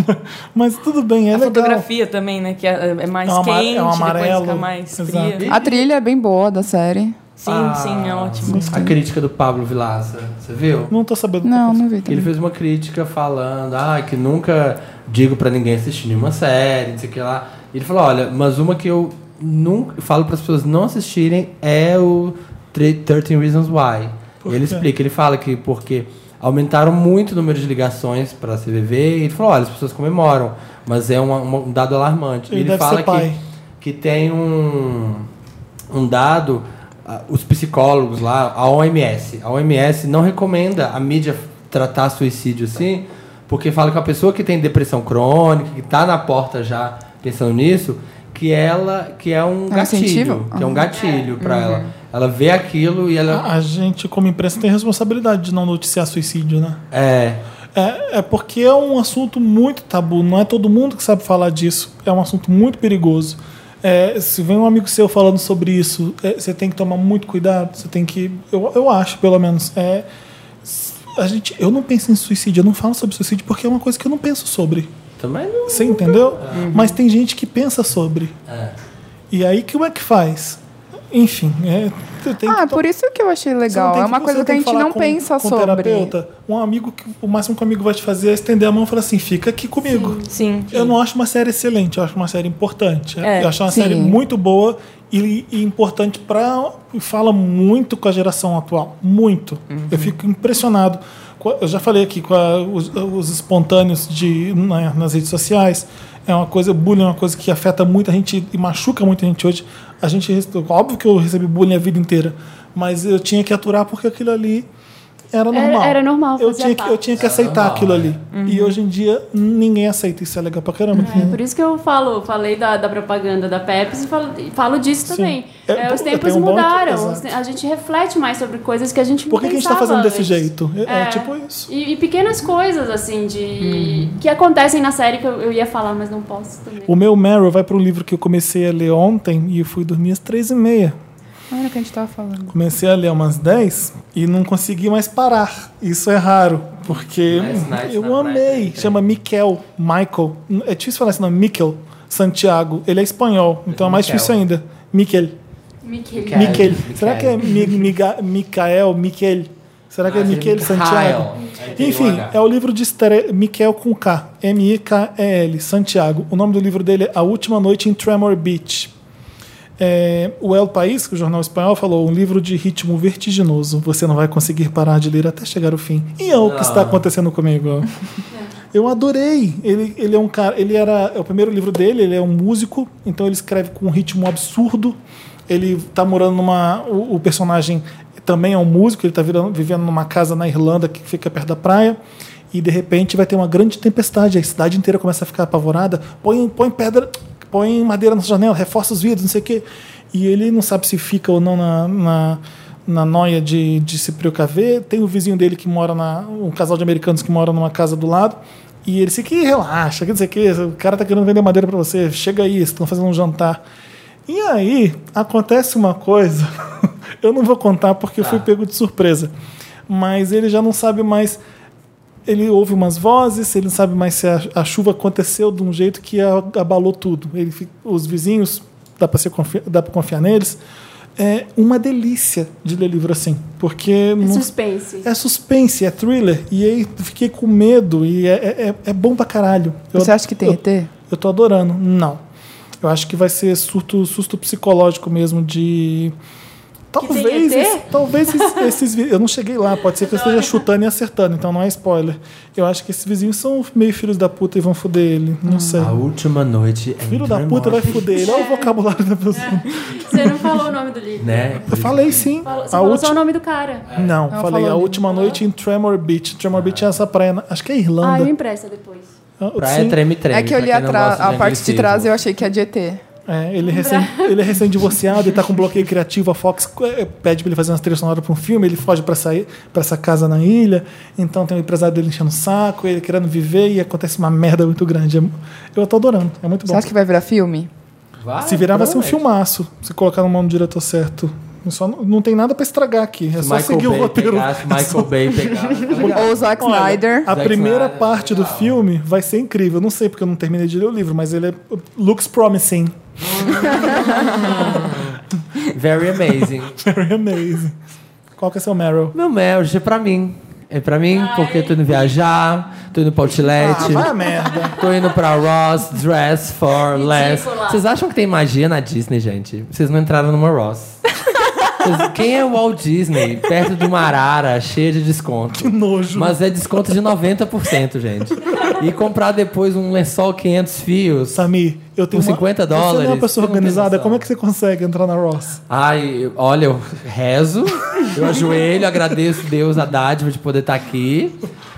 Speaker 1: mas tudo bem, é
Speaker 10: A
Speaker 1: legal.
Speaker 10: fotografia também, né? Que é, é mais
Speaker 1: É um ama- é um
Speaker 10: quente, depois
Speaker 1: amarelo,
Speaker 10: fica Tá mais
Speaker 1: exato. Ah,
Speaker 10: fria.
Speaker 9: A trilha é bem boa da série.
Speaker 10: Sim, sim, é ótimo.
Speaker 3: A crítica do Pablo Vilaça, você viu?
Speaker 1: Não tô sabendo.
Speaker 9: Não, não vi.
Speaker 3: Ele fez uma crítica falando, ah, que nunca digo pra ninguém assistir nenhuma série, não sei o que lá. Ele falou, olha, mas uma que eu nunca falo para as pessoas não assistirem é o tre- 13 Reasons Why.
Speaker 1: Por
Speaker 3: E ele
Speaker 1: quê?
Speaker 3: explica, ele fala que porque aumentaram muito o número de ligações para a CVV, e ele falou, olha, as pessoas comemoram, mas é uma- uma- um dado alarmante.
Speaker 1: Ele
Speaker 3: ele
Speaker 1: deve
Speaker 3: fala
Speaker 1: ser pai.
Speaker 3: que que tem um um dado, ah, os psicólogos lá, a OMS. A OMS não recomenda a mídia tratar suicídio assim, porque fala que a pessoa que tem depressão crônica, que está na porta já pensando nisso, que ela que é um
Speaker 1: um
Speaker 3: gatilho,
Speaker 1: incentivo?
Speaker 3: que é um
Speaker 1: Aham.
Speaker 3: gatilho para
Speaker 1: Uhum.
Speaker 3: ela. Ela vê aquilo e ela
Speaker 1: A, a gente, como imprensa, tem responsabilidade de não noticiar suicídio, né?
Speaker 3: é
Speaker 1: É, é porque é um assunto muito tabu, não é todo mundo que sabe falar disso. É um assunto muito perigoso. É, se vem um amigo seu falando sobre isso, é, você tem que tomar muito cuidado. Você tem que. Eu, eu acho, pelo menos. É, s- a gente, eu não penso em suicídio, eu não falo sobre suicídio porque é uma coisa que eu não penso sobre.
Speaker 3: Também não.
Speaker 1: Você entendeu?
Speaker 3: É.
Speaker 1: Mas tem gente que pensa sobre. E aí, como é que faz? Enfim, é, eu tenho
Speaker 9: Ah, por isso que eu achei
Speaker 1: você não
Speaker 9: legal.
Speaker 1: tem
Speaker 9: É uma
Speaker 1: você
Speaker 9: coisa que a
Speaker 1: tem
Speaker 9: gente
Speaker 1: falar
Speaker 9: não
Speaker 1: com-
Speaker 9: pensa
Speaker 1: com o
Speaker 9: sobre.
Speaker 1: terapeuta. Um amigo, que, o máximo que um amigo vai te fazer é estender a mão e falar assim: fica aqui comigo.
Speaker 10: Sim.
Speaker 1: Eu não acho uma série excelente, eu acho uma série importante.
Speaker 10: É,
Speaker 1: eu acho uma
Speaker 10: sim.
Speaker 1: série muito boa e, e importante para. Fala muito com a geração atual. Muito.
Speaker 10: Uhum.
Speaker 1: Eu fico impressionado. com a- Eu já falei aqui com a- os, os espontâneos de, na- nas redes sociais. É uma coisa, bullying é uma coisa que afeta muita gente e machuca muita gente hoje. A gente, rece- óbvio que eu recebi bullying a vida inteira, mas eu tinha que aturar porque aquilo ali era
Speaker 2: Era-
Speaker 1: normal.
Speaker 2: era normal,
Speaker 1: Eu
Speaker 2: fazia
Speaker 1: tinha, que, eu
Speaker 2: parte.
Speaker 1: tinha que aceitar aquilo ali. E hoje em dia ninguém aceita isso é legal pra caramba.
Speaker 2: É, por isso que eu falo, falei da, da propaganda da Pepsi e falo, e falo disso
Speaker 1: Sim.
Speaker 2: também.
Speaker 1: É,
Speaker 2: É, os
Speaker 1: eu
Speaker 2: tempos
Speaker 1: tenho um bom-
Speaker 2: mudaram.
Speaker 1: exato.
Speaker 2: os te- a gente reflete mais sobre coisas que a gente não
Speaker 1: Por que, que a gente tá
Speaker 2: pensava
Speaker 1: fazendo desse
Speaker 2: antes.
Speaker 1: jeito? É, é tipo isso. Hum.
Speaker 2: E, e pequenas coisas, assim, de. que acontecem na série que eu, eu ia falar, mas não posso também.
Speaker 1: O meu Meryl vai para um livro que eu comecei a ler ontem e eu fui dormir às três e meia.
Speaker 9: Olha Ah, o que a gente tava falando.
Speaker 1: Comecei a ler umas 10 e não consegui mais parar. Isso é raro, porque
Speaker 3: Nice, nice,
Speaker 1: eu
Speaker 3: nice,
Speaker 1: amei. Chama Miquel, Michael. É difícil falar esse nome, Miquel Santiago. Ele é espanhol, então é mais
Speaker 2: Miquel.
Speaker 1: difícil ainda. Miquel.
Speaker 2: Miquel.
Speaker 1: Miquel. Será que é Mi- Miga- Micael, Miquel? Será que é
Speaker 3: Ah, seria
Speaker 1: Miquel
Speaker 3: Micael.
Speaker 1: Santiago?
Speaker 3: Aí tem um
Speaker 1: Enfim,
Speaker 3: H.
Speaker 1: é o livro de estre... Miquel com K. M-I-K-E-L, Santiago. O nome do livro dele é A Última Noite em Tremor Beach. É, o El País, que o jornal espanhol falou, um livro de ritmo vertiginoso. Você não vai conseguir parar de ler até chegar ao fim. E é o que
Speaker 3: Ah.
Speaker 1: está acontecendo comigo. Eu adorei. Ele, ele é um cara. Ele era. É o primeiro livro dele, ele é um músico, então ele escreve com um ritmo absurdo. Ele tá morando numa. O, o personagem também é um músico, ele tá virando- vivendo numa casa na Irlanda que fica perto da praia. E de repente vai ter uma grande tempestade, a cidade inteira começa a ficar apavorada. Põe, põe pedra, põe madeira na sua janela, reforça os vidros, não sei o quê. E ele não sabe se fica ou não na, na, na noia de, de se precaver. Tem o vizinho dele que mora na. um casal de americanos que mora numa casa do lado. E ele disse que relaxa, que não sei o que, o cara tá querendo vender madeira para você, chega aí, vocês estão fazendo um jantar. E aí acontece uma coisa, *laughs* eu não vou contar porque eu fui pego de surpresa, mas ele já não sabe mais. Ele ouve umas vozes, ele não sabe mais se a, a chuva aconteceu de um jeito que a- abalou tudo. Ele, fi- os vizinhos, dá para confiar, dá pra confiar neles. É uma delícia de ler livro assim, porque
Speaker 2: É
Speaker 1: não-
Speaker 2: suspense.
Speaker 1: é suspense, é thriller. E aí fiquei com medo e é, é, é bom pra caralho.
Speaker 9: Você acha que tem
Speaker 1: eu,
Speaker 9: ET?
Speaker 1: Eu tô adorando. Não. Eu acho que vai ser surto, susto psicológico mesmo de. Talvez,
Speaker 7: ET?
Speaker 1: esse- talvez
Speaker 9: *laughs*
Speaker 1: esses, esses vi- Eu não cheguei lá, pode ser que eu esteja chutando e acertando, então não é spoiler. Eu acho que esses vizinhos são meio filhos da puta e vão foder ele.
Speaker 9: Hum.
Speaker 1: Não sei.
Speaker 3: A última noite. é
Speaker 1: Filho da
Speaker 3: Dream
Speaker 1: puta vai
Speaker 3: Orchard.
Speaker 1: foder ele. Olha
Speaker 9: É.
Speaker 1: o vocabulário da pessoa.
Speaker 2: Você não falou o nome do livro.
Speaker 3: Né?
Speaker 1: Eu falei sim.
Speaker 2: Falou- você
Speaker 1: A
Speaker 2: falou
Speaker 1: última-
Speaker 2: só o nome do cara.
Speaker 1: É. Não,
Speaker 2: Ela
Speaker 1: falei
Speaker 2: falou
Speaker 1: a
Speaker 2: ali.
Speaker 1: última noite em Tremor Beach. Tremor Beach é essa praia, na- acho que é
Speaker 2: Ah,
Speaker 1: Irlanda.
Speaker 2: me empresta depois.
Speaker 1: Ah,
Speaker 3: Praia treme-treme,
Speaker 9: É que eu
Speaker 3: pra
Speaker 9: li
Speaker 3: quem não
Speaker 9: atra-
Speaker 3: gosta de
Speaker 9: a parte de
Speaker 3: anglicismo.
Speaker 9: trás e eu achei que é de ET.
Speaker 1: É, ele, é recém, ele é recém-divorciado, ele tá com bloqueio criativo. A Fox eh, pede pra ele fazer umas trilhas sonoras pra um filme, ele foge pra sair para essa casa na ilha. Então tem o empresário dele enchendo o saco, ele querendo viver e acontece uma merda muito grande. É mu- Eu tô adorando, é muito bom.
Speaker 9: Você acha que vai virar filme?
Speaker 1: Se virar, vai ser um filmaço, se colocar na mão do diretor certo. Só não, não tem nada pra estragar aqui, é
Speaker 3: Se
Speaker 1: só
Speaker 3: Michael
Speaker 1: seguir o
Speaker 3: Bay
Speaker 1: roteiro.
Speaker 3: pegasse,
Speaker 1: É
Speaker 3: Michael
Speaker 1: só-
Speaker 3: Bay pegasse.
Speaker 1: *laughs*
Speaker 9: Ou o Zack
Speaker 1: Olha,
Speaker 9: Snyder.
Speaker 1: A primeira parte do filme vai ser incrível. Eu Não sei porque eu não terminei de ler o livro, mas ele é, looks promising.
Speaker 3: Very amazing.
Speaker 1: Very
Speaker 3: *laughs*
Speaker 1: amazing. Qual que é seu Meryl?
Speaker 3: Meu Mel, hoje é pra mim. É pra mim, porque tô indo viajar, tô indo pra Outlet.
Speaker 1: Ah, vai
Speaker 7: *laughs*
Speaker 1: a merda.
Speaker 3: Tô indo pra Ross, Dress for Less.
Speaker 1: Ridícula.
Speaker 3: Vocês acham que tem magia na Disney, gente? Vocês não entraram numa Ross. Vocês- Quem é o Walt Disney? Perto de uma arara, cheia de desconto. Que
Speaker 1: nojo.
Speaker 3: Mas é desconto de 90%, gente. E comprar depois um lençol 500 fios.
Speaker 1: Samir, eu
Speaker 3: Com 50
Speaker 1: Você não é
Speaker 3: dólares.
Speaker 1: uma pessoa
Speaker 3: Você não tem
Speaker 1: organizada, como é que você consegue entrar na Ross?
Speaker 3: Ai, eu- olha, eu rezo, eu ajoelho, agradeço Deus a dádiva de poder estar aqui.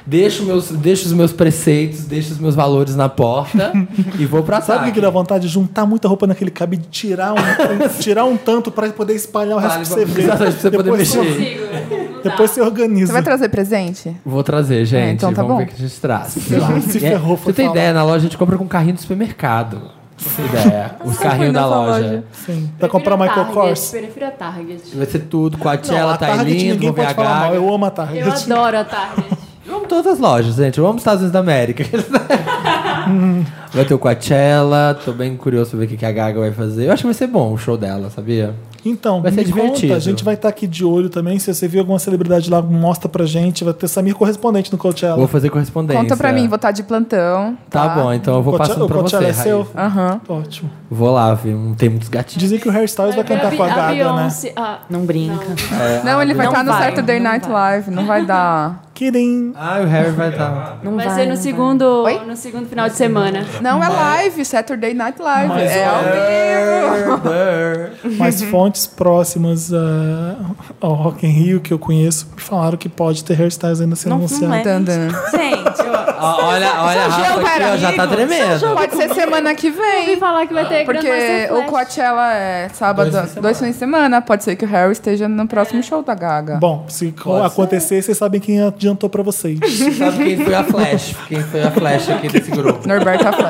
Speaker 3: Deixo, meus, deixo os meus preceitos, deixo os meus valores na porta e vou pra
Speaker 1: Sabe o que
Speaker 3: saque.
Speaker 1: que dá vontade? Juntar muita roupa naquele cabide, tirar um,
Speaker 3: *laughs*
Speaker 1: um- tirar um tanto pra poder espalhar o resto
Speaker 3: Vale,
Speaker 1: pra você ver.
Speaker 3: exatamente, pra você poder
Speaker 1: Depois você-
Speaker 3: mexer.
Speaker 1: Depois você organiza.
Speaker 9: Você vai trazer presente?
Speaker 3: Vou
Speaker 1: É,
Speaker 3: trazer, gente.
Speaker 9: então tá
Speaker 3: Vamos
Speaker 9: bom.
Speaker 3: ver o que a gente traz.
Speaker 9: Se ferrou,
Speaker 3: É, Você
Speaker 9: foi
Speaker 3: tem
Speaker 9: falar.
Speaker 3: ideia, na loja a gente compra com carrinho do supermercado. ideia. Os carrinhos da loja.
Speaker 1: Sim. Pra comprar Michael Kors.
Speaker 2: Prefiro a Target.
Speaker 3: Vai ser tudo.
Speaker 1: Não,
Speaker 3: Coachella,
Speaker 1: a
Speaker 3: tá
Speaker 1: Target
Speaker 3: lindo,
Speaker 1: ninguém
Speaker 3: vou
Speaker 1: pode falar mal.
Speaker 3: VH.
Speaker 1: Eu amo a Target.
Speaker 2: Eu adoro a Target.
Speaker 3: Eu amo todas as lojas, gente. Eu amo os Estados Unidos da América. *laughs* vai ter o Coachella. Tô bem curioso pra ver o que que a Gaga vai fazer. Eu acho que vai ser bom o show dela, sabia?
Speaker 1: Então,
Speaker 3: Vai ser
Speaker 1: me
Speaker 3: divertido.
Speaker 1: conta, a gente vai estar aqui de olho também. Se você viu alguma celebridade lá, mostra pra gente. Vai ter Samir correspondente no Coachella.
Speaker 3: Vou fazer correspondência.
Speaker 9: Conta pra mim, vou estar de plantão.
Speaker 3: Tá bom, então eu vou
Speaker 1: Coachella-
Speaker 3: passando pra
Speaker 1: o
Speaker 3: você,
Speaker 1: Coachella é
Speaker 3: Raíssa.
Speaker 1: seu?
Speaker 9: Aham.
Speaker 1: Ótimo.
Speaker 3: Vou lá, viu? Tem muitos gatinhos.
Speaker 1: Dizem que o hairstyles vai cantar com a Gaga, né?
Speaker 2: Beyoncé- ah,
Speaker 10: Não brinca.
Speaker 3: É,
Speaker 9: Não, ele vai
Speaker 10: Não
Speaker 9: estar no
Speaker 10: vai,
Speaker 9: Saturday Night Live, não
Speaker 1: *laughs*
Speaker 9: vai dar.
Speaker 1: Kidding.
Speaker 3: Ah, o Harry vai estar.
Speaker 10: Não
Speaker 2: vai, ser no segundo, no segundo final de semana.
Speaker 9: Não é live, Saturday Night Live.
Speaker 1: Mas
Speaker 9: é ao vivo.
Speaker 1: Mas fontes próximas ah, ao Rock in Rio que eu conheço me falaram que pode ter hairstyles ainda sendo
Speaker 10: Não- não
Speaker 1: anunciado.
Speaker 10: é.
Speaker 9: Tandã.
Speaker 10: Gente, ó,
Speaker 3: Ah, olha, olha a
Speaker 9: São
Speaker 3: Rafa
Speaker 9: João,
Speaker 3: aqui, ó, já tá
Speaker 10: São
Speaker 3: tremendo.
Speaker 9: Pode ser semana que
Speaker 2: Eu ouvi
Speaker 9: vem.
Speaker 2: falar que vai ter Grand
Speaker 9: Porque
Speaker 2: Master
Speaker 9: o
Speaker 2: Flash.
Speaker 9: Coachella é sábado,
Speaker 3: Dois fins de
Speaker 9: dois fins de semana. Pode ser que o Harry esteja no próximo show da Gaga.
Speaker 1: Bom, se
Speaker 3: Pode
Speaker 1: acontecer, vocês sabem quem adiantou pra vocês.
Speaker 3: Sabe quem foi a Flash? Quem foi a Flash aqui desse grupo?
Speaker 9: Norberta Flash.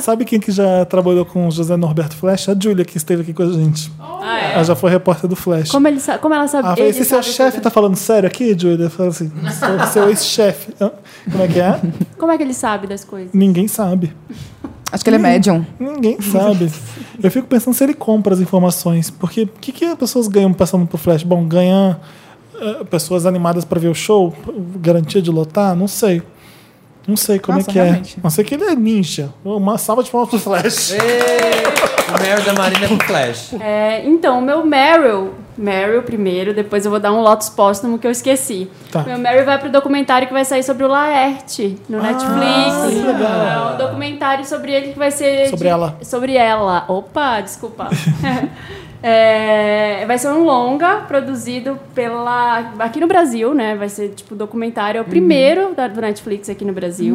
Speaker 1: Sabe quem que já trabalhou com o José Norberto Flash? A Júlia, que esteve aqui com a gente.
Speaker 2: Ah, é.
Speaker 1: Ela já foi repórter do Flash.
Speaker 2: Como, ele sa- como ela sabe.
Speaker 1: Ah,
Speaker 2: ele
Speaker 1: esse seu
Speaker 2: sabe
Speaker 1: chefe tá falando sério aqui, Júlia? Fala assim, seu, seu ex-chefe. Hã? Como é que é?
Speaker 2: tudo. Como é que ele sabe das coisas?
Speaker 1: Ninguém sabe.
Speaker 9: Acho que ele é médium.
Speaker 1: Ninguém sabe. Eu fico pensando se ele compra as informações. Porque o que, que as pessoas ganham passando por Flash? Bom, ganha eh, pessoas animadas pra ver o show? Garantia de lotar? Não sei. Não sei como
Speaker 9: Nossa,
Speaker 1: é que
Speaker 9: realmente.
Speaker 1: é. A não ser que ele é ninja. Uma salva de palmas pro Flash.
Speaker 3: O Meryl da Marina com Flash.
Speaker 2: É, então, o meu Meryl. Meryl primeiro, depois eu vou dar um Lotus póstumo que eu esqueci.
Speaker 1: Tá. Ah,
Speaker 2: Meu Meryl vai pro documentário que vai sair sobre o Laerte no Netflix.
Speaker 1: que legal.
Speaker 2: É um documentário sobre ele que vai ser.
Speaker 1: Sobre ela.
Speaker 2: Sobre ela.
Speaker 1: *laughs*
Speaker 2: Opa, desculpa. É, vai ser um longa produzido pela. aqui no Brasil, né? Vai ser tipo documentário, é
Speaker 1: Uhum.
Speaker 2: o primeiro da, do Netflix aqui no Brasil.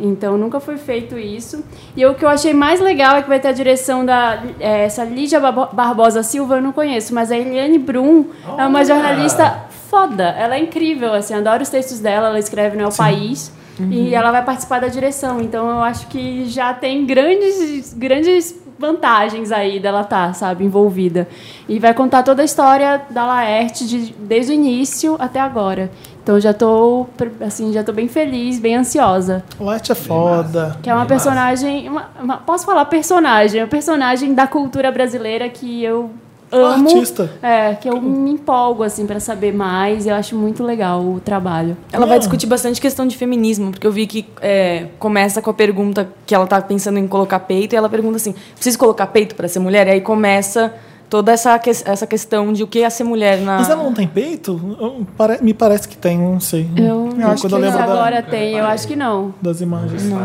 Speaker 2: Então nunca foi feito isso. E o que eu achei mais legal é que vai ter a direção da. é, essa Lídia Barbo- Barbosa Silva, eu não conheço, mas a Eliane Brum é uma jornalista foda. Ela é incrível, assim, eu adoro os textos dela, ela escreve no El País.
Speaker 1: Uhum.
Speaker 2: E ela vai participar da direção, então eu acho que já tem grandes, grandes vantagens aí dela tá, sabe, envolvida. E vai contar toda a história da Laerte de- desde o início até agora. Então já tô, pr- assim, já tô bem feliz, bem ansiosa.
Speaker 1: Light é foda.
Speaker 2: Que é uma personagem, uma- uma- posso falar personagem, é uma personagem da cultura brasileira que eu amo.
Speaker 1: Artista.
Speaker 2: É, que eu me empolgo assim para saber mais, eu acho muito legal o trabalho.
Speaker 10: Ela vai discutir bastante questão de feminismo, porque eu vi que é, começa com a pergunta que ela tá pensando em colocar peito, e ela pergunta assim: preciso colocar peito para ser mulher? E aí começa toda essa, que- essa questão de o que é ser mulher
Speaker 9: Ah.
Speaker 10: na.
Speaker 1: Mas ela não tem peito? Eu- pare- Me parece que tem, não sei.
Speaker 2: Eu,
Speaker 1: Eu acho
Speaker 2: quando
Speaker 1: que
Speaker 2: eu lembro
Speaker 1: não.
Speaker 2: agora tem, eu acho que não.
Speaker 1: Das imagens.
Speaker 2: Não.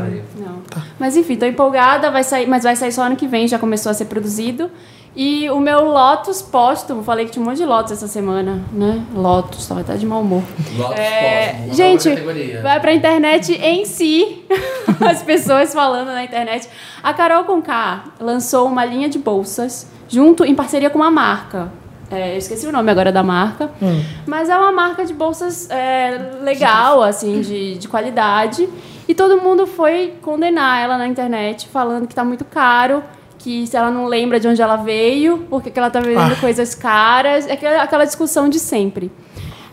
Speaker 2: Mas enfim, tô empolgada, vai sair, mas vai sair só ano que vem, já começou a ser produzido. E o meu Lotus póstumo, falei que tinha um monte de Lotus essa semana, né? Lotus, tava até de mau humor.
Speaker 3: Lotus
Speaker 2: É,
Speaker 3: póstumo, uma
Speaker 2: gente,
Speaker 3: nova categoria.
Speaker 2: vai pra internet em si, *laughs* as pessoas falando na internet. A Carol Conká lançou uma linha de bolsas junto em parceria com uma marca. É, eu esqueci o nome agora da marca. Mas é uma marca de bolsas é, legal, assim, de, de qualidade. E todo mundo foi condenar ela na internet, falando que tá muito caro, que se ela não lembra de onde ela veio, porque que ela tá vendendo
Speaker 1: Ah.
Speaker 2: coisas caras. É aquela, aquela discussão de sempre.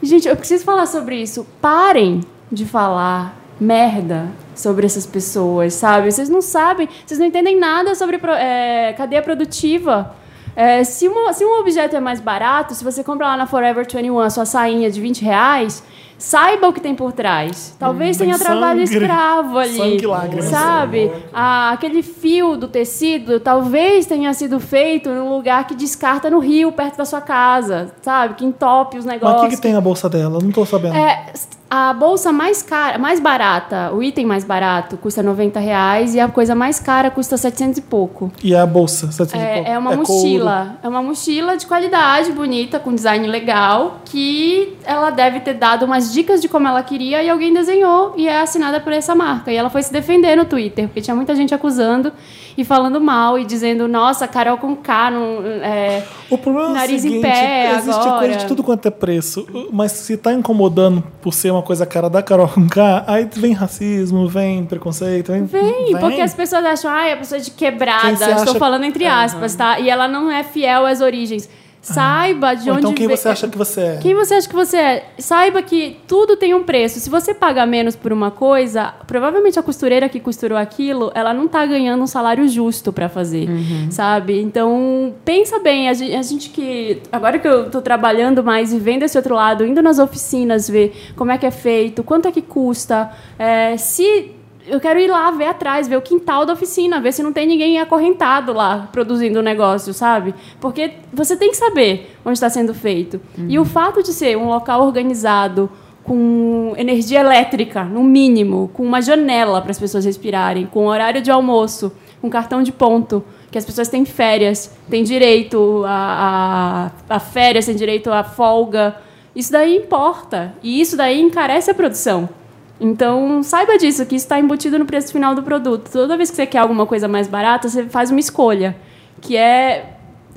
Speaker 2: Gente, eu preciso falar sobre isso. Parem de falar merda sobre essas pessoas, sabe? Vocês não sabem, vocês não entendem nada sobre pro- é, cadeia produtiva. É, se, uma- se um objeto é mais barato, se você compra lá na Forever 21 a sua sainha de 20 reais, saiba o que tem por trás. Talvez
Speaker 1: Hum, tem
Speaker 2: tenha trabalho
Speaker 1: sangue.
Speaker 2: escravo ali.
Speaker 1: Sangue e lágrimas.
Speaker 2: Sabe? Ah, aquele fio do tecido talvez tenha sido feito num lugar que descarta no rio, perto da sua casa. Sabe? Que entope os
Speaker 1: Mas o
Speaker 2: negócios.
Speaker 1: que, que tem na bolsa dela? Eu Não tô sabendo.
Speaker 2: É, a bolsa mais cara, mais barata, o item mais barato custa 90 reais e a coisa mais cara custa 700 e pouco.
Speaker 1: E a bolsa? 700 e pouco?
Speaker 2: É, é uma
Speaker 1: couro?
Speaker 2: mochila. É uma mochila de qualidade, bonita, com design legal, que ela deve ter dado umas umas dicas de como ela queria e alguém desenhou e é assinada por essa marca. E ela foi se defender no Twitter, porque tinha muita gente acusando e falando mal e dizendo, nossa, Carol com K, não, é,
Speaker 1: o problema
Speaker 2: nariz
Speaker 1: é o seguinte,
Speaker 2: em pé
Speaker 1: existe
Speaker 2: agora.
Speaker 1: coisa de tudo quanto é preço, mas se tá incomodando por ser uma coisa cara da Carol com K, aí vem racismo, vem preconceito, vem...
Speaker 2: Vem, porque as pessoas acham, ai, a pessoa é de quebrada,
Speaker 1: Quem se
Speaker 2: estou
Speaker 1: acha-
Speaker 2: falando entre aspas, tá? E ela não é fiel às origens. Saiba de
Speaker 1: Ah. Ou
Speaker 2: onde
Speaker 1: então quem
Speaker 2: ve-
Speaker 1: você acha que você é?
Speaker 2: Quem você acha que você é? Saiba que tudo tem um preço. Se você paga menos por uma coisa, provavelmente a costureira que costurou aquilo, ela não tá ganhando um salário justo para fazer,
Speaker 1: Uhum.
Speaker 2: sabe? Então, pensa bem, a gen- a gente, que agora que eu tô trabalhando mais e vendo esse outro lado, indo nas oficinas ver como é que é feito, quanto é que custa, é, se eu quero ir lá ver atrás, ver o quintal da oficina, ver se não tem ninguém acorrentado lá produzindo o negócio, sabe? Porque você tem que saber onde está sendo feito. E o fato de ser um local organizado, com energia elétrica, no mínimo, com uma janela para as pessoas respirarem, com horário de almoço, com cartão de ponto, que as pessoas têm férias, têm direito a, a, a férias, têm direito a folga. Isso daí importa. E isso daí encarece a produção. Então, saiba disso, que isso está embutido no preço final do produto. Toda vez que você quer alguma coisa mais barata, você faz uma escolha, que é,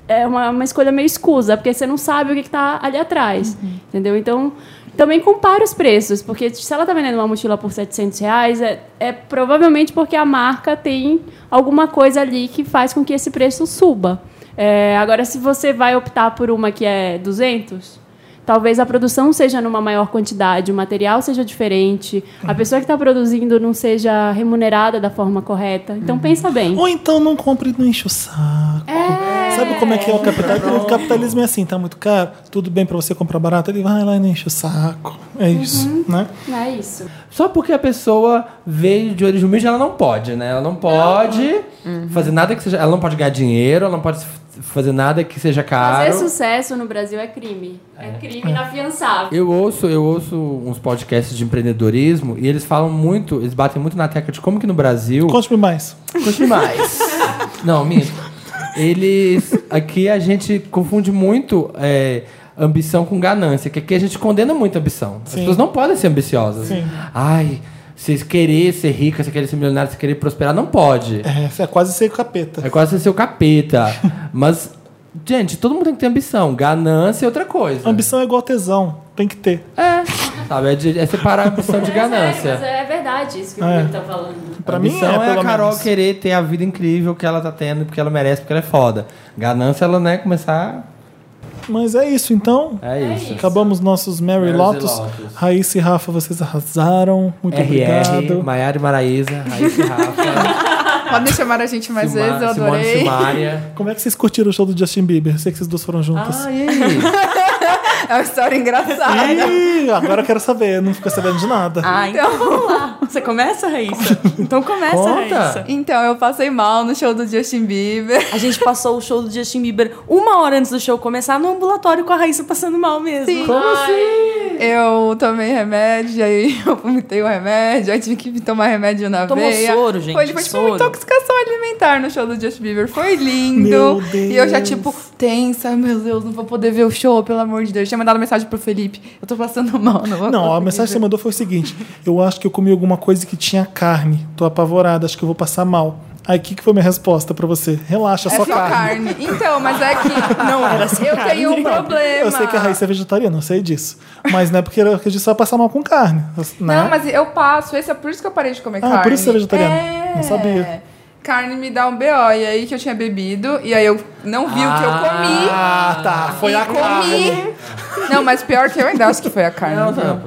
Speaker 2: é uma, uma escolha meio escusa, porque você não sabe o que está ali atrás, entendeu? Então, também compara os preços, porque se ela está vendendo uma mochila por 700 reais, é, é provavelmente porque a marca tem alguma coisa ali que faz com que esse preço suba. É, agora, se você vai optar por uma que é 200, Talvez a produção seja numa maior quantidade, o material seja diferente,
Speaker 1: Uhum.
Speaker 2: a pessoa que está produzindo não seja remunerada da forma correta. Então pensa bem.
Speaker 1: Uhum. Ou então não compre e não enche o saco. Sabe como é que é o capitalismo? O capitalismo é assim, tá muito caro, tudo bem pra você comprar barato, ele vai lá e não enche o saco. É
Speaker 2: Uhum.
Speaker 1: isso, né?
Speaker 2: É isso.
Speaker 3: Só porque a pessoa veio de origem humilde, ela não pode, né? Ela não pode fazer nada que seja. Ela não pode ganhar dinheiro, ela não pode f- fazer nada que seja caro.
Speaker 2: Fazer sucesso no Brasil é crime. É, crime inafiançável.
Speaker 3: Eu ouço, eu ouço uns podcasts de empreendedorismo e eles falam muito, eles batem muito na tecla de como que no Brasil.
Speaker 1: Conte-me mais.
Speaker 3: Conte-me mais. Não, minto. Eles. Aqui a gente confunde muito é, ambição com ganância, que aqui a gente condena muito a ambição. As
Speaker 1: Sim.
Speaker 3: pessoas não podem ser ambiciosas.
Speaker 1: Sim.
Speaker 3: Ai, se querer ser rica, se querer ser milionário, se querer prosperar, não pode.
Speaker 1: É, é quase ser capeta.
Speaker 3: É quase ser o capeta. Mas, gente, todo mundo tem que ter ambição. Ganância é outra coisa.
Speaker 1: Ambição é igual tesão, tem que ter.
Speaker 3: É. Sabe, é, de- é separar a ambição de ganância.
Speaker 2: Mas é verdade isso que o
Speaker 3: É.
Speaker 2: Felipe tá falando.
Speaker 1: Pra
Speaker 3: a
Speaker 1: mim
Speaker 3: missão
Speaker 1: é,
Speaker 3: é, a
Speaker 1: pelo
Speaker 3: Carol
Speaker 1: menos.
Speaker 3: querer ter a vida incrível que ela tá tendo, porque ela merece, porque ela é foda. Ganância, ela, né, começar...
Speaker 1: Mas é isso então.
Speaker 3: É isso.
Speaker 1: Acabamos nossos Mary,
Speaker 3: Marys e
Speaker 1: Lotus.
Speaker 3: Lotus.
Speaker 1: Raíssa e Rafa, vocês arrasaram. Muito
Speaker 3: RR,
Speaker 1: obrigado.
Speaker 3: Maiara e Maraísa, Raíssa e Rafa,
Speaker 9: Podem chamar a gente mais
Speaker 3: Silmar-
Speaker 9: vezes, eu
Speaker 3: Simone
Speaker 9: adorei.
Speaker 3: Simaria.
Speaker 1: *laughs* Como é que vocês curtiram o show do Justin Bieber? Eu sei que vocês duas foram juntas.
Speaker 3: e aí?
Speaker 9: *laughs* É uma história engraçada.
Speaker 1: Ih, agora eu quero saber, não fica sabendo de nada.
Speaker 10: Ah, então vamos lá. Você começa, Raíssa? Então começa,
Speaker 1: Conta.
Speaker 10: Raíssa.
Speaker 9: Então, eu passei mal no show do Justin Bieber.
Speaker 10: A gente passou o show do Justin Bieber uma hora antes do show começar no ambulatório com a Raíssa passando mal mesmo.
Speaker 9: assim? Eu tomei remédio, aí eu vomitei o remédio, aí tive que tomar remédio na
Speaker 10: Tomou
Speaker 9: veia.
Speaker 10: soro, gente,
Speaker 9: Foi, foi tipo
Speaker 10: soro.
Speaker 9: uma intoxicação alimentar no show do Justin Bieber. Foi lindo.
Speaker 10: Meu
Speaker 9: E eu já,
Speaker 10: Deus.
Speaker 9: tipo, tensa, "Ai, meu Deus, não vou poder ver o show, pelo amor de Deus. Tinha mandado mensagem pro Felipe. Eu tô passando mal, não vou
Speaker 1: Não, a
Speaker 9: conseguir
Speaker 1: mensagem que você
Speaker 9: ver."
Speaker 1: mandou foi o seguinte: eu acho que eu comi alguma coisa que tinha carne. Tô apavorada, acho que eu vou passar mal. Aí o que, que foi minha resposta pra você? Relaxa,
Speaker 9: É
Speaker 1: só
Speaker 9: só
Speaker 1: carne.
Speaker 9: carne. Então, mas é que.
Speaker 10: *laughs*
Speaker 9: Não,
Speaker 1: *laughs*
Speaker 10: era só
Speaker 9: Eu
Speaker 10: carne.
Speaker 9: tenho um problema.
Speaker 1: Eu sei que a Raíssa é vegetariana, eu sei disso. Mas não é porque eu acredito que você vai passar mal com carne. né?
Speaker 9: Não, mas eu passo. Esse é por isso que eu parei de comer
Speaker 1: Ah,
Speaker 9: carne.
Speaker 1: por isso você é vegetariana.
Speaker 9: É.
Speaker 1: Não sabia.
Speaker 9: Carne me dá um BO. E aí que eu tinha bebido. E aí eu não vi o que eu comi.
Speaker 1: Ah, tá. Foi
Speaker 9: e
Speaker 1: a
Speaker 9: comi.
Speaker 1: carne.
Speaker 9: Não, mas pior que eu ainda acho que foi a carne.
Speaker 3: Não,
Speaker 9: viu?
Speaker 3: não.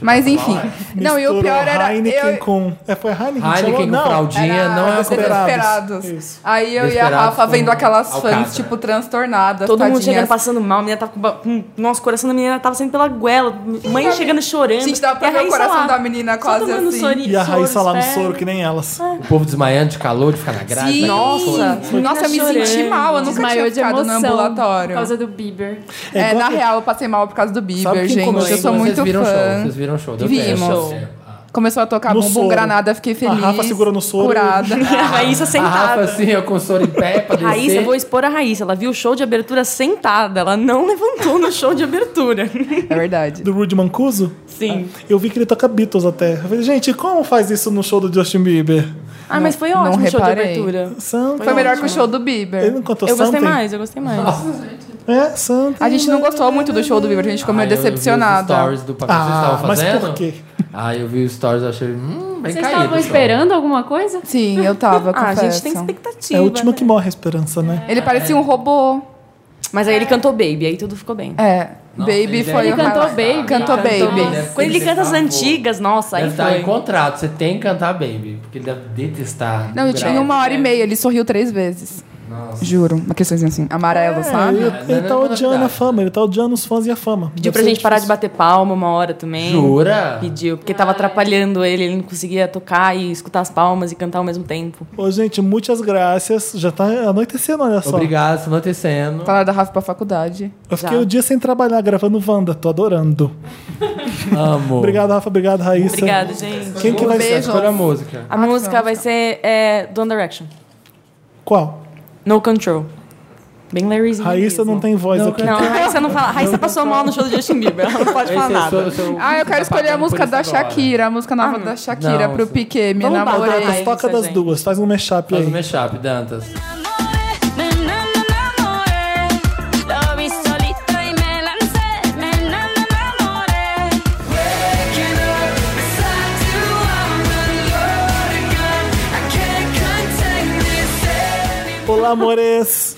Speaker 9: Mas enfim. Não, e o
Speaker 1: Misturou
Speaker 9: pior era.
Speaker 1: Heineken
Speaker 9: eu-
Speaker 1: com. É, foi Heineken? que
Speaker 3: Heineken
Speaker 1: chamou?
Speaker 3: com fraldinha,
Speaker 1: Era
Speaker 3: não é uma coisa-
Speaker 9: Desesperados. Aí eu e a
Speaker 3: Desesperados
Speaker 9: Rafa vendo
Speaker 3: com
Speaker 9: aquelas
Speaker 3: alcatra.
Speaker 9: fãs, tipo, transtornadas.
Speaker 10: Todo mundo
Speaker 9: tadinhas.
Speaker 10: chegando passando mal, a menina tava com. ba- com- Nossa, o coração da menina tava saindo pela goela. Mãe chegando chorando.
Speaker 9: Gente, dava pra
Speaker 10: E a
Speaker 9: ver o
Speaker 10: Raíssa
Speaker 9: coração
Speaker 10: lá,
Speaker 9: da menina
Speaker 10: só
Speaker 9: quase
Speaker 10: tomando
Speaker 9: assim.
Speaker 10: sori-
Speaker 1: E a Raíssa lá no
Speaker 10: soros,
Speaker 1: soro,
Speaker 10: é.
Speaker 1: que nem elas.
Speaker 3: O povo desmaiando de calor, de ficar na grade.
Speaker 9: Sim.
Speaker 3: vai-
Speaker 9: Nossa,
Speaker 10: Foi
Speaker 9: nossa, eu me
Speaker 10: chorando.
Speaker 9: senti mal, eu nunca
Speaker 2: Desmaiou
Speaker 9: tinha
Speaker 2: de
Speaker 9: ficado no
Speaker 2: emoção
Speaker 9: ambulatório.
Speaker 2: Por causa do Bieber.
Speaker 9: É, na real, eu passei mal por causa do Bieber,
Speaker 1: quem
Speaker 9: gente.
Speaker 1: começou?
Speaker 9: Eu sou
Speaker 3: Vocês
Speaker 9: muito
Speaker 3: viram o
Speaker 9: fã.
Speaker 3: show, vocês viram o show. Deu
Speaker 9: Vimos.
Speaker 3: tempo.
Speaker 9: Começou a tocar
Speaker 3: No
Speaker 9: bumbum
Speaker 3: soro.
Speaker 9: granada, fiquei
Speaker 3: A
Speaker 9: feliz.
Speaker 3: Rafa segurando o soro.
Speaker 9: Curada.
Speaker 10: *laughs* A Raíssa sentada.
Speaker 3: A Rafa, assim, ó, com o soro em pé pra
Speaker 10: Raíssa,
Speaker 3: descer.
Speaker 10: eu vou expor a Raíssa. Ela viu o show de abertura sentada. Ela não levantou no show de abertura.
Speaker 9: É verdade.
Speaker 1: Do Rude Mancuso? Ah,
Speaker 10: Sim.
Speaker 1: Eu vi que ele toca Beatles até. Eu falei, gente, como faz isso no show do Justin Bieber?
Speaker 10: Ah, mas foi
Speaker 9: Não
Speaker 10: ótimo o show de
Speaker 9: reparei.
Speaker 10: abertura.
Speaker 1: Santa.
Speaker 9: Foi melhor que o show do Bieber.
Speaker 1: Ele não cantou
Speaker 10: Eu gostei
Speaker 1: Something?
Speaker 10: mais, eu gostei mais.
Speaker 1: É, Santa.
Speaker 9: A gente não gostou muito do show do Bieber, a gente ficou meio
Speaker 3: Aí Ah, eu vi os
Speaker 9: decepcionada.
Speaker 3: stories do papel que vocês estavam
Speaker 1: Ah, mas
Speaker 3: fazendo.
Speaker 1: por quê?
Speaker 3: Aí eu vi os stories, achei, hum, bem
Speaker 2: Vocês
Speaker 3: caído.
Speaker 2: estavam
Speaker 3: só.
Speaker 2: esperando alguma coisa?
Speaker 9: Sim, eu tava,
Speaker 10: Ah, a gente
Speaker 9: confesso.
Speaker 10: tem
Speaker 1: É
Speaker 10: expectativa.
Speaker 1: a última que morre a esperança, né?
Speaker 9: Ele parecia um robô.
Speaker 10: Mas aí ele cantou Baby, aí tudo ficou bem.
Speaker 9: É,
Speaker 3: Nossa,
Speaker 9: Baby
Speaker 3: ele
Speaker 9: foi
Speaker 3: deve
Speaker 9: o
Speaker 3: cantar.
Speaker 9: highlight.
Speaker 3: Ele cantou.
Speaker 9: Cantou Baby.
Speaker 3: Deve
Speaker 10: Quando ele
Speaker 3: ser
Speaker 10: canta as
Speaker 3: favor.
Speaker 10: antigas, nossa, aí
Speaker 3: Deve estar em
Speaker 10: foi.
Speaker 3: contrato, você tem que cantar Baby, porque ele deve detestar.
Speaker 9: Não, eu tinha
Speaker 3: Bravo.
Speaker 9: uma hora e meia, ele sorriu três vezes.
Speaker 3: Nossa.
Speaker 9: Juro, uma questãozinha assim, amarela,
Speaker 1: É,
Speaker 9: sabe?
Speaker 1: ele, ele tá
Speaker 3: não
Speaker 1: odiando
Speaker 3: é novidade.
Speaker 1: a fama, ele tá odiando os fãs e a fama.
Speaker 10: Pediu pra gente parar de bater palma uma hora também.
Speaker 3: Jura?
Speaker 10: Pediu, porque tava atrapalhando ele, ele não conseguia tocar e escutar as palmas e cantar ao mesmo tempo.
Speaker 1: Ô, gente, muitas graças. Já tá anoitecendo, olha só.
Speaker 3: Obrigado, se enlouquecendo.
Speaker 9: Falar Tá da Rafa pra faculdade.
Speaker 1: Eu fiquei
Speaker 10: Já.
Speaker 1: o dia sem trabalhar gravando Wanda, tô adorando.
Speaker 3: Amo.
Speaker 1: Obrigado, Rafa, obrigado, Raíssa.
Speaker 10: Obrigado, gente. Um
Speaker 1: Quem que vai ser?
Speaker 9: Beijo.
Speaker 3: Escolha a música.
Speaker 10: A música vai ser é, One Direction.
Speaker 1: Qual?
Speaker 10: No Control. Bem Larryzinho.
Speaker 1: Raíssa não tem voz aqui.
Speaker 10: Não, a Raíssa não fala. A Raíssa passou mal no show do Justin Bieber. Ela não pode
Speaker 3: Esse
Speaker 10: falar
Speaker 3: é
Speaker 10: nada.
Speaker 3: seu- seu-
Speaker 9: Ah, eu quero
Speaker 10: um
Speaker 3: tá
Speaker 9: escolher a
Speaker 3: pagando
Speaker 9: música
Speaker 3: por
Speaker 9: da
Speaker 3: isso agora. Ah,
Speaker 9: Shakira, a música nova da Shakira
Speaker 3: Não,
Speaker 9: pro
Speaker 3: sim.
Speaker 9: Piquet, Me
Speaker 10: Vamos lá,
Speaker 9: Namorei.
Speaker 10: Rafa.
Speaker 1: Toca das
Speaker 10: gente.
Speaker 1: duas, faz um mashup
Speaker 3: Faz o
Speaker 1: aí.
Speaker 3: mashup, Dantas.
Speaker 7: Me enamoré, lo vi solito y me lancé. Me enamoré. Waking up beside you, I'm unloaded again. I can't contain this anymore.
Speaker 1: Olá, amores!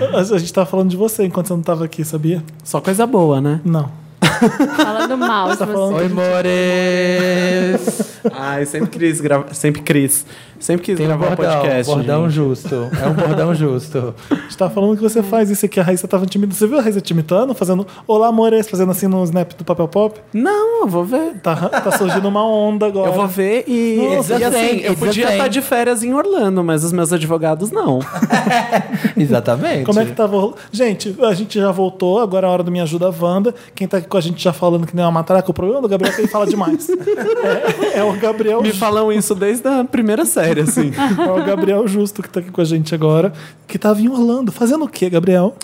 Speaker 1: A a gente tava falando de você enquanto você não tava aqui, sabia?
Speaker 6: Só coisa boa, né?
Speaker 1: Não.
Speaker 2: Falando mal.
Speaker 7: tá
Speaker 2: de você.
Speaker 1: falando-
Speaker 3: Oi, Mores!
Speaker 6: Ai, sempre quis gravar. Sempre quis. Sempre quis
Speaker 3: Tem um
Speaker 6: gravar um
Speaker 3: bordão,
Speaker 6: podcast.
Speaker 3: bordão
Speaker 6: gente.
Speaker 3: justo. É um bordão justo.
Speaker 1: A gente tava falando que você faz isso aqui. A Raíssa tava intimidando. Você viu a Raíssa te imitando? Fazendo Olá, amores, fazendo assim no snap do papel pop?
Speaker 6: Não, eu vou ver.
Speaker 1: Tá, tá surgindo uma onda agora.
Speaker 6: Eu vou ver e,
Speaker 3: Nossa,
Speaker 6: e
Speaker 3: it's a
Speaker 6: assim,
Speaker 3: thing,
Speaker 6: eu
Speaker 3: it's a
Speaker 6: podia
Speaker 3: thing.
Speaker 6: estar de férias em Orlando, mas os meus advogados não.
Speaker 3: *laughs* Exatamente.
Speaker 1: Como é que tava rolando? Gente, a gente já voltou, agora é a hora do Me Ajuda Wanda. Quem tá aqui com a gente já falando que nem uma matraca, o problema do Gabriel é que ele fala demais.
Speaker 3: *laughs*
Speaker 1: é, é o Gabriel
Speaker 6: Me falam isso desde a primeira série, assim.
Speaker 1: É o Gabriel Justo que tá aqui com a gente agora, que tava em Orlando. Fazendo o quê, Gabriel?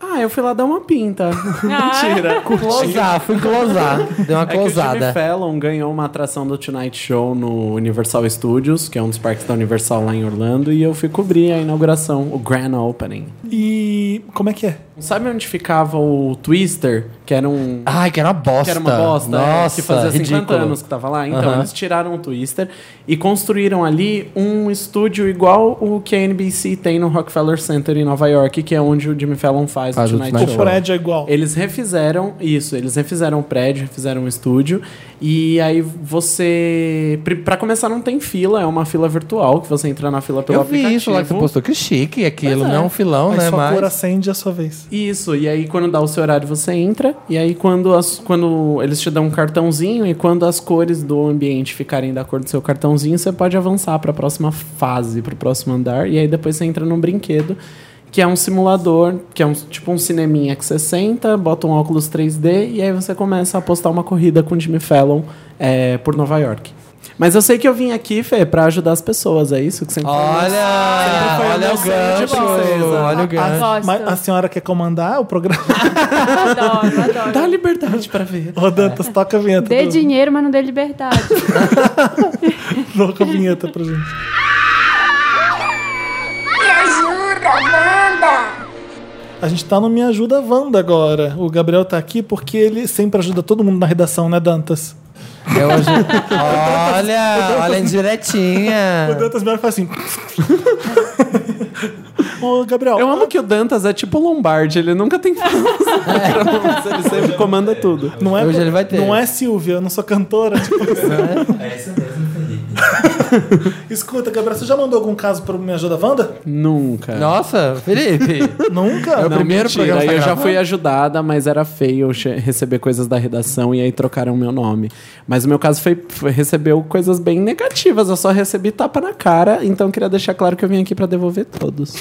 Speaker 6: Ah, eu fui lá dar uma
Speaker 1: *laughs*
Speaker 6: pinta. Ah. Mentira. Curti.
Speaker 3: Closar, fui closar. Deu uma
Speaker 6: É que o Jimmy
Speaker 3: closada.
Speaker 6: Fallon ganhou uma atração do Tonight Show no Universal Studios, que é um dos parques da Universal lá em Orlando, e eu fui cobrir a inauguração, o Grand Opening.
Speaker 1: E como é que é?
Speaker 6: Sabe onde ficava o Twister, que era um
Speaker 3: Ai, que era uma bosta.
Speaker 6: que era uma bosta, é,
Speaker 3: Nossa,
Speaker 6: que fazia 50
Speaker 3: ridículo.
Speaker 6: anos que tava lá. Então,
Speaker 3: Aham.
Speaker 6: eles tiraram o Twister e construíram ali um estúdio igual o que a NBC tem no Rockefeller Center em Nova York, que é onde o Jimmy Fallon faz
Speaker 3: Faz
Speaker 6: o
Speaker 3: o
Speaker 6: Tonight
Speaker 3: Tonight
Speaker 6: Show.
Speaker 1: O prédio é igual.
Speaker 6: Eles refizeram isso, eles refizeram o prédio, refizeram o estúdio. E aí você. pri- Pra começar, não tem fila, é uma fila virtual que você entra na fila pelo
Speaker 3: Eu vi
Speaker 6: aplicativo.
Speaker 3: isso lá que você postou. Que chique aquilo.
Speaker 6: Pois é.
Speaker 3: Não é um filão,
Speaker 1: Aí
Speaker 3: né?
Speaker 1: sua
Speaker 3: Mas...
Speaker 1: cor acende a sua vez.
Speaker 6: Isso, e aí quando dá o seu horário você entra, e aí quando, as, quando eles te dão um cartãozinho, e quando as cores do ambiente ficarem da cor do seu cartãozinho, você pode avançar para a próxima fase, para o próximo andar, e aí depois você entra num brinquedo, que é um simulador, que é um, tipo um cineminha que você senta, bota um óculos 3D, e aí você começa a apostar uma corrida com o Jimmy Fallon é, por Nova York. Mas eu sei que eu vim aqui, Fê, pra ajudar as pessoas, é isso que você
Speaker 3: Ah, Olha,
Speaker 6: foi o
Speaker 3: olha
Speaker 6: meu
Speaker 3: o
Speaker 6: sonho de né?
Speaker 3: gancho.
Speaker 6: princesa.
Speaker 3: Olha o gancho.
Speaker 2: Gosto.
Speaker 1: Mas a senhora quer comandar o
Speaker 6: *laughs*
Speaker 1: programa?
Speaker 2: Adoro, adoro.
Speaker 6: Dá liberdade pra ver.
Speaker 1: Ô, Dantas,
Speaker 6: É.
Speaker 1: toca a vinheta.
Speaker 2: Dê
Speaker 1: do-
Speaker 2: dinheiro, mas não dê liberdade.
Speaker 1: *laughs* Toca a vinheta pra gente.
Speaker 7: Me ajuda, Wanda.
Speaker 1: A gente tá no Me Ajuda Wanda agora. O Gabriel tá aqui porque ele sempre ajuda todo mundo na redação, né, Dantas?
Speaker 3: Eu
Speaker 1: *laughs*
Speaker 3: hoje- Olha, olha a indiretinha.
Speaker 1: O Dantas me olha e faz assim. *laughs* Ô, Gabriel.
Speaker 6: Eu amo que o Dantas é tipo o Lombardi, ele nunca tem pausa. *laughs* É. ele sempre comanda tudo.
Speaker 1: Não é,
Speaker 3: Hoje ele vai ter. Né?
Speaker 1: Não é Silvia, eu não sou cantora. tipo,
Speaker 8: É isso mesmo, Felipe.
Speaker 1: Escuta, Gabriel, você já mandou algum caso pro Me Ajuda Wanda?
Speaker 6: Nunca.
Speaker 3: Nossa, Felipe.
Speaker 1: *laughs* Nunca?
Speaker 6: É o primeiro programa.
Speaker 1: que
Speaker 6: Eu
Speaker 1: tá
Speaker 6: já
Speaker 1: gravando?
Speaker 6: fui ajudada, mas era feio eu che- receber coisas da redação e aí trocaram meu nome. Mas o meu caso foi, foi recebeu coisas bem negativas. Eu só recebi tapa na cara, então eu queria deixar claro que eu vim aqui pra devolver
Speaker 1: *laughs*
Speaker 6: todos.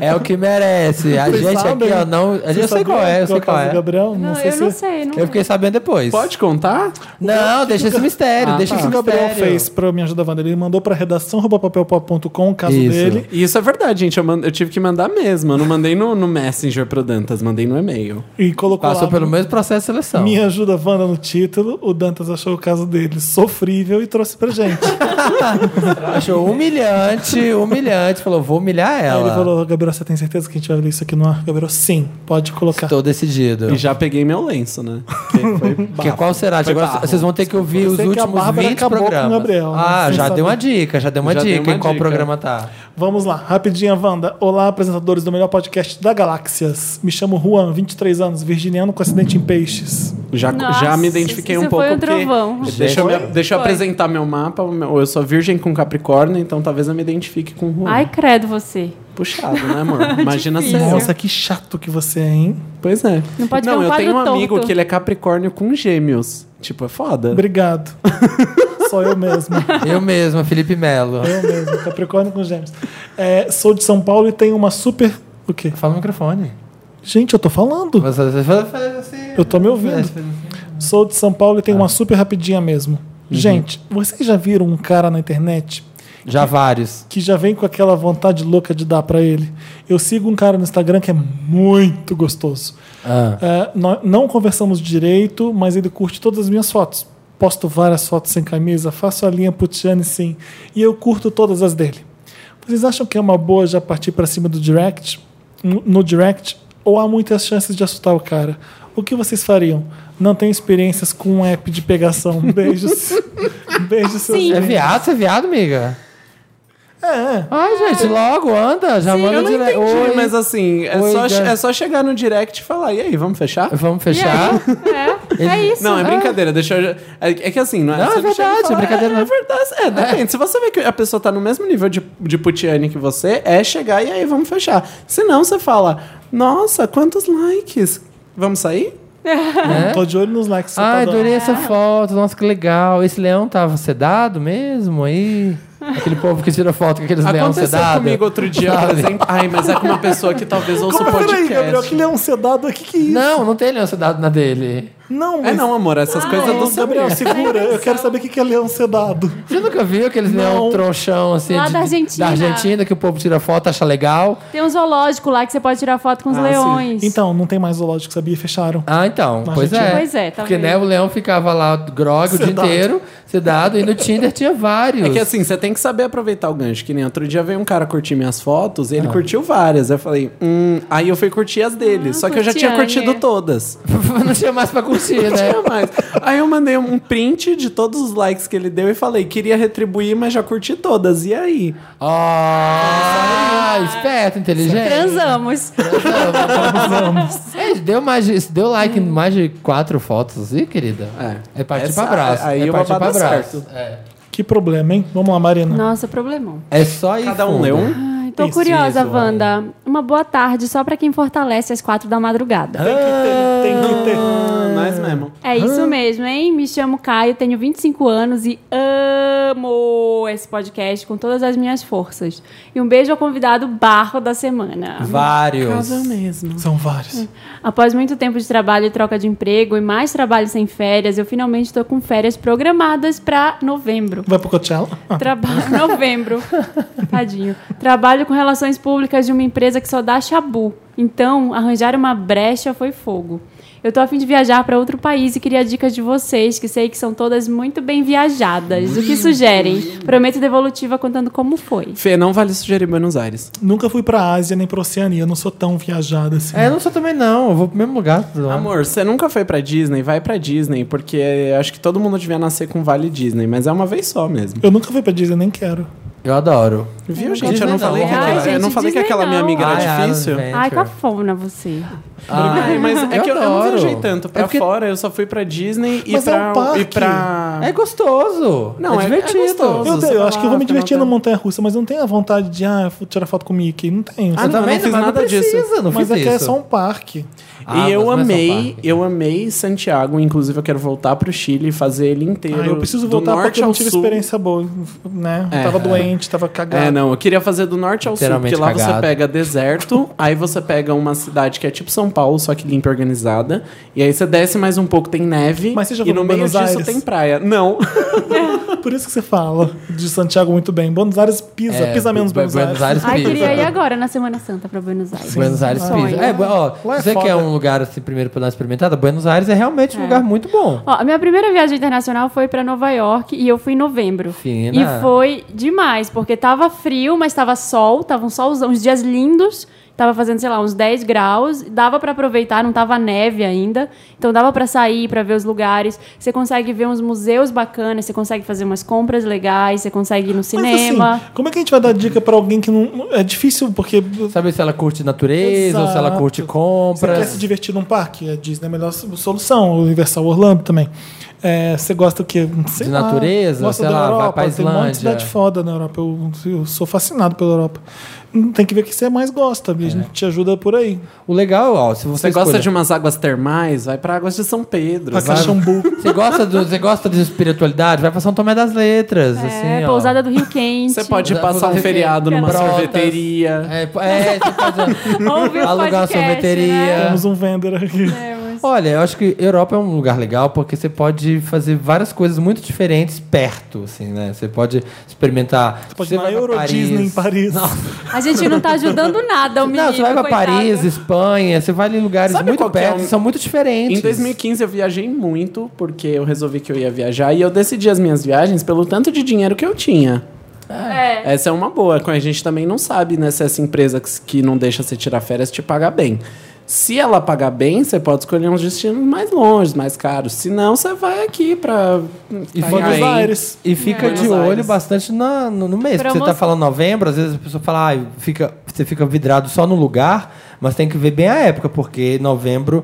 Speaker 3: é o que merece. A
Speaker 6: Vocês
Speaker 3: gente
Speaker 6: sabem?
Speaker 3: aqui, ó, não. A gente, eu
Speaker 6: Vocês
Speaker 3: sei qual
Speaker 6: sabiam
Speaker 3: é,
Speaker 6: qual
Speaker 3: eu sei
Speaker 6: é o
Speaker 3: qual
Speaker 6: caso
Speaker 3: é.
Speaker 6: do Gabriel? Não
Speaker 2: Não, sei eu se- não sei, não
Speaker 3: eu fiquei sabendo depois.
Speaker 6: Pode contar?
Speaker 3: Não, deixa esse mistério, deixa
Speaker 1: o que
Speaker 3: esse
Speaker 1: o Gabriel
Speaker 3: mistério.
Speaker 1: fez pra Me Ajuda Wanda? Ele mandou pra redação papelpop.com o caso
Speaker 6: Isso.
Speaker 1: dele.
Speaker 6: E Isso é verdade, gente. Eu, mand- eu tive que mandar mesmo. Eu não mandei no, no Messenger pro Dantas, mandei no e-mail.
Speaker 1: E colocou lá no-
Speaker 3: processo de seleção.
Speaker 1: Me ajuda, Wanda, no título. O Dantas achou o caso dele sofrível e trouxe pra gente.
Speaker 3: *laughs* Achou humilhante, humilhante. Falou, vou humilhar
Speaker 1: Aí ele
Speaker 3: ela.
Speaker 1: falou, Gabriel, você tem certeza que a gente vai ler isso aqui no ar? Gabriel, sim, pode colocar.
Speaker 3: Estou decidido.
Speaker 6: E já peguei meu lenço, né?
Speaker 3: *laughs*
Speaker 1: *laughs*
Speaker 3: Que qual será?
Speaker 6: Foi
Speaker 3: Agora
Speaker 6: barro.
Speaker 3: vocês vão ter que ouvir os
Speaker 1: Sei que a
Speaker 3: últimos
Speaker 1: Bárbara
Speaker 3: 20
Speaker 1: acabou com o
Speaker 3: programas.
Speaker 1: Gabriel, né?
Speaker 3: ah,
Speaker 1: Sem
Speaker 3: já
Speaker 1: saber.
Speaker 3: deu uma dica, já deu uma
Speaker 1: Já deu
Speaker 3: dica
Speaker 1: uma
Speaker 3: em qual
Speaker 1: dica.
Speaker 3: programa tá.
Speaker 1: Vamos lá, rapidinha, Wanda. Olá, apresentadores do melhor podcast da Galáxias. Me chamo Juan, 23 anos, virginiano com acidente em peixes.
Speaker 6: Já, já me identifiquei um pouco. porque- Deixa, eu, me- deixa eu apresentar meu mapa. o meu- Eu sou virgem com Capricórnio, então talvez eu me identifique com o Juan.
Speaker 2: Ai, credo você.
Speaker 6: *laughs* Puxado, né,
Speaker 2: *laughs*
Speaker 6: amor? Imagina
Speaker 1: Difícil.
Speaker 6: só.
Speaker 1: Nossa, que chato que você é, hein?
Speaker 6: Pois é.
Speaker 2: Não pode
Speaker 6: Não,
Speaker 2: ver um
Speaker 6: eu tenho um
Speaker 2: quadro
Speaker 6: amigo
Speaker 2: torto.
Speaker 6: que ele é Capricórnio com Gêmeos. Tipo, é
Speaker 1: *laughs*
Speaker 6: foda.
Speaker 1: Obrigado. Só eu mesmo.
Speaker 3: Eu mesmo, Felipe Melo.
Speaker 1: Eu mesmo, Capricórnio com Gêmeos. É, sou de São Paulo e tenho uma super. O quê?
Speaker 3: Fala no microfone. é,
Speaker 1: Gente, eu tô falando.
Speaker 3: assim.
Speaker 1: Eu tô me ouvindo. Sou de São Paulo e
Speaker 3: Ah.
Speaker 1: tenho uma super rapidinha mesmo.
Speaker 3: Uhum.
Speaker 1: Gente, vocês já viram um cara na internet
Speaker 3: Já vários.
Speaker 1: que já vem com aquela vontade louca de dar pra ele? Eu sigo um cara no Instagram que é muito gostoso.
Speaker 3: Ah.
Speaker 1: É, nó- não conversamos direito, mas ele curte todas as minhas fotos. Posto várias fotos sem camisa, faço a linha Putiane sim, e eu curto todas as dele. Vocês acham que é uma boa já partir pra cima do direct? No no direct? Ou há muitas chances de assustar o cara? O que vocês fariam? Não tenho experiências com um app de
Speaker 3: *laughs*
Speaker 1: pegação. Beijos. Beijos, seus
Speaker 3: É
Speaker 1: lindos.
Speaker 3: viado, você é viado, amiga?
Speaker 1: É.
Speaker 3: Ai, gente, logo, anda, já manda
Speaker 6: eu não
Speaker 3: dire-
Speaker 6: entendi,
Speaker 3: Oi.
Speaker 6: mas assim, é,
Speaker 3: Oi,
Speaker 6: só,
Speaker 3: Dan.
Speaker 6: é só chegar no direct e falar, e aí, vamos fechar?
Speaker 3: Vamos fechar?
Speaker 2: É, é isso.
Speaker 6: Não, é
Speaker 2: Ah.
Speaker 6: brincadeira, deixa eu... É, é que assim, não é...
Speaker 3: Não,
Speaker 6: você chega
Speaker 3: é
Speaker 6: e
Speaker 3: verdade,
Speaker 6: fala,
Speaker 3: é brincadeira,
Speaker 6: É, é
Speaker 3: não."
Speaker 6: verdade, é, depende. Se você vê que a pessoa tá no mesmo nível de, de putiane que você, é chegar e aí vamos fechar. Se não, você fala, nossa, quantos likes? Vamos sair?
Speaker 3: É?
Speaker 1: Tô de olho nos likes. que você
Speaker 3: Ai,
Speaker 1: tá dando.
Speaker 3: Ah, adorei essa foto, nossa, que legal. Esse leão tava sedado
Speaker 6: *laughs*
Speaker 3: mesmo aí? Aquele povo que tira foto com aqueles leões
Speaker 6: Aconteceu
Speaker 3: sedados.
Speaker 6: comigo outro dia, por
Speaker 3: Sabe? é?
Speaker 6: exemplo. Ai, mas é com uma pessoa que talvez ouça o
Speaker 1: Como, peraí,
Speaker 6: podcast.
Speaker 1: Gabriel, que leão sedado, o que, que é isso?
Speaker 3: Não, não tem leão sedado na dele.
Speaker 1: Não,
Speaker 6: É
Speaker 1: mas...
Speaker 6: não, amor,
Speaker 3: Ah,
Speaker 6: essas
Speaker 3: é.
Speaker 6: coisas do
Speaker 1: Gabriel,
Speaker 6: Samir.
Speaker 1: segura. Eu quero saber o que que é leão sedado.
Speaker 3: Você nunca viu aqueles leão trouxão assim?
Speaker 2: Lá
Speaker 3: de-
Speaker 2: da Argentina.
Speaker 3: da Argentina, que o povo tira foto, acha legal.
Speaker 2: Tem um zoológico lá que você pode tirar foto com os
Speaker 3: Ah, sim.
Speaker 2: leões.
Speaker 1: Então, não tem mais zoológico, sabia? Fecharam.
Speaker 3: Ah, então,
Speaker 1: Mas
Speaker 3: pois
Speaker 1: gente,
Speaker 3: é.
Speaker 2: pois é, tá
Speaker 3: Porque
Speaker 2: vendo?
Speaker 3: né, o leão ficava lá grog o dia
Speaker 1: Sedado.
Speaker 3: inteiro, sedado, e no Tinder tinha vários.
Speaker 6: É que assim, você tem que saber aproveitar o gancho. Que nem outro dia veio um cara curtir minhas fotos
Speaker 3: Ah.
Speaker 6: e ele curtiu várias. Eu falei, hum. Aí eu fui curtir as dele. só que eu já tinha
Speaker 2: curtiane.
Speaker 6: curtido todas.
Speaker 3: *laughs* não tinha mais pra curtir,
Speaker 6: Não
Speaker 3: né?
Speaker 6: tinha mais. Aí eu mandei um print de todos os likes que ele deu e falei, queria retribuir, mas já curti todas. E aí?
Speaker 3: Ah, esperto, inteligente.
Speaker 2: Transamos.
Speaker 3: *laughs* É, deu, mais, de- deu like em mais de quatro fotos, ih, querida? É, partir
Speaker 6: Essa-
Speaker 3: pra abraço.
Speaker 6: aí
Speaker 3: é
Speaker 6: o
Speaker 3: partir pra
Speaker 6: babado tipo é
Speaker 3: abraço.
Speaker 6: certo.
Speaker 3: É.
Speaker 1: Que problema, hein? Vamos lá, Marina.
Speaker 2: Nossa, problemão.
Speaker 3: É só ir
Speaker 6: Cada um
Speaker 3: fundo.
Speaker 6: leu um?
Speaker 2: Ai, tô
Speaker 1: Isso,
Speaker 2: curiosa,
Speaker 1: isso,
Speaker 2: Wanda. Uma boa tarde só pra quem fortalece às quatro da madrugada.
Speaker 1: Tem que ter, tem que ter.
Speaker 6: Ah, nós mesmo.
Speaker 2: É
Speaker 1: Ah.
Speaker 2: isso mesmo, hein? Me chamo Caio, tenho 25 anos e amo esse podcast com todas as minhas forças. E um beijo ao convidado barro da semana.
Speaker 3: Vários.
Speaker 6: mesmo.
Speaker 1: São vários.
Speaker 2: Após muito tempo de trabalho e troca de emprego e mais trabalho sem férias, eu finalmente tô com férias programadas pra novembro.
Speaker 1: Vai pro Coachella? Ah,
Speaker 2: Trabalho *laughs* novembro. Tadinho. Trabalho com relações públicas de uma empresa que só dá chabu. Então, arranjar uma brecha foi fogo. Eu tô a fim de viajar para outro país e queria dicas de vocês, que sei que são todas muito bem viajadas. O que sugerem? Prometo devolutiva contando como foi.
Speaker 6: Fê, não vale sugerir Buenos Aires.
Speaker 1: Nunca fui pra Ásia nem pra Oceania. Eu não sou tão viajada assim.
Speaker 3: É, eu não sou também não, eu vou pro mesmo lugar. todo ano.
Speaker 6: Amor, você nunca foi pra Disney? Vai pra Disney, porque eu acho que todo mundo devia nascer com Vale Disney, mas é uma vez só mesmo.
Speaker 1: Eu nunca fui pra Disney, nem quero.
Speaker 3: Eu adoro.
Speaker 6: Viu, gente? Eu não falei que aquela, eu não falei que aquela minha amiga era difícil.
Speaker 2: Ai, cafona você.
Speaker 6: Ai, mas é que eu, eu não
Speaker 3: Ah, adoro.
Speaker 6: viajei tanto pra
Speaker 3: É porque-
Speaker 6: fora, eu só fui pra Disney e
Speaker 3: Mas é
Speaker 6: pra,
Speaker 3: um parque.
Speaker 6: e pra.
Speaker 3: É gostoso.
Speaker 6: Não, é- é gostoso.
Speaker 1: Eu, tenho,
Speaker 6: Você tá-
Speaker 1: eu
Speaker 6: vai
Speaker 1: acho
Speaker 6: lá,
Speaker 1: que eu vou me
Speaker 6: fica
Speaker 1: divertir na montanha russa, mas eu não tenho a vontade de ah, eu vou tirar foto com o Mickey. Não tenho.
Speaker 6: Ah, não, eu não fiz nada disso.
Speaker 1: mas é que é só um parque. Ah,
Speaker 6: e
Speaker 1: é
Speaker 6: eu amei, eu amei Santiago, inclusive eu quero voltar pro Chile e fazer ele inteiro.
Speaker 1: Ah, eu preciso
Speaker 6: do
Speaker 1: voltar
Speaker 6: norte
Speaker 1: porque eu não
Speaker 6: ao
Speaker 1: tive
Speaker 6: sul.
Speaker 1: experiência boa, né?
Speaker 6: É.
Speaker 1: Tava doente, tava cagado.
Speaker 6: É, não, eu queria fazer do norte ao sul,
Speaker 3: Literalmente
Speaker 6: porque lá você
Speaker 3: cagado.
Speaker 6: pega
Speaker 3: *laughs*
Speaker 6: deserto, aí você pega uma cidade que é tipo São Paulo, só que limpa e organizada, e aí você desce mais um pouco, tem neve,
Speaker 1: Mas você já
Speaker 6: e
Speaker 1: foi
Speaker 6: no
Speaker 1: pra
Speaker 6: meio
Speaker 1: Buenos
Speaker 6: disso
Speaker 1: Aires?
Speaker 6: tem praia. Não.
Speaker 1: Por isso que você fala de Santiago muito bem. Buenos Aires pisa,
Speaker 3: É,
Speaker 1: pisa menos
Speaker 3: Bu-
Speaker 1: Buenos,
Speaker 3: Buenos Aires
Speaker 2: Ai,
Speaker 3: pisa.
Speaker 2: queria ir agora na Semana Santa pra Buenos Aires.
Speaker 3: Buenos Aires
Speaker 2: Sonho.
Speaker 3: pisa. É, bo- ó,
Speaker 2: Lá é
Speaker 3: se você
Speaker 2: foda.
Speaker 3: quer um lugar assim primeiro pra dar uma experimentada, Buenos Aires é realmente um lugar muito bom.
Speaker 2: Ó, a minha primeira viagem internacional foi pra Nova York e eu fui em novembro.
Speaker 3: Fina.
Speaker 2: E foi demais, porque tava frio, mas tava sol, tava um solzão, uns dias lindos, tava fazendo, sei lá, uns 10 graus, dava pra aproveitar, não tava neve ainda. Então dava pra sair, pra ver os lugares. Você consegue ver uns museus bacanas, você consegue fazer umas compras legais, você consegue ir no
Speaker 1: Mas,
Speaker 2: cinema.
Speaker 1: assim, como é que a gente vai dar dica pra alguém que não. É difícil, porque.
Speaker 3: Sabe se ela curte natureza, ou se ela
Speaker 1: Exato.
Speaker 3: curte
Speaker 1: Você quer
Speaker 3: compras.
Speaker 1: se divertir num parque? A Disney é a melhor solução, o Universal Orlando também. É, você gosta o quê? Sei
Speaker 3: De
Speaker 1: lá,
Speaker 3: natureza,
Speaker 1: gosta
Speaker 3: sei
Speaker 1: da
Speaker 3: lá, vai
Speaker 1: Europa,
Speaker 3: pra
Speaker 1: Tem um monte de
Speaker 3: Islândia.
Speaker 1: cidade foda na Europa. Eu, eu sou fascinado pela Europa. Hum, Tem que ver o que você mais gosta. e A gente te ajuda por aí.
Speaker 3: É. O legal, ó, se
Speaker 6: Você gosta de umas águas termais? Vai pra águas de São Pedro.
Speaker 3: Pra
Speaker 6: sabe?
Speaker 1: Caxambu.
Speaker 3: um Você gosta, do, você gosta de espiritualidade? Vai pra São Tomé das Letras.
Speaker 2: É,
Speaker 3: assim, ó.
Speaker 2: pousada do Rio Quente.
Speaker 6: Você pode passar um feriado numa
Speaker 3: Brotas.
Speaker 6: sorveteria.
Speaker 3: É, é, você pode
Speaker 2: Ouvir
Speaker 3: alugar
Speaker 2: o
Speaker 3: uma
Speaker 2: podcast, né?
Speaker 3: sorveteria.
Speaker 1: Temos um vender aqui.
Speaker 3: É. Olha, eu acho que Europa é um lugar legal porque você pode fazer várias coisas muito diferentes perto, assim, né? Você pode experimentar.
Speaker 1: Pode ir na Euro Disney em Paris.
Speaker 2: A gente não tá ajudando nada, o menino.
Speaker 3: Não, você vai pra
Speaker 2: coitado.
Speaker 3: Paris, Espanha, você vai em lugares
Speaker 6: Sabe
Speaker 3: muito
Speaker 6: qual que é
Speaker 3: perto,
Speaker 6: um-
Speaker 3: são muito diferentes.
Speaker 6: Em 2015 eu viajei muito, porque eu resolvi que eu ia viajar e eu decidi as minhas viagens pelo tanto de dinheiro que eu tinha.
Speaker 2: É.
Speaker 6: Essa é uma boa. A gente também não sabe né, se essa empresa que- que não deixa você tirar férias te pagar bem. Se ela pagar bem, você pode escolher uns destinos mais longe, mais caros. Se não, você vai aqui pra.
Speaker 3: E
Speaker 6: pra
Speaker 3: fica,
Speaker 6: Itanhaém.
Speaker 3: Tá e fica de
Speaker 6: É, Buenos
Speaker 3: olho
Speaker 6: Aires.
Speaker 3: bastante na- no, no mês. Porque você tá
Speaker 6: Promoção.
Speaker 3: falando novembro, às vezes a pessoa fala, ah, fica, você fica vidrado só no lugar, mas tem que ver bem a época, porque novembro,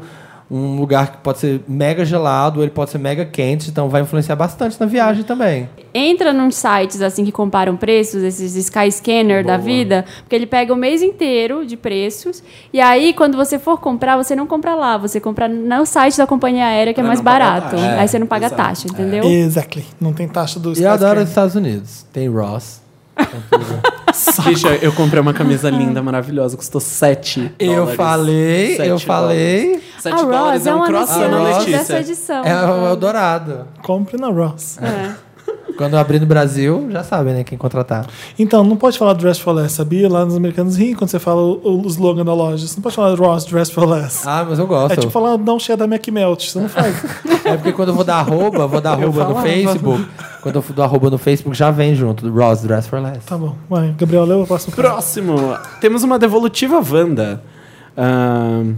Speaker 3: um lugar que pode ser mega gelado, ele pode ser mega quente, então vai influenciar bastante na viagem também.
Speaker 2: Entra nos sites assim que comparam preços, esses Sky Scanner da vida, porque ele pega o mês inteiro de preços. E aí, quando você for comprar, você não compra lá, você compra no site da companhia aérea que é
Speaker 3: Pra
Speaker 2: mais
Speaker 3: não pagar
Speaker 2: barato.
Speaker 3: taxa.
Speaker 2: Aí
Speaker 6: É,
Speaker 2: você não paga
Speaker 3: Exato.
Speaker 2: taxa, entendeu?
Speaker 1: Exactly. Não tem taxa do
Speaker 3: E eu adoro
Speaker 1: skyscanner.
Speaker 3: os Estados Unidos.
Speaker 6: *laughs*
Speaker 3: Tem Ross.
Speaker 6: Bicha, eu comprei uma camisa linda, maravilhosa, custou 7
Speaker 3: Eu falei, eu falei.
Speaker 6: 7 dólares é um croissant,
Speaker 3: anunciante
Speaker 6: né,
Speaker 3: dessa
Speaker 6: Letícia.
Speaker 2: edição.
Speaker 3: É o Eldorado.
Speaker 1: Compre na Ross.
Speaker 7: É.
Speaker 2: É.
Speaker 3: Quando eu abrir no Brasil, É. já sabe, né, quem contratar.
Speaker 1: Então, não pode falar Dress for Less, sabia? Lá nos americanos riem quando você fala o, o slogan da loja. Você não pode falar Ross Dress for Less.
Speaker 3: Ah, mas eu gosto.
Speaker 1: É tipo falar não cheia da McMelt. Você não faz.
Speaker 3: *laughs* É porque quando eu vou dar arroba, eu vou dar
Speaker 1: Eu
Speaker 3: arroba no
Speaker 1: falava.
Speaker 3: Facebook. Quando eu dou arroba no Facebook, já vem junto. do Ross Dress for Less.
Speaker 1: tá bom. Vai, Gabriel, leu o
Speaker 6: um
Speaker 1: próximo.
Speaker 6: Próximo, temos uma devolutiva Wanda. Ahn,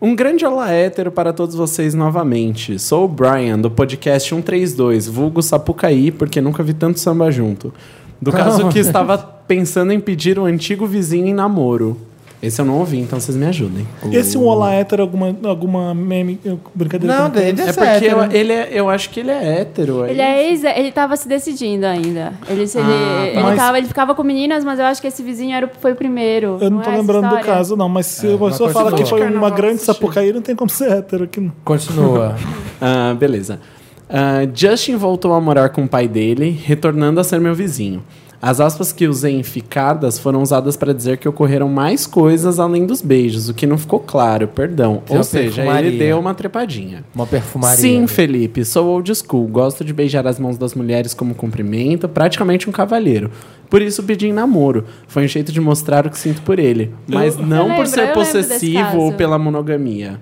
Speaker 6: um grande olá hétero para todos vocês novamente. Sou o Brian, do podcast 132, vulgo Sapucaí, porque nunca vi tanto samba junto. *laughs* Do caso que estava pensando em pedir o antigo vizinho em namoro. Esse eu não ouvi, então vocês me ajudem.
Speaker 1: Esse um olá hétero, alguma, alguma meme, brincadeira?
Speaker 6: Não,
Speaker 1: que eu
Speaker 6: ele é,
Speaker 1: entendo?
Speaker 6: porque eu, ele é- eu acho que ele é hétero. é
Speaker 2: Ele é ex, ele tava se decidindo ainda. Ele, se- ele,
Speaker 6: Ah,
Speaker 2: ele,
Speaker 1: mas-
Speaker 2: tava, ele ficava com meninas, mas eu acho que esse vizinho era, o- foi o primeiro.
Speaker 1: Eu não, tô
Speaker 2: é essa
Speaker 1: lembrando do
Speaker 2: história?
Speaker 1: caso, não, mas
Speaker 3: É,
Speaker 1: se a
Speaker 6: uma
Speaker 1: pessoa
Speaker 6: coisa
Speaker 1: fala que
Speaker 6: boa.
Speaker 1: foi uma
Speaker 6: Carnaval
Speaker 1: grande sapucaí, não tem como ser hétero aqui. não.
Speaker 3: Continua.
Speaker 6: Ah, beleza. Ah, Justin voltou a morar com o pai dele, retornando a ser meu vizinho. As aspas que usei em ficadas foram usadas para dizer que ocorreram mais coisas além dos beijos, o que não ficou claro, perdão. *laughs*
Speaker 3: Tem
Speaker 6: Ou
Speaker 3: uma
Speaker 6: seja, ele
Speaker 3: perfumaria.
Speaker 6: deu uma trepadinha.
Speaker 3: Uma perfumaria. né?
Speaker 6: Sim, Felipe, sou old school. Gosto de beijar as mãos das mulheres como cumprimento, praticamente um cavalheiro. Por isso pedi em namoro. Foi um jeito de mostrar o que sinto por ele. Mas
Speaker 2: Eu
Speaker 6: não
Speaker 2: lembro,
Speaker 6: por
Speaker 2: eu
Speaker 6: ser
Speaker 2: lembro desse
Speaker 6: possessivo ou
Speaker 2: caso.
Speaker 6: pela monogamia.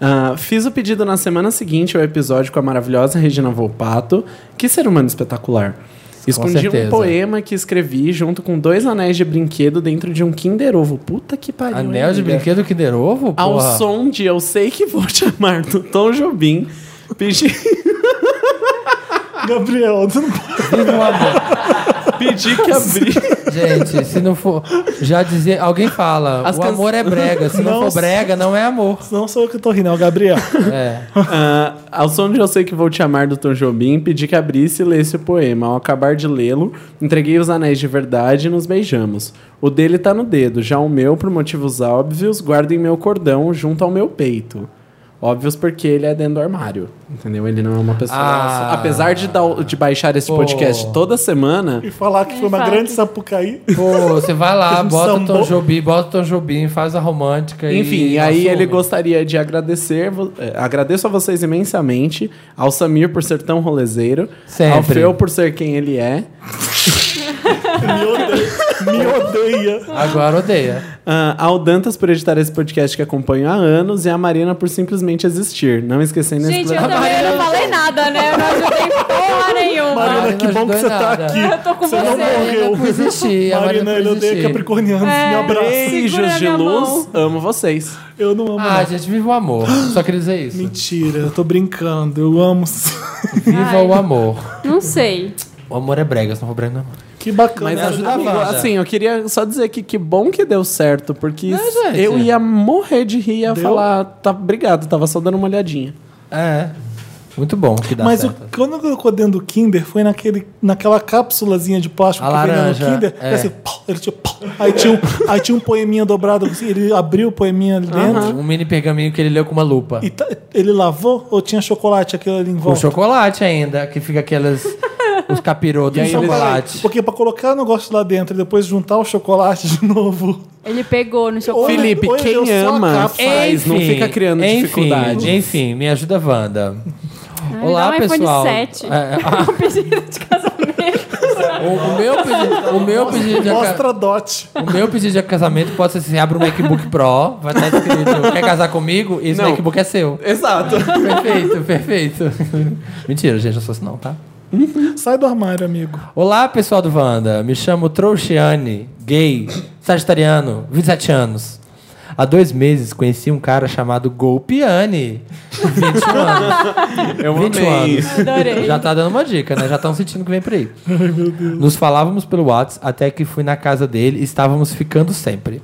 Speaker 6: Ah, fiz o pedido na semana seguinte ao episódio com a maravilhosa Regina Volpato. Que ser humano espetacular. Escondi um
Speaker 3: certeza.
Speaker 6: poema que escrevi junto com dois anéis de brinquedo dentro de um Kinder Ovo. Puta que pariu.
Speaker 3: Anel de
Speaker 6: amiga.
Speaker 3: brinquedo Kinder Ovo?
Speaker 6: Ao
Speaker 3: porra?
Speaker 6: um som de Eu Sei Que Vou Te Amar, do Tom Jobim, pedi...
Speaker 3: *laughs*
Speaker 1: Gabriel, você não pode.
Speaker 3: Viva o amor.
Speaker 6: Pedi que abrisse.
Speaker 3: *laughs* Gente, se não for. Já dizia. Alguém fala,
Speaker 1: As
Speaker 3: o
Speaker 1: can-
Speaker 3: amor é brega. Se não,
Speaker 1: Não
Speaker 3: for brega, não é amor.
Speaker 1: Não sou eu que tô rindo, é o Gabriel.
Speaker 3: É.
Speaker 6: Ah, ao som de Eu Sei Que Vou Te Amar do Tom Jobim, pedi que abrisse e lesse o poema. Ao acabar de lê-lo, entreguei os anéis de verdade e nos beijamos. O dele tá no dedo, já o meu, por motivos óbvios, guardo em meu cordão junto ao meu peito. Óbvios porque ele é dentro do armário, entendeu? Ele não é uma pessoa.
Speaker 1: Ah.
Speaker 6: Apesar de, dar- de baixar esse
Speaker 1: Pô.
Speaker 6: podcast toda semana,
Speaker 1: E falar que foi uma
Speaker 3: Exato.
Speaker 1: grande sapucaí.
Speaker 3: Pô, você vai
Speaker 6: *laughs*
Speaker 3: lá,
Speaker 1: Um
Speaker 3: bota o Tom
Speaker 1: sambô.
Speaker 3: Jobim, bota o Tom Jobim, faz a romântica. É, e né?
Speaker 6: Enfim, e aí
Speaker 3: assume.
Speaker 6: ele gostaria de agradecer, vo- eh, agradeço a vocês imensamente, ao Samir por ser tão rolezeiro, ao
Speaker 3: Sempre.
Speaker 6: Feu por ser quem ele é.
Speaker 1: Me odeia.
Speaker 3: Agora odeia.
Speaker 6: Ah, ao Dantas por editar esse podcast que acompanho há anos e a Marina por simplesmente existir. Não esquecendo esse
Speaker 2: Gente, eu
Speaker 6: plano-
Speaker 2: também não falei nada, né? Eu não ajudei porra nenhuma.
Speaker 1: Marina, que bom que você tá aqui.
Speaker 2: Eu tô com
Speaker 1: você
Speaker 2: você.
Speaker 1: não morreu.
Speaker 3: a Marina
Speaker 1: Marina,
Speaker 3: não
Speaker 1: ele odeia
Speaker 3: existe.
Speaker 1: Capricornianos.
Speaker 2: É,
Speaker 1: Me abraça.
Speaker 2: segura
Speaker 6: Beijos de
Speaker 2: minha
Speaker 6: luz, amo vocês.
Speaker 1: Eu não amo.
Speaker 3: Ah,
Speaker 1: não.
Speaker 3: gente, viva o amor. Só queria dizer isso.
Speaker 1: Mentira, eu tô brincando. Eu amo.
Speaker 3: Viva
Speaker 2: Ai.
Speaker 3: o amor.
Speaker 2: Não sei.
Speaker 3: O amor é brega, se não for brega, não é amor.
Speaker 1: Que bacana.
Speaker 6: Mas
Speaker 3: Me ajuda
Speaker 6: amigo,
Speaker 3: a banda.
Speaker 6: assim, eu queria só dizer que que bom que deu certo, porque
Speaker 3: É, gente.
Speaker 6: eu ia morrer de rir e ia
Speaker 1: Deu?
Speaker 6: falar, tá, obrigado, tava só dando uma olhadinha.
Speaker 3: É. Muito bom que dá
Speaker 1: Mas o,
Speaker 3: certo.
Speaker 1: quando eu colocou dentro do Kinder, foi naquele, naquela cápsulazinha de plástico
Speaker 3: A
Speaker 1: que
Speaker 3: laranja,
Speaker 1: no Kinder.
Speaker 3: é.
Speaker 1: e assim, pá, ele tinha, pá, aí, tinha um, aí tinha um poeminha dobrado, assim, ele abriu o poeminha ali dentro.
Speaker 3: Um mini pergaminho que ele leu com uma lupa.
Speaker 1: E tá- ele lavou ou tinha chocolate aquilo ali em
Speaker 3: Com
Speaker 1: volta?
Speaker 3: chocolate ainda, que fica aquelas. os capirotos de chocolate.
Speaker 1: Porque pra colocar o negócio lá dentro e depois juntar o chocolate de novo.
Speaker 2: Ele pegou no É, chocolate.
Speaker 6: Felipe,
Speaker 1: Ou ele deu
Speaker 6: quem
Speaker 1: só a
Speaker 6: ama
Speaker 1: cápsula.
Speaker 6: faz, não fica criando
Speaker 3: enfim,
Speaker 6: dificuldade.
Speaker 3: Enfim, me ajuda, Wanda.
Speaker 2: Ai,
Speaker 3: Olá,
Speaker 2: dá um
Speaker 3: pessoal.
Speaker 2: iPhone 7. *laughs*
Speaker 3: É,
Speaker 2: Um pedido de casamento.
Speaker 3: o, o meu pedido, o meu pedido de aca-
Speaker 1: Mostra a dot.
Speaker 3: o meu pedido de casamento pode ser assim, abre um MacBook Pro, vai estar escrito, quer casar comigo? Esse
Speaker 6: Não.
Speaker 3: MacBook é seu.
Speaker 6: Exato.
Speaker 3: Perfeito, perfeito. Mentira, gente, não sou assim não, tá?
Speaker 1: Sai do armário, amigo.
Speaker 3: Olá, pessoal do Wanda. Me chamo Trouxiane, gay, sagitariano, 27 anos. Há dois meses conheci um cara chamado Golpiane, 21 anos.
Speaker 6: Eu
Speaker 3: 20
Speaker 6: amei
Speaker 3: anos.
Speaker 6: isso.
Speaker 2: Adorei.
Speaker 3: Já tá dando uma dica, né? Já estão sentindo que vem por aí. Nos falávamos pelo WhatsApp até que fui na casa dele e estávamos ficando sempre.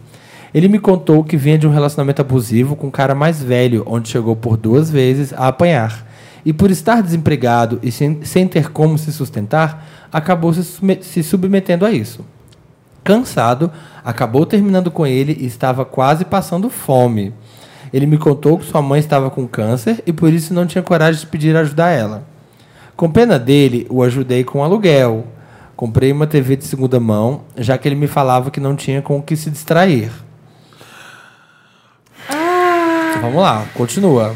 Speaker 3: Ele me contou que vinha de um relacionamento abusivo com um cara mais velho, onde chegou por duas vezes a apanhar. E por estar desempregado e sem, sem ter como se sustentar, acabou se sume- se submetendo a isso. Cansado, acabou terminando com ele e estava quase passando fome. Ele me contou que sua mãe estava com câncer e por isso não tinha coragem de pedir ajuda a ela. Com pena dele, o ajudei com aluguel. Comprei uma TV de segunda mão, já que ele me falava que não tinha com o que se distrair.
Speaker 1: Ah.
Speaker 3: Vamos lá, continua.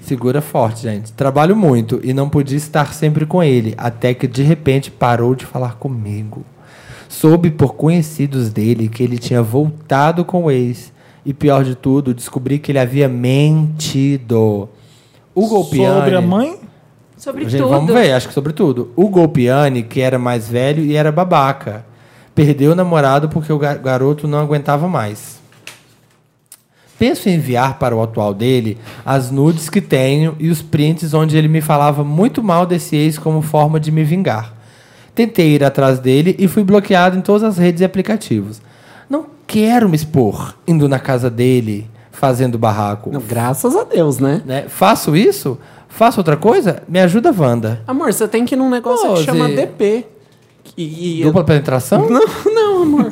Speaker 3: Segura forte, gente. Trabalho muito e não podia estar sempre com ele, até que de repente parou de falar comigo. Soube por conhecidos dele que ele tinha voltado com o ex. E pior de tudo, descobri que ele havia mentido. O golpeante.
Speaker 1: Sobre a mãe?
Speaker 2: Sobre
Speaker 3: Gente,
Speaker 2: tudo.
Speaker 3: Vamos ver, acho que sobre tudo. O Golpiani, que era mais velho e era babaca, perdeu o namorado porque o ga- garoto não aguentava mais. Penso em enviar para o atual dele as nudes que tenho e os prints onde ele me falava muito mal desse ex como forma de me vingar. Tentei ir atrás dele e fui bloqueado em todas as redes e aplicativos. Não quero me expor indo na casa dele, fazendo barraco.
Speaker 6: Não, graças a Deus, né?
Speaker 3: Né? Faço isso? Faço outra coisa? Me ajuda, Wanda.
Speaker 6: Amor, você tem que ir num negócio
Speaker 3: Pô,
Speaker 6: que chama
Speaker 3: Zê.
Speaker 6: DP. E, e-
Speaker 3: Dupla
Speaker 6: *laughs*
Speaker 3: penetração?
Speaker 6: Não, não, amor.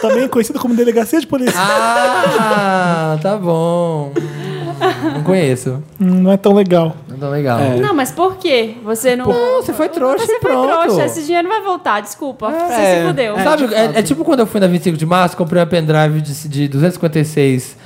Speaker 1: Também conhecido como delegacia de polícia.
Speaker 3: Ah, tá bom. Hum, Não conheço.
Speaker 1: Hum, Não é tão legal.
Speaker 3: Não tá legal.
Speaker 6: É.
Speaker 2: Não, mas por quê? Você não.
Speaker 3: Não, você foi trouxa
Speaker 2: Você
Speaker 3: e pronto.
Speaker 2: foi trouxa, esse dinheiro vai voltar, desculpa. você se fudeu.
Speaker 3: Sabe, é, é tipo quando eu fui na 25 de março, comprei uma pendrive de, de 256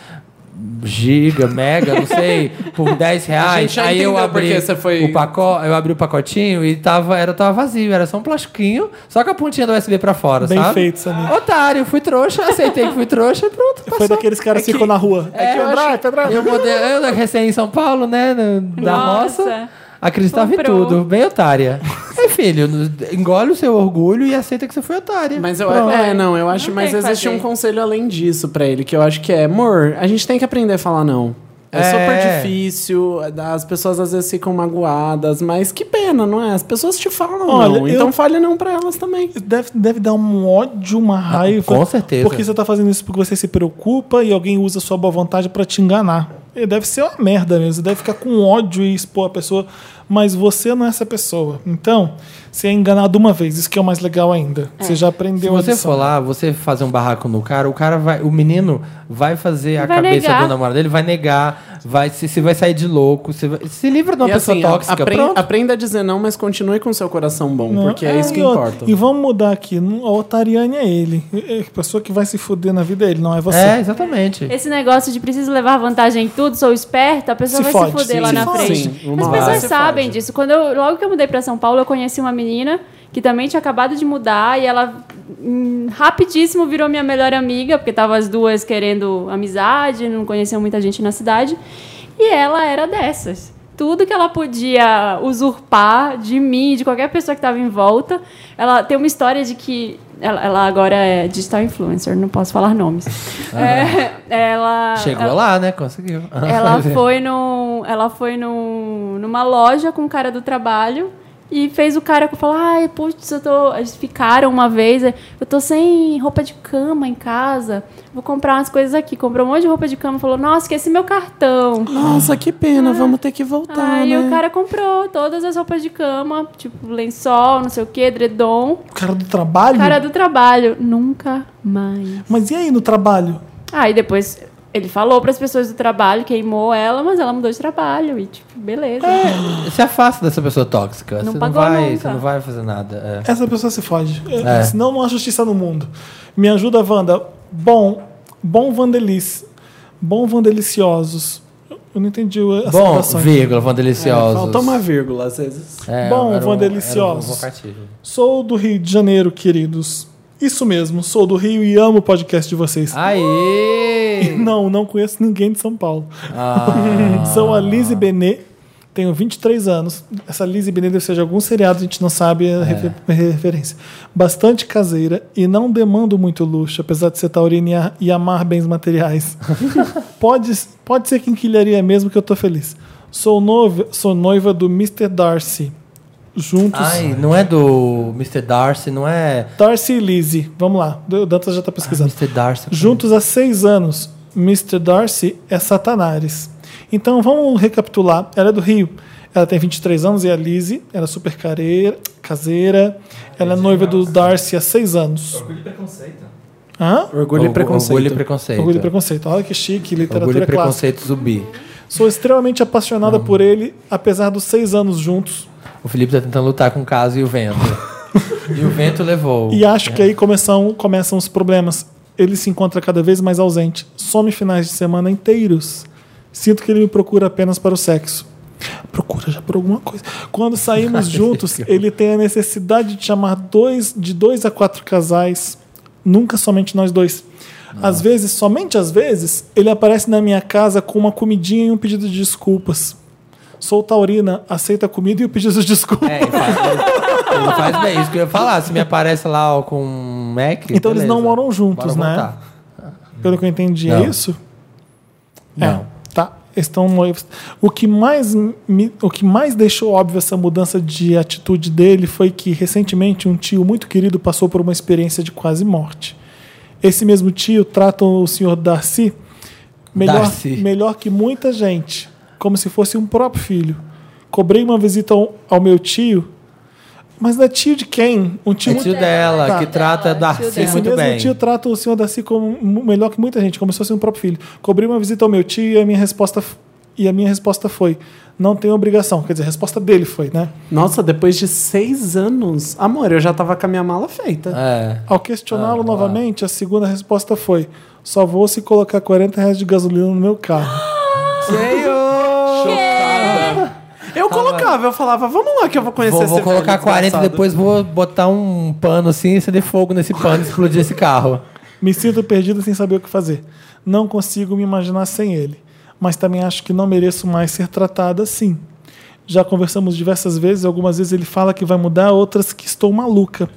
Speaker 3: giga, mega, não sei,
Speaker 6: *laughs*
Speaker 3: por 10 reais.
Speaker 6: já
Speaker 3: aí
Speaker 6: entendeu
Speaker 3: eu
Speaker 6: por
Speaker 3: abri
Speaker 6: que você foi-
Speaker 3: o pacote, eu abri o pacotinho e tava, era, tava vazio, era só um plastiquinho, só com a pontinha do USB pra fora,
Speaker 1: Bem
Speaker 3: sabe?
Speaker 1: feito, Samir.
Speaker 3: Otário, fui trouxa, aceitei que fui trouxa e pronto,
Speaker 1: Foi
Speaker 3: passou.
Speaker 1: daqueles caras que ficam na rua.
Speaker 3: É, eu acho- Eu, mudei, eu recém em São Paulo, né? no- da
Speaker 2: Nossa.
Speaker 3: roça. Acreditava
Speaker 2: Comprou.
Speaker 3: em tudo, bem otária. Aí, filho, no- engole o seu orgulho e aceita que você foi otária.
Speaker 6: Mas eu
Speaker 3: Pronto. um
Speaker 6: É, não, eu acho,
Speaker 2: Não
Speaker 6: mas
Speaker 2: tem o que
Speaker 6: existe
Speaker 2: fazer.
Speaker 6: um conselho além disso pra ele, que eu acho que é, amor, a gente tem que aprender a falar não. É, super difícil, as pessoas às vezes ficam magoadas, mas que pena, não é? As pessoas te falam,
Speaker 1: Olha,
Speaker 6: não.
Speaker 1: eu-
Speaker 6: Então fale não pra elas também. Ah,
Speaker 1: Deve, deve dar um ódio, uma raiva.
Speaker 3: com certeza.
Speaker 1: Porque você tá fazendo isso porque você se preocupa e alguém usa sua boa vontade pra te enganar. E deve ser uma merda mesmo. Você deve ficar com ódio e expor a pessoa. Mas você não é essa pessoa. Então, você é enganado uma vez. Isso que é o mais legal ainda. Você já
Speaker 3: Se
Speaker 1: aprendeu a
Speaker 3: você
Speaker 1: lição.
Speaker 3: for lá, você fazer um barraco no cara, o cara vai. O menino vai fazer a
Speaker 1: Vai
Speaker 3: cabeça
Speaker 1: negar.
Speaker 3: do namorado dele, vai negar, vai se, se vai sair de louco, se, vai- se livra de uma
Speaker 6: E,
Speaker 3: pessoa
Speaker 6: assim, a-
Speaker 3: tóxica.
Speaker 6: apren-
Speaker 3: pronto.
Speaker 6: Aprenda a dizer não, mas continue com seu coração bom,
Speaker 1: Não,
Speaker 6: porque é, isso que
Speaker 1: e outra-
Speaker 6: importa.
Speaker 1: E vamos mudar aqui. Não, A otariane é ele. É A pessoa que vai se fuder na vida é ele, não é você.
Speaker 3: É, exatamente.
Speaker 2: Esse negócio de preciso levar vantagem em tudo, sou esperta, a pessoa
Speaker 1: Se
Speaker 2: vai
Speaker 1: fode,
Speaker 2: se fuder
Speaker 1: sim,
Speaker 2: lá
Speaker 1: se
Speaker 2: na
Speaker 1: fode.
Speaker 2: frente.
Speaker 1: Sim,
Speaker 2: As
Speaker 1: uma hora
Speaker 2: pessoas
Speaker 1: se
Speaker 2: sabem disso. Quando eu, logo que eu mudei pra São Paulo, eu conheci uma menina que também tinha acabado de mudar e ela hum, rapidíssimo virou minha melhor amiga, porque tava as duas querendo amizade, não conheciam muita gente na cidade. E ela era dessas. Tudo que ela podia usurpar de mim, de qualquer pessoa que estava em volta. Ela tem uma história de que. Ela, ela agora é digital influencer, não posso falar nomes. É, ela.
Speaker 3: Chegou
Speaker 2: ela-
Speaker 3: lá, né? Conseguiu.
Speaker 6: *laughs*
Speaker 3: *laughs*
Speaker 2: ela foi num, ela foi num, numa loja com o cara do trabalho e fez o cara falar, ai, putz, eu tô. Eles ficaram uma vez, eu tô sem roupa de cama em casa, vou comprar umas coisas aqui. Comprou um monte de roupa de cama, falou, nossa, esqueci meu cartão.
Speaker 6: Nossa, que pena, vamos ter que voltar.
Speaker 2: Aí
Speaker 6: né?
Speaker 2: o cara comprou todas as roupas de cama, tipo lençol, não sei o que, edredom.
Speaker 1: Cara do trabalho?
Speaker 2: Cara do trabalho, nunca mais.
Speaker 1: Mas e aí no trabalho?
Speaker 2: Aí depois ele falou pras pessoas do trabalho, queimou ela, mas ela mudou de trabalho e tipo, beleza.
Speaker 6: É.
Speaker 3: Se afasta dessa pessoa tóxica. você,
Speaker 2: Não
Speaker 3: não
Speaker 2: pagou
Speaker 3: vai,
Speaker 2: nunca.
Speaker 3: você não vai fazer nada. é.
Speaker 1: Essa pessoa se fode.
Speaker 3: É.
Speaker 1: Senão não há justiça no mundo. Me ajuda, Wanda. Bom, bom vandeliz. Bom vandeliciosos. Eu eu não entendi as
Speaker 3: Bom,
Speaker 1: saudações.
Speaker 3: vírgula, vandeliciosos.
Speaker 6: É, falta uma vírgula às vezes.
Speaker 3: É,
Speaker 1: Bom,
Speaker 3: era um- era um
Speaker 1: vandeliciosos.
Speaker 3: vocativo.
Speaker 1: sou do Rio de Janeiro, queridos. Isso mesmo, sou do Rio e amo o podcast de vocês.
Speaker 3: Aê!
Speaker 1: Não, não conheço ninguém de São Paulo.
Speaker 3: Ah.
Speaker 1: *laughs* sou a Lise Benê, tenho 23 anos. Essa Lise Benê deve ser de algum seriado, a gente não sabe
Speaker 3: É.
Speaker 1: a refer- referência. Bastante caseira e não demando muito luxo, apesar de ser taurina e a- e amar bens
Speaker 3: *laughs*
Speaker 1: materiais. pode, pode ser quinquilharia mesmo que eu tô feliz. Sou, noiva- sou noiva do Mr. Darcy. Juntos.
Speaker 3: Ai, não é do Mr. Darcy, não é.
Speaker 1: Darcy e Lizzie, vamos lá. O Dantas já tá pesquisando.
Speaker 3: Mr. Darcy.
Speaker 1: Juntos há seis anos, Mr. Darcy é Satanares. Então vamos recapitular. Ela é do Rio. Ela tem 23 anos e é a Lizzie. Ela é super careira, caseira. Ela é noiva do Darcy há seis anos.
Speaker 5: Orgulho e preconceito.
Speaker 1: Hã?
Speaker 6: Orgulho e
Speaker 3: Orgu-
Speaker 6: preconceito.
Speaker 3: Orgulho e preconceito. é.
Speaker 1: Orgulho e preconceito. Olha que chique,
Speaker 3: Orgulho
Speaker 1: literatura
Speaker 3: e
Speaker 1: clássica.
Speaker 3: preconceito Hum. zumbi.
Speaker 1: Sou extremamente apaixonada por ele, apesar dos seis anos juntos.
Speaker 3: O Felipe tá tentando lutar com o caso e o vento. e o vento levou.
Speaker 1: E acho que aí começam, começam os problemas. Ele se encontra cada vez mais ausente. Some finais de semana inteiros. Sinto que ele me procura apenas para o sexo. Procura já por alguma coisa. Quando saímos juntos, ele tem a necessidade de chamar dois, de dois a quatro casais. Nunca somente nós dois. Às vezes, somente às vezes, ele aparece na minha casa com uma comidinha e um pedido de desculpas. Sou taurina, aceita a comida e o pedido de desculpas.
Speaker 3: Ele faz bem, isso que eu ia falar. Se me aparece lá ó, com um Mac.
Speaker 1: Então eles
Speaker 3: beleza.
Speaker 1: não moram juntos,
Speaker 3: Bora
Speaker 1: né?
Speaker 3: voltar.
Speaker 1: Pelo que eu entendi, é
Speaker 3: Não.
Speaker 1: isso?
Speaker 3: Não.
Speaker 1: É, tá. Estão noivos. O que, mais me- o que mais deixou óbvio essa mudança de atitude dele foi que recentemente um tio muito querido passou por uma experiência de quase morte. Esse mesmo tio trata o senhor Darcy melhor,
Speaker 3: Darcy.
Speaker 1: melhor que muita gente, como se fosse um próprio filho. Cobrei uma visita ao, ao meu tio, mas não é tio de quem? Um tio
Speaker 3: É
Speaker 1: muito-
Speaker 3: tio dela,
Speaker 1: Tá.
Speaker 3: que trata Darcy
Speaker 1: Esse
Speaker 3: muito
Speaker 1: mesmo
Speaker 3: bem.
Speaker 1: tio trata o senhor Darcy como mu- melhor que muita gente, como se fosse um próprio filho. Cobri uma visita ao meu tio e a minha resposta f- e a minha resposta foi: não tenho obrigação. Quer dizer, a resposta dele foi, né?
Speaker 6: Nossa, depois de seis anos. Amor, eu já tava com a minha mala feita.
Speaker 3: É.
Speaker 1: Ao questioná-lo novamente, a segunda resposta foi: só vou se colocar 40 reais de gasolina no meu carro.
Speaker 6: Eu colocava, eu falava, vamos lá que eu vou conhecer
Speaker 3: Vou, vou
Speaker 6: esse
Speaker 3: colocar
Speaker 6: velho
Speaker 3: 40 e
Speaker 6: desgraçado.
Speaker 3: depois vou botar um pano assim e acender fogo nesse pano e explodir esse carro.
Speaker 1: Me sinto perdido sem saber o que fazer. Não consigo me imaginar sem ele. Mas também acho que não mereço mais ser tratada assim. Já conversamos diversas vezes, algumas vezes ele fala que vai mudar, outras que estou maluca.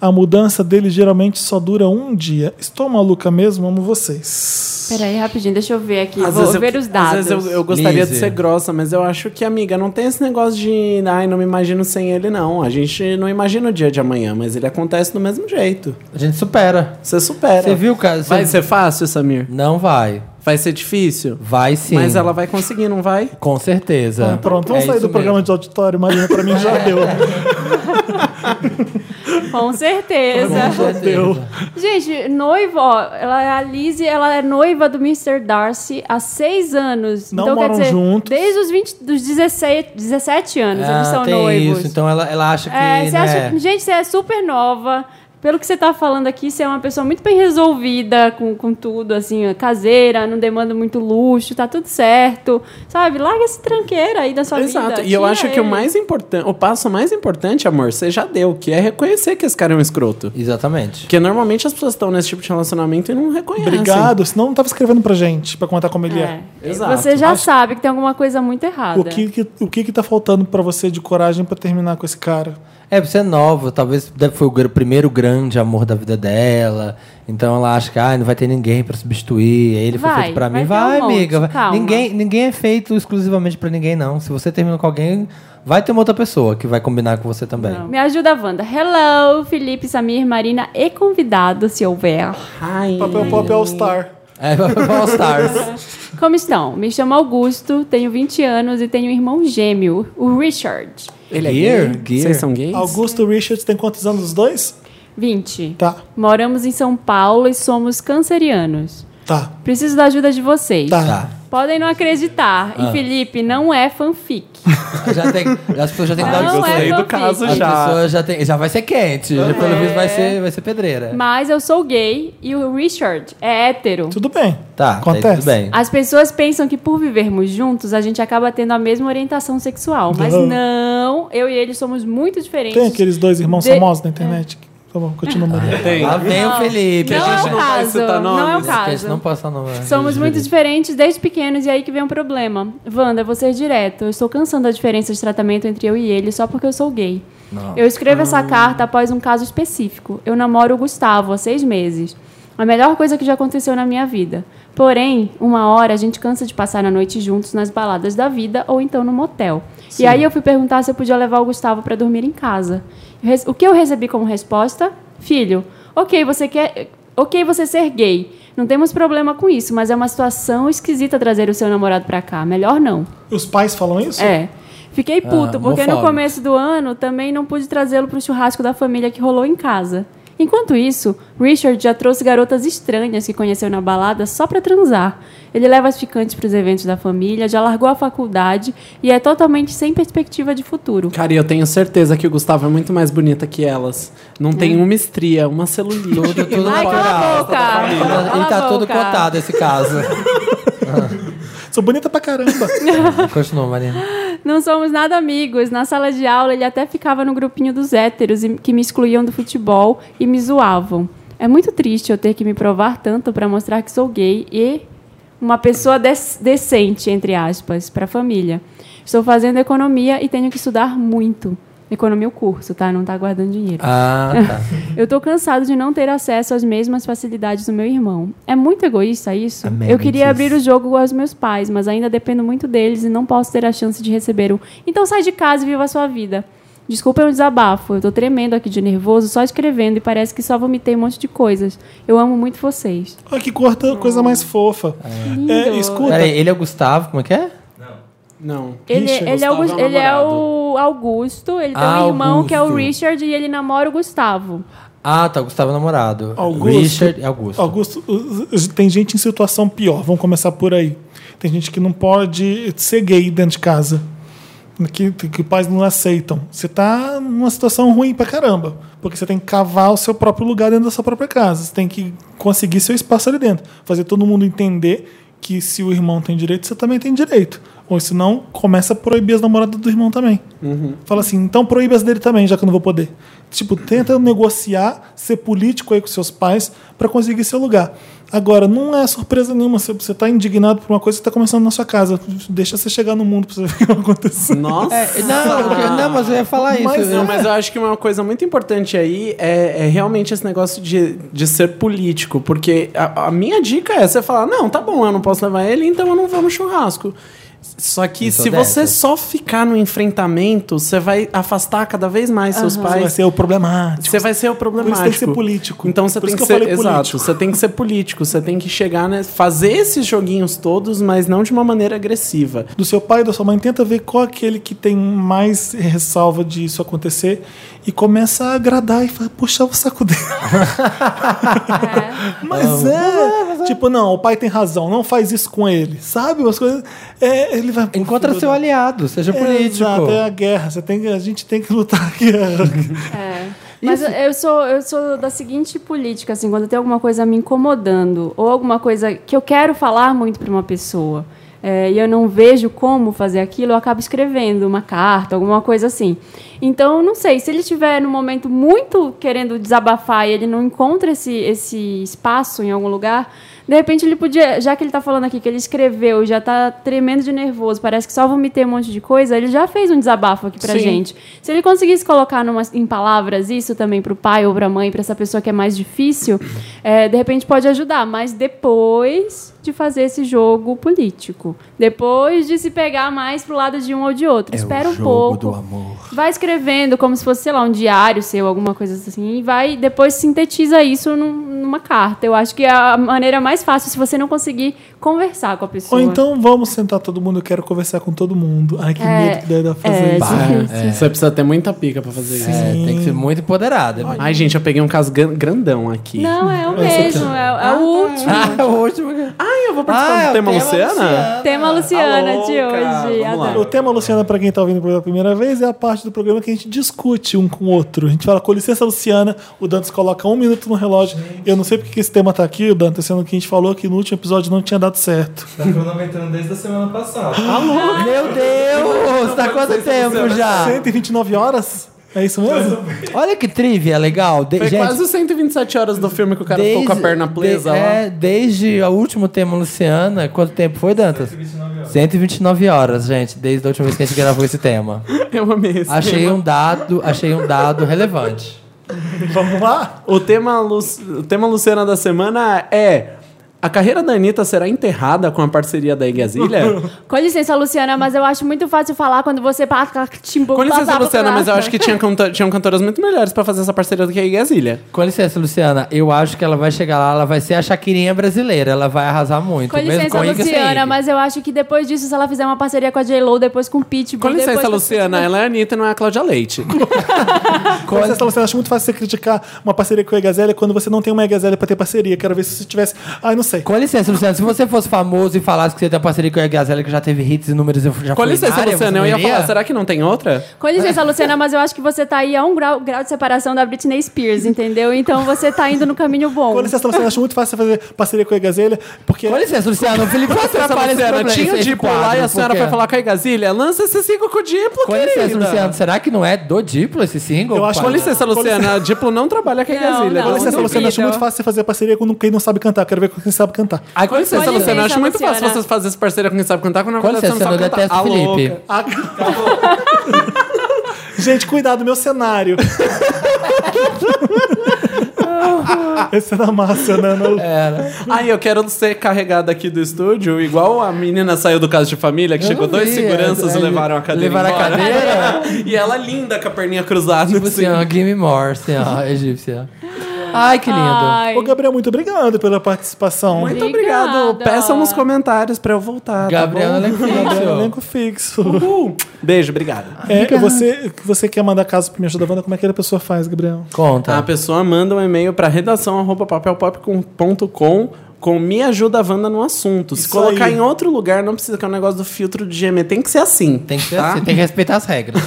Speaker 1: A mudança dele geralmente só dura um dia. Estou maluca mesmo, amo vocês.
Speaker 2: Peraí, rapidinho, deixa eu ver aqui.
Speaker 6: Às
Speaker 2: Ah, Vou
Speaker 6: vezes eu-
Speaker 2: ver os dados.
Speaker 6: Às vezes eu, eu gostaria de ser grossa, mas eu acho que, amiga, não tem esse negócio de. Ai, não me imagino sem ele, não. A gente não imagina o dia de amanhã, mas ele acontece do mesmo jeito.
Speaker 3: A gente supera.
Speaker 6: Você supera.
Speaker 3: Você viu, cara?
Speaker 6: Vai
Speaker 3: Você-
Speaker 6: ser fácil, Samir?
Speaker 3: Não vai.
Speaker 6: Vai ser difícil?
Speaker 3: Vai sim.
Speaker 6: Mas ela vai conseguir, não vai?
Speaker 3: Com certeza.
Speaker 6: Então,
Speaker 1: Pronto, vamos
Speaker 6: É
Speaker 1: sair
Speaker 6: isso
Speaker 1: do programa de auditório, Marina, pra mim já deu.
Speaker 6: *laughs*
Speaker 2: Com certeza.
Speaker 1: Já deu.
Speaker 2: Gente, noiva, ó, ela, a Lizzie, ela é noiva do Mr. Darcy há seis anos.
Speaker 3: Não
Speaker 2: então,
Speaker 3: moram
Speaker 2: quer dizer,
Speaker 3: juntos.
Speaker 2: desde os 20, dos 17, 17 anos, eles
Speaker 3: Ah,
Speaker 2: são
Speaker 3: tem
Speaker 2: noivos.
Speaker 3: isso. Então ela, ela acha que.
Speaker 2: É, você
Speaker 3: né,
Speaker 2: acha, gente, você é super nova. Pelo que você tá falando aqui, você é uma pessoa muito bem resolvida com, com tudo, assim, ó, caseira, não demanda muito luxo, tá tudo certo. Sabe? Larga esse tranqueiro aí da sua vida. é.
Speaker 6: Exato. E eu
Speaker 2: tira
Speaker 6: acho que o
Speaker 2: ele.
Speaker 6: mais importante, o passo mais importante, amor, você já deu, que é reconhecer que esse cara é um escroto.
Speaker 3: Exatamente.
Speaker 6: Porque normalmente as pessoas estão nesse tipo de relacionamento e não reconhecem.
Speaker 1: Obrigado, senão não tava escrevendo pra gente, pra contar como ele é.
Speaker 2: É, Você já sabe que tem alguma coisa muito errada.
Speaker 1: O que, que- o que que tá faltando pra você de coragem pra terminar com esse cara?
Speaker 3: É, você é nova, talvez deve- foi o gr- primeiro grande amor da vida dela. Então ela acha que ah, não vai ter ninguém pra substituir. Aí ele foi
Speaker 7: Vai,
Speaker 3: feito pra
Speaker 7: vai
Speaker 3: mim.
Speaker 7: ter um
Speaker 3: Vai,
Speaker 7: monte,
Speaker 3: amiga. vai.
Speaker 7: calma.
Speaker 3: Ninguém, ninguém é feito exclusivamente pra ninguém, não. Se você terminou com alguém, vai ter uma outra pessoa que vai combinar com você também.
Speaker 2: Me ajuda, Wanda. Hello, Felipe, Samir, Marina e convidado, se houver.
Speaker 1: Papel Pop All Star.
Speaker 3: É, *laughs* All Stars.
Speaker 2: Como estão? Me chamo Augusto, tenho 20 anos e tenho um irmão gêmeo, o Richard.
Speaker 6: Ele
Speaker 1: é
Speaker 6: Gear? gay? Vocês são gays?
Speaker 1: Augusto Richards tem quantos anos os dois?
Speaker 2: 20.
Speaker 1: Tá.
Speaker 2: Moramos em São Paulo e somos cancerianos.
Speaker 1: Tá.
Speaker 2: Preciso da ajuda de vocês.
Speaker 3: Tá.
Speaker 2: Podem não acreditar.
Speaker 3: Ah.
Speaker 2: tá, E Felipe, não é fanfic.
Speaker 3: Já tem, as pessoas já têm que dar
Speaker 2: Não,
Speaker 3: um
Speaker 2: é
Speaker 3: gostei.
Speaker 2: do caso
Speaker 3: As
Speaker 2: já.
Speaker 3: pessoas já tem, já vai ser quente. Já, pelo visto vai ser, vai ser pedreira.
Speaker 2: É. Mas eu sou gay e o Richard é hétero.
Speaker 1: Tudo bem.
Speaker 3: Tá, Acontece. tudo bem.
Speaker 2: As pessoas pensam que por vivermos juntos, a gente acaba tendo a mesma orientação sexual. Mas
Speaker 1: Não.
Speaker 2: não, eu e ele somos muito diferentes.
Speaker 1: Tem aqueles dois irmãos
Speaker 2: De-
Speaker 1: famosos na internet? Tá bom, continua. Marina.
Speaker 6: Tem.
Speaker 3: Lá vem o
Speaker 2: Não,
Speaker 3: Felipe.
Speaker 2: não
Speaker 3: a gente
Speaker 2: é o
Speaker 3: vai
Speaker 2: caso,
Speaker 3: citar
Speaker 2: não é o
Speaker 3: nomes. Porque a gente
Speaker 2: caso.
Speaker 3: não passa nome. né?
Speaker 2: Somos muito diferentes desde pequenos e aí que vem um problema. Wanda, vou ser direto. Eu estou cansando da diferença de tratamento entre eu e ele só porque eu sou gay.
Speaker 7: Não.
Speaker 2: Eu escrevo
Speaker 1: Ah.
Speaker 2: essa carta após um caso específico. Eu namoro o Gustavo há seis meses. A melhor coisa que já aconteceu na minha vida. Porém, uma hora a gente cansa de passar a noite juntos nas baladas da vida ou então no motel.
Speaker 7: Sim.
Speaker 2: E aí eu fui perguntar se eu podia levar o Gustavo para dormir em casa. Eu res- O que eu recebi como resposta? Filho, ok, você quer. Ok, você ser gay. Não temos problema com isso, mas é uma situação esquisita trazer o seu namorado para cá. Melhor não.
Speaker 1: Os pais falam isso?
Speaker 2: É. Fiquei puto,
Speaker 1: Ah,
Speaker 2: porque no
Speaker 1: homofóbicos.
Speaker 2: começo do ano também não pude trazê-lo pro churrasco da família que rolou em casa. Enquanto isso, Richard já trouxe garotas estranhas que conheceu na balada só pra transar. Ele leva as ficantes pros eventos da família, já largou a faculdade e é totalmente sem perspectiva de futuro.
Speaker 6: Cara, e eu tenho certeza que o Gustavo é muito mais bonita que elas. Não tem uma estria, uma celulite. Tudo,
Speaker 3: tudo Ai, cala a
Speaker 2: Hum. Cala a boca!
Speaker 3: Ele tá todo contado esse caso.
Speaker 1: *laughs* Sou bonita pra caramba.
Speaker 3: Ah. Continua, Marina.
Speaker 2: Não somos nada amigos. Na sala de aula, ele até ficava no grupinho dos héteros e- que me excluíam do futebol e me zoavam. É muito triste eu ter que me provar tanto para mostrar que sou gay e uma pessoa des- decente, entre aspas, para a família. Estou fazendo economia e tenho que estudar muito. Economia o curso, tá? Não tá guardando dinheiro.
Speaker 3: Ah, tá.
Speaker 2: Eu tô cansado de não ter acesso às mesmas facilidades do meu irmão. É muito egoísta isso?
Speaker 7: Amém,
Speaker 2: eu queria
Speaker 7: diz.
Speaker 2: abrir o jogo aos meus pais, mas ainda dependo muito deles e não posso ter a chance de receber um. Então sai de casa e viva a sua vida. Desculpa o desabafo, eu tô tremendo aqui de nervoso só escrevendo e parece que só vomitei um monte de coisas. Eu amo muito vocês.
Speaker 1: Olha que corta, coisa mais fofa. É, escuta.
Speaker 3: Peraí, ele é o Gustavo, como é que é?
Speaker 6: Não.
Speaker 2: Ele, ele, é o, Gus- ele é o Augusto, ele tem
Speaker 3: Ah,
Speaker 2: um irmão que é o
Speaker 3: Augusto.
Speaker 2: Richard e ele namora o Gustavo.
Speaker 3: Ah, tá, o Gustavo é namorado.
Speaker 1: Augusto.
Speaker 3: Richard e Augusto.
Speaker 1: Augusto, os- os- tem gente em situação pior, vamos começar por aí. Tem gente que não pode ser gay dentro de casa. Que, que pais não aceitam. Você tá numa situação ruim pra caramba. Porque você tem que cavar o seu próprio lugar dentro da sua própria casa. Você tem que conseguir seu espaço ali dentro. Fazer todo mundo entender que se o irmão tem direito, você também tem direito. Ou senão, começa a proibir as namoradas do irmão também. Fala assim, então proíbe as dele também, já que eu não vou poder. Tipo, tenta negociar, ser político aí com seus pais para conseguir seu lugar. Agora, não é surpresa nenhuma se você tá indignado por uma coisa que tá começando na sua casa. Deixa você chegar no mundo pra você ver o que vai acontecer.
Speaker 6: Nossa!
Speaker 3: É, não, porque- não, mas eu ia falar isso.
Speaker 6: Mas,
Speaker 3: Eu-
Speaker 6: mas eu acho que uma coisa muito importante aí é, é realmente esse negócio de, de ser político. Porque a, a minha dica é você falar: não, tá bom, eu não posso levar ele, então eu não vou no churrasco. Só que
Speaker 3: Eu
Speaker 1: Então
Speaker 3: sou
Speaker 6: se você
Speaker 3: dessas.
Speaker 6: só ficar no enfrentamento, você vai afastar cada vez mais seus
Speaker 1: Ah,
Speaker 6: pais.
Speaker 1: Vai ser o problemático.
Speaker 6: Você vai ser o problemático.
Speaker 1: Por isso tem que ser político.
Speaker 6: Então você
Speaker 1: Por
Speaker 6: tem
Speaker 1: isso
Speaker 6: que,
Speaker 1: que eu
Speaker 6: ser
Speaker 1: falei
Speaker 6: exato.
Speaker 1: político.
Speaker 6: Você tem que ser político. Você tem que chegar, né? Fazer esses joguinhos todos, mas não de uma maneira agressiva.
Speaker 1: do seu pai, da sua mãe, tenta ver qual é aquele que tem mais ressalva de isso acontecer e começa a agradar e fala, puxar o saco dele. *laughs* Mas é, tipo, não, o pai tem razão, não faz isso com ele, sabe? Umas coisas. É, ele vai.
Speaker 3: Encontra seu aliado, seja
Speaker 1: É,
Speaker 3: político.
Speaker 1: Exato, é a guerra. Você tem, que- a gente tem que lutar a
Speaker 2: *laughs*
Speaker 1: guerra.
Speaker 2: É. Mas eu sou, eu sou da seguinte política, assim, quando tem alguma coisa me incomodando ou alguma coisa que eu quero falar muito para uma pessoa é, e eu não vejo como fazer aquilo, eu acabo escrevendo uma carta, alguma coisa assim. Então, não sei, se ele estiver num momento muito querendo desabafar e ele não encontra esse, esse espaço em algum lugar, de repente ele podia, já que ele está falando aqui que ele escreveu, já está tremendo de nervoso, parece que só vomitei um monte de coisa, ele já fez um desabafo aqui pra
Speaker 10: Sim.
Speaker 2: gente. Se ele conseguisse colocar numa- em palavras isso também para o pai ou para a mãe, para essa pessoa que é mais difícil, é, de repente pode ajudar, mas depois de fazer esse jogo político. Depois de se pegar mais pro lado de um ou de outro. Espera um pouco. Vai escrevendo como se fosse, sei lá, um diário seu, alguma coisa assim, e vai depois sintetiza isso num- numa carta. Eu acho que é a maneira mais fácil se você não conseguir conversar com a
Speaker 1: Ou
Speaker 2: pessoa.
Speaker 1: então vamos sentar todo mundo, eu quero conversar com todo mundo. Ai, que
Speaker 2: É,
Speaker 1: medo que deve dar pra fazer
Speaker 2: é
Speaker 1: isso. né?
Speaker 6: É, Você precisa ter muita pica pra fazer isso.
Speaker 1: É, tem que ser
Speaker 3: muito empoderada.
Speaker 6: Ai, gente, eu peguei um caso gran- grandão aqui.
Speaker 2: Não, é o mesmo, é, é o último.
Speaker 3: Ah, o último.
Speaker 6: Ai, eu vou
Speaker 2: participar
Speaker 6: do tá. Ah, é tema Luciana?
Speaker 2: Tema Luciana de hoje.
Speaker 1: O
Speaker 2: adoro.
Speaker 1: tema, Luciana, pra quem tá ouvindo pela primeira vez, é a parte do programa que a gente discute um com o outro. A gente fala, com licença, Luciana, o Dantas coloca um minuto no relógio. Eu não sei porque que esse tema tá aqui, o Dantas, sendo que a gente falou que no último episódio não tinha dado certo.
Speaker 8: Tá cronometrando desde a semana
Speaker 1: *laughs*
Speaker 8: passada.
Speaker 3: Meu Deus! Tá quanto
Speaker 11: é
Speaker 3: tempo já?
Speaker 1: 129 horas? É isso mesmo?
Speaker 3: Olha que trivia legal. De-
Speaker 6: Foi
Speaker 3: gente,
Speaker 6: quase 127 horas do filme que o cara ficou com a perna presa
Speaker 3: de-
Speaker 6: lá.
Speaker 3: É, desde o último tema, Luciana. Quanto tempo foi, Dantas? 129 horas. 129 horas, gente, desde a última vez que a gente gravou esse tema.
Speaker 6: Eu amei esse
Speaker 3: Achei
Speaker 6: tema.
Speaker 3: um dado, achei um dado relevante.
Speaker 1: Vamos lá?
Speaker 6: O tema, Lu- o tema Luciana da semana é... A carreira da Anitta será enterrada com a parceria da Iggy
Speaker 1: *laughs*
Speaker 6: Azalea?
Speaker 2: Com licença, Luciana, mas eu acho muito fácil falar quando você passa timbu.
Speaker 6: Com licença, Luciana, mas eu acho que tinha canto- tinham cantoras muito melhores pra fazer essa parceria do que a Iggy Azalea.
Speaker 3: Com licença, Luciana, eu acho que ela vai chegar lá, ela vai ser a Shaquirinha brasileira, ela vai arrasar muito.
Speaker 2: Com
Speaker 3: mesmo
Speaker 2: licença,
Speaker 3: com assim, Iggy sem
Speaker 6: assim.
Speaker 2: Luciana,
Speaker 3: Iggy.
Speaker 2: mas eu acho que depois disso, se ela fizer uma parceria com a J-Lo, depois com o Pitbull...
Speaker 6: Com licença,
Speaker 2: depois...
Speaker 1: né?
Speaker 6: Luciana, ela é a Anitta, não é a Cláudia Leite.
Speaker 1: Com licença, Luciana, acho muito fácil você criticar uma parceria com a Egazélia quando você não tem uma Egazélia pra ter parceria. Quero ver se você tivesse. Ai, não sei.
Speaker 3: Com licença, Luciana, se você fosse famoso e falasse que você tem uma parceria com a Gazela que já teve hits e números eu já
Speaker 6: Com
Speaker 3: foi
Speaker 6: licença,
Speaker 3: lendária,
Speaker 6: Luciana,
Speaker 3: você
Speaker 6: eu ia
Speaker 3: não iria?
Speaker 6: falar, será que não tem outra?
Speaker 2: Com licença, Luciana, mas eu acho que você tá aí a um grau, grau de separação da Britney Spears, entendeu? Então você tá indo no caminho bom.
Speaker 1: Com licença, Luciana, acho muito fácil você fazer parceria com a Egazélia, porque.
Speaker 3: Com licença, Luciana,
Speaker 6: *laughs*
Speaker 3: o Felipe
Speaker 6: Com licença,
Speaker 3: atrapalha esse
Speaker 6: Luciana,
Speaker 3: problema,
Speaker 6: tinha
Speaker 3: esse
Speaker 6: diplo
Speaker 3: quadro,
Speaker 6: lá e a senhora
Speaker 3: porque-
Speaker 6: foi falar com a Igazilha? Lança esse single com o diplo,
Speaker 3: Com licença,
Speaker 6: querida.
Speaker 3: Luciana, será que não é do Diplo esse single?
Speaker 1: Eu acho
Speaker 6: Com
Speaker 1: que-
Speaker 6: licença,
Speaker 1: Com
Speaker 6: Luciana,
Speaker 1: licença.
Speaker 6: diplo não trabalha com a Igazilha.
Speaker 1: Com licença, Luciana, acho muito fácil você fazer parceria com quem não sabe cantar. Quero ver com quem sabe cantar.
Speaker 3: Ai, com
Speaker 6: Ah, licença,
Speaker 2: Com
Speaker 6: Luciana, acho
Speaker 2: licença,
Speaker 6: muito fácil
Speaker 2: Luciana.
Speaker 6: você fazer essa parceira com quem sabe cantar, quando na
Speaker 3: Com
Speaker 6: verdade você não
Speaker 3: licença,
Speaker 6: sabe
Speaker 3: eu
Speaker 6: cantar.
Speaker 3: detesto
Speaker 6: Alô, Ah,
Speaker 3: Felipe.
Speaker 6: cara.
Speaker 1: Gente, cuidado, meu
Speaker 6: *laughs*
Speaker 1: cenário. Esse era massa, né? Não...
Speaker 3: Era.
Speaker 6: Ai, eu quero ser carregada aqui do estúdio, igual a menina saiu do caso de família, que
Speaker 3: Eu
Speaker 6: chegou
Speaker 3: não
Speaker 6: dois
Speaker 3: vi,
Speaker 6: seguranças
Speaker 3: é,
Speaker 6: e
Speaker 3: é,
Speaker 6: levaram a cadeira
Speaker 3: levaram a
Speaker 6: embora.
Speaker 3: cadeira?
Speaker 6: *laughs* e ela linda com a perninha cruzada.
Speaker 3: Tipo
Speaker 6: assim.
Speaker 3: assim, ó, Gimme More, assim,
Speaker 6: *laughs*
Speaker 3: ó, egípcia. Ai, que lindo.
Speaker 2: Ai.
Speaker 1: Ô, Gabriel, muito obrigado pela participação.
Speaker 6: Muito obrigado.
Speaker 2: Obrigada.
Speaker 6: Peçam nos comentários pra eu voltar.
Speaker 3: Gabriel
Speaker 6: tá bom?
Speaker 1: Gabriel,
Speaker 3: Alexandre.
Speaker 1: elenco fixo.
Speaker 6: Uhul. Beijo, obrigado.
Speaker 1: É, você, você quer mandar caso pro Me Ajuda Wanda? Como é que a pessoa faz, Gabriel?
Speaker 3: Conta.
Speaker 6: A pessoa manda um e-mail para redação@papelpop.com com Me Ajuda a Wanda no assunto. Se
Speaker 3: Isso
Speaker 6: colocar
Speaker 3: aí.
Speaker 6: em outro lugar, não precisa, que é um negócio do filtro de Gmail. Tem que ser assim. Tem que
Speaker 3: ser
Speaker 2: Tá.
Speaker 3: assim, tem que respeitar as regras.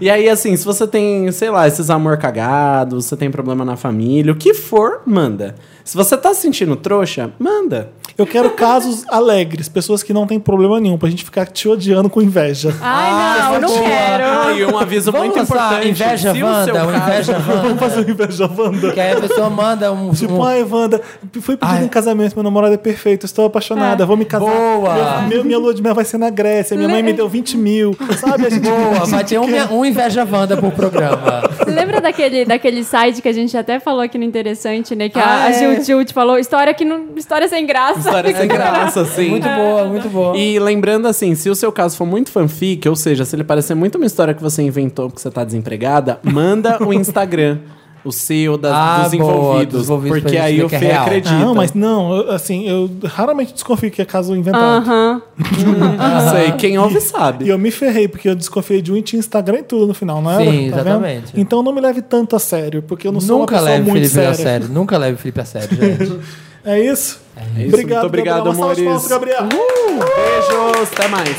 Speaker 6: e aí, assim, se você tem, sei lá, esses amor cagados, você tem problema na família, o que for, manda. Se você tá se sentindo trouxa, manda.
Speaker 1: Eu quero casos alegres, pessoas que não têm problema nenhum, pra gente ficar te odiando com inveja.
Speaker 2: Ai, não, eu não quero.
Speaker 6: Ah, e um aviso
Speaker 3: Vamos
Speaker 6: muito
Speaker 3: lançar
Speaker 6: importante.
Speaker 3: Inveja
Speaker 6: se o seu
Speaker 3: Wanda, o
Speaker 6: caso-
Speaker 1: *laughs*
Speaker 3: Inveja
Speaker 1: Vamos
Speaker 3: Wanda.
Speaker 1: fazer um inveja Wanda.
Speaker 3: Que aí a pessoa manda um.
Speaker 1: *laughs* Tipo,
Speaker 3: um-
Speaker 1: ai, Wanda, fui pedido em casamento, meu namorado é perfeito, estou apaixonada, vou me casar.
Speaker 3: É. Boa!
Speaker 1: Meu- meu- minha lua de mel vai ser na Grécia, minha mãe me deu 20 mil, sabe? A gente
Speaker 3: Boa, vai ter um, um Inveja Wanda pro programa.
Speaker 2: Lembra daquele, daquele site que a gente até falou aqui no Interessante, né? Que a,
Speaker 3: Ah,
Speaker 2: a
Speaker 3: é.
Speaker 2: Gil Tilt falou, história que não. História sem graça.
Speaker 6: História sem graça, sim.
Speaker 3: Muito boa, muito boa.
Speaker 6: assim. E lembrando assim, se o seu caso for muito fanfic, ou seja, se ele parecer muito uma história que você inventou porque você tá desempregada, manda o Instagram. O seu, das,
Speaker 3: Ah,
Speaker 6: dos,
Speaker 3: boa,
Speaker 6: envolvidos,
Speaker 3: dos envolvidos,
Speaker 6: Porque
Speaker 3: pra
Speaker 6: aí
Speaker 3: gente ver
Speaker 6: o
Speaker 3: que é
Speaker 6: Fê
Speaker 3: real.
Speaker 6: acredita.
Speaker 1: Não, mas não, eu- assim, eu raramente desconfio que é caso inventado.
Speaker 2: Aham.
Speaker 6: Não sei, quem ouve sabe.
Speaker 1: E eu me ferrei, porque eu desconfiei de um e tinha Instagram e tudo no final, não era?
Speaker 3: Sim,
Speaker 1: Tá vendo?
Speaker 3: exatamente.
Speaker 1: Então não me leve tanto a sério, porque eu não sou
Speaker 3: Nunca
Speaker 1: uma pessoa
Speaker 3: leve o
Speaker 1: muito
Speaker 3: Felipe a
Speaker 1: séria.
Speaker 3: sério. Nunca leve o Felipe a sério,
Speaker 6: *laughs*
Speaker 3: gente.
Speaker 1: É isso?
Speaker 3: isso.
Speaker 1: Obrigado,
Speaker 6: Muito obrigado,
Speaker 1: Gabriel. Uma salva de palmas pro
Speaker 6: amores.
Speaker 1: Gabriel.
Speaker 3: Uh!
Speaker 6: Beijos, até mais.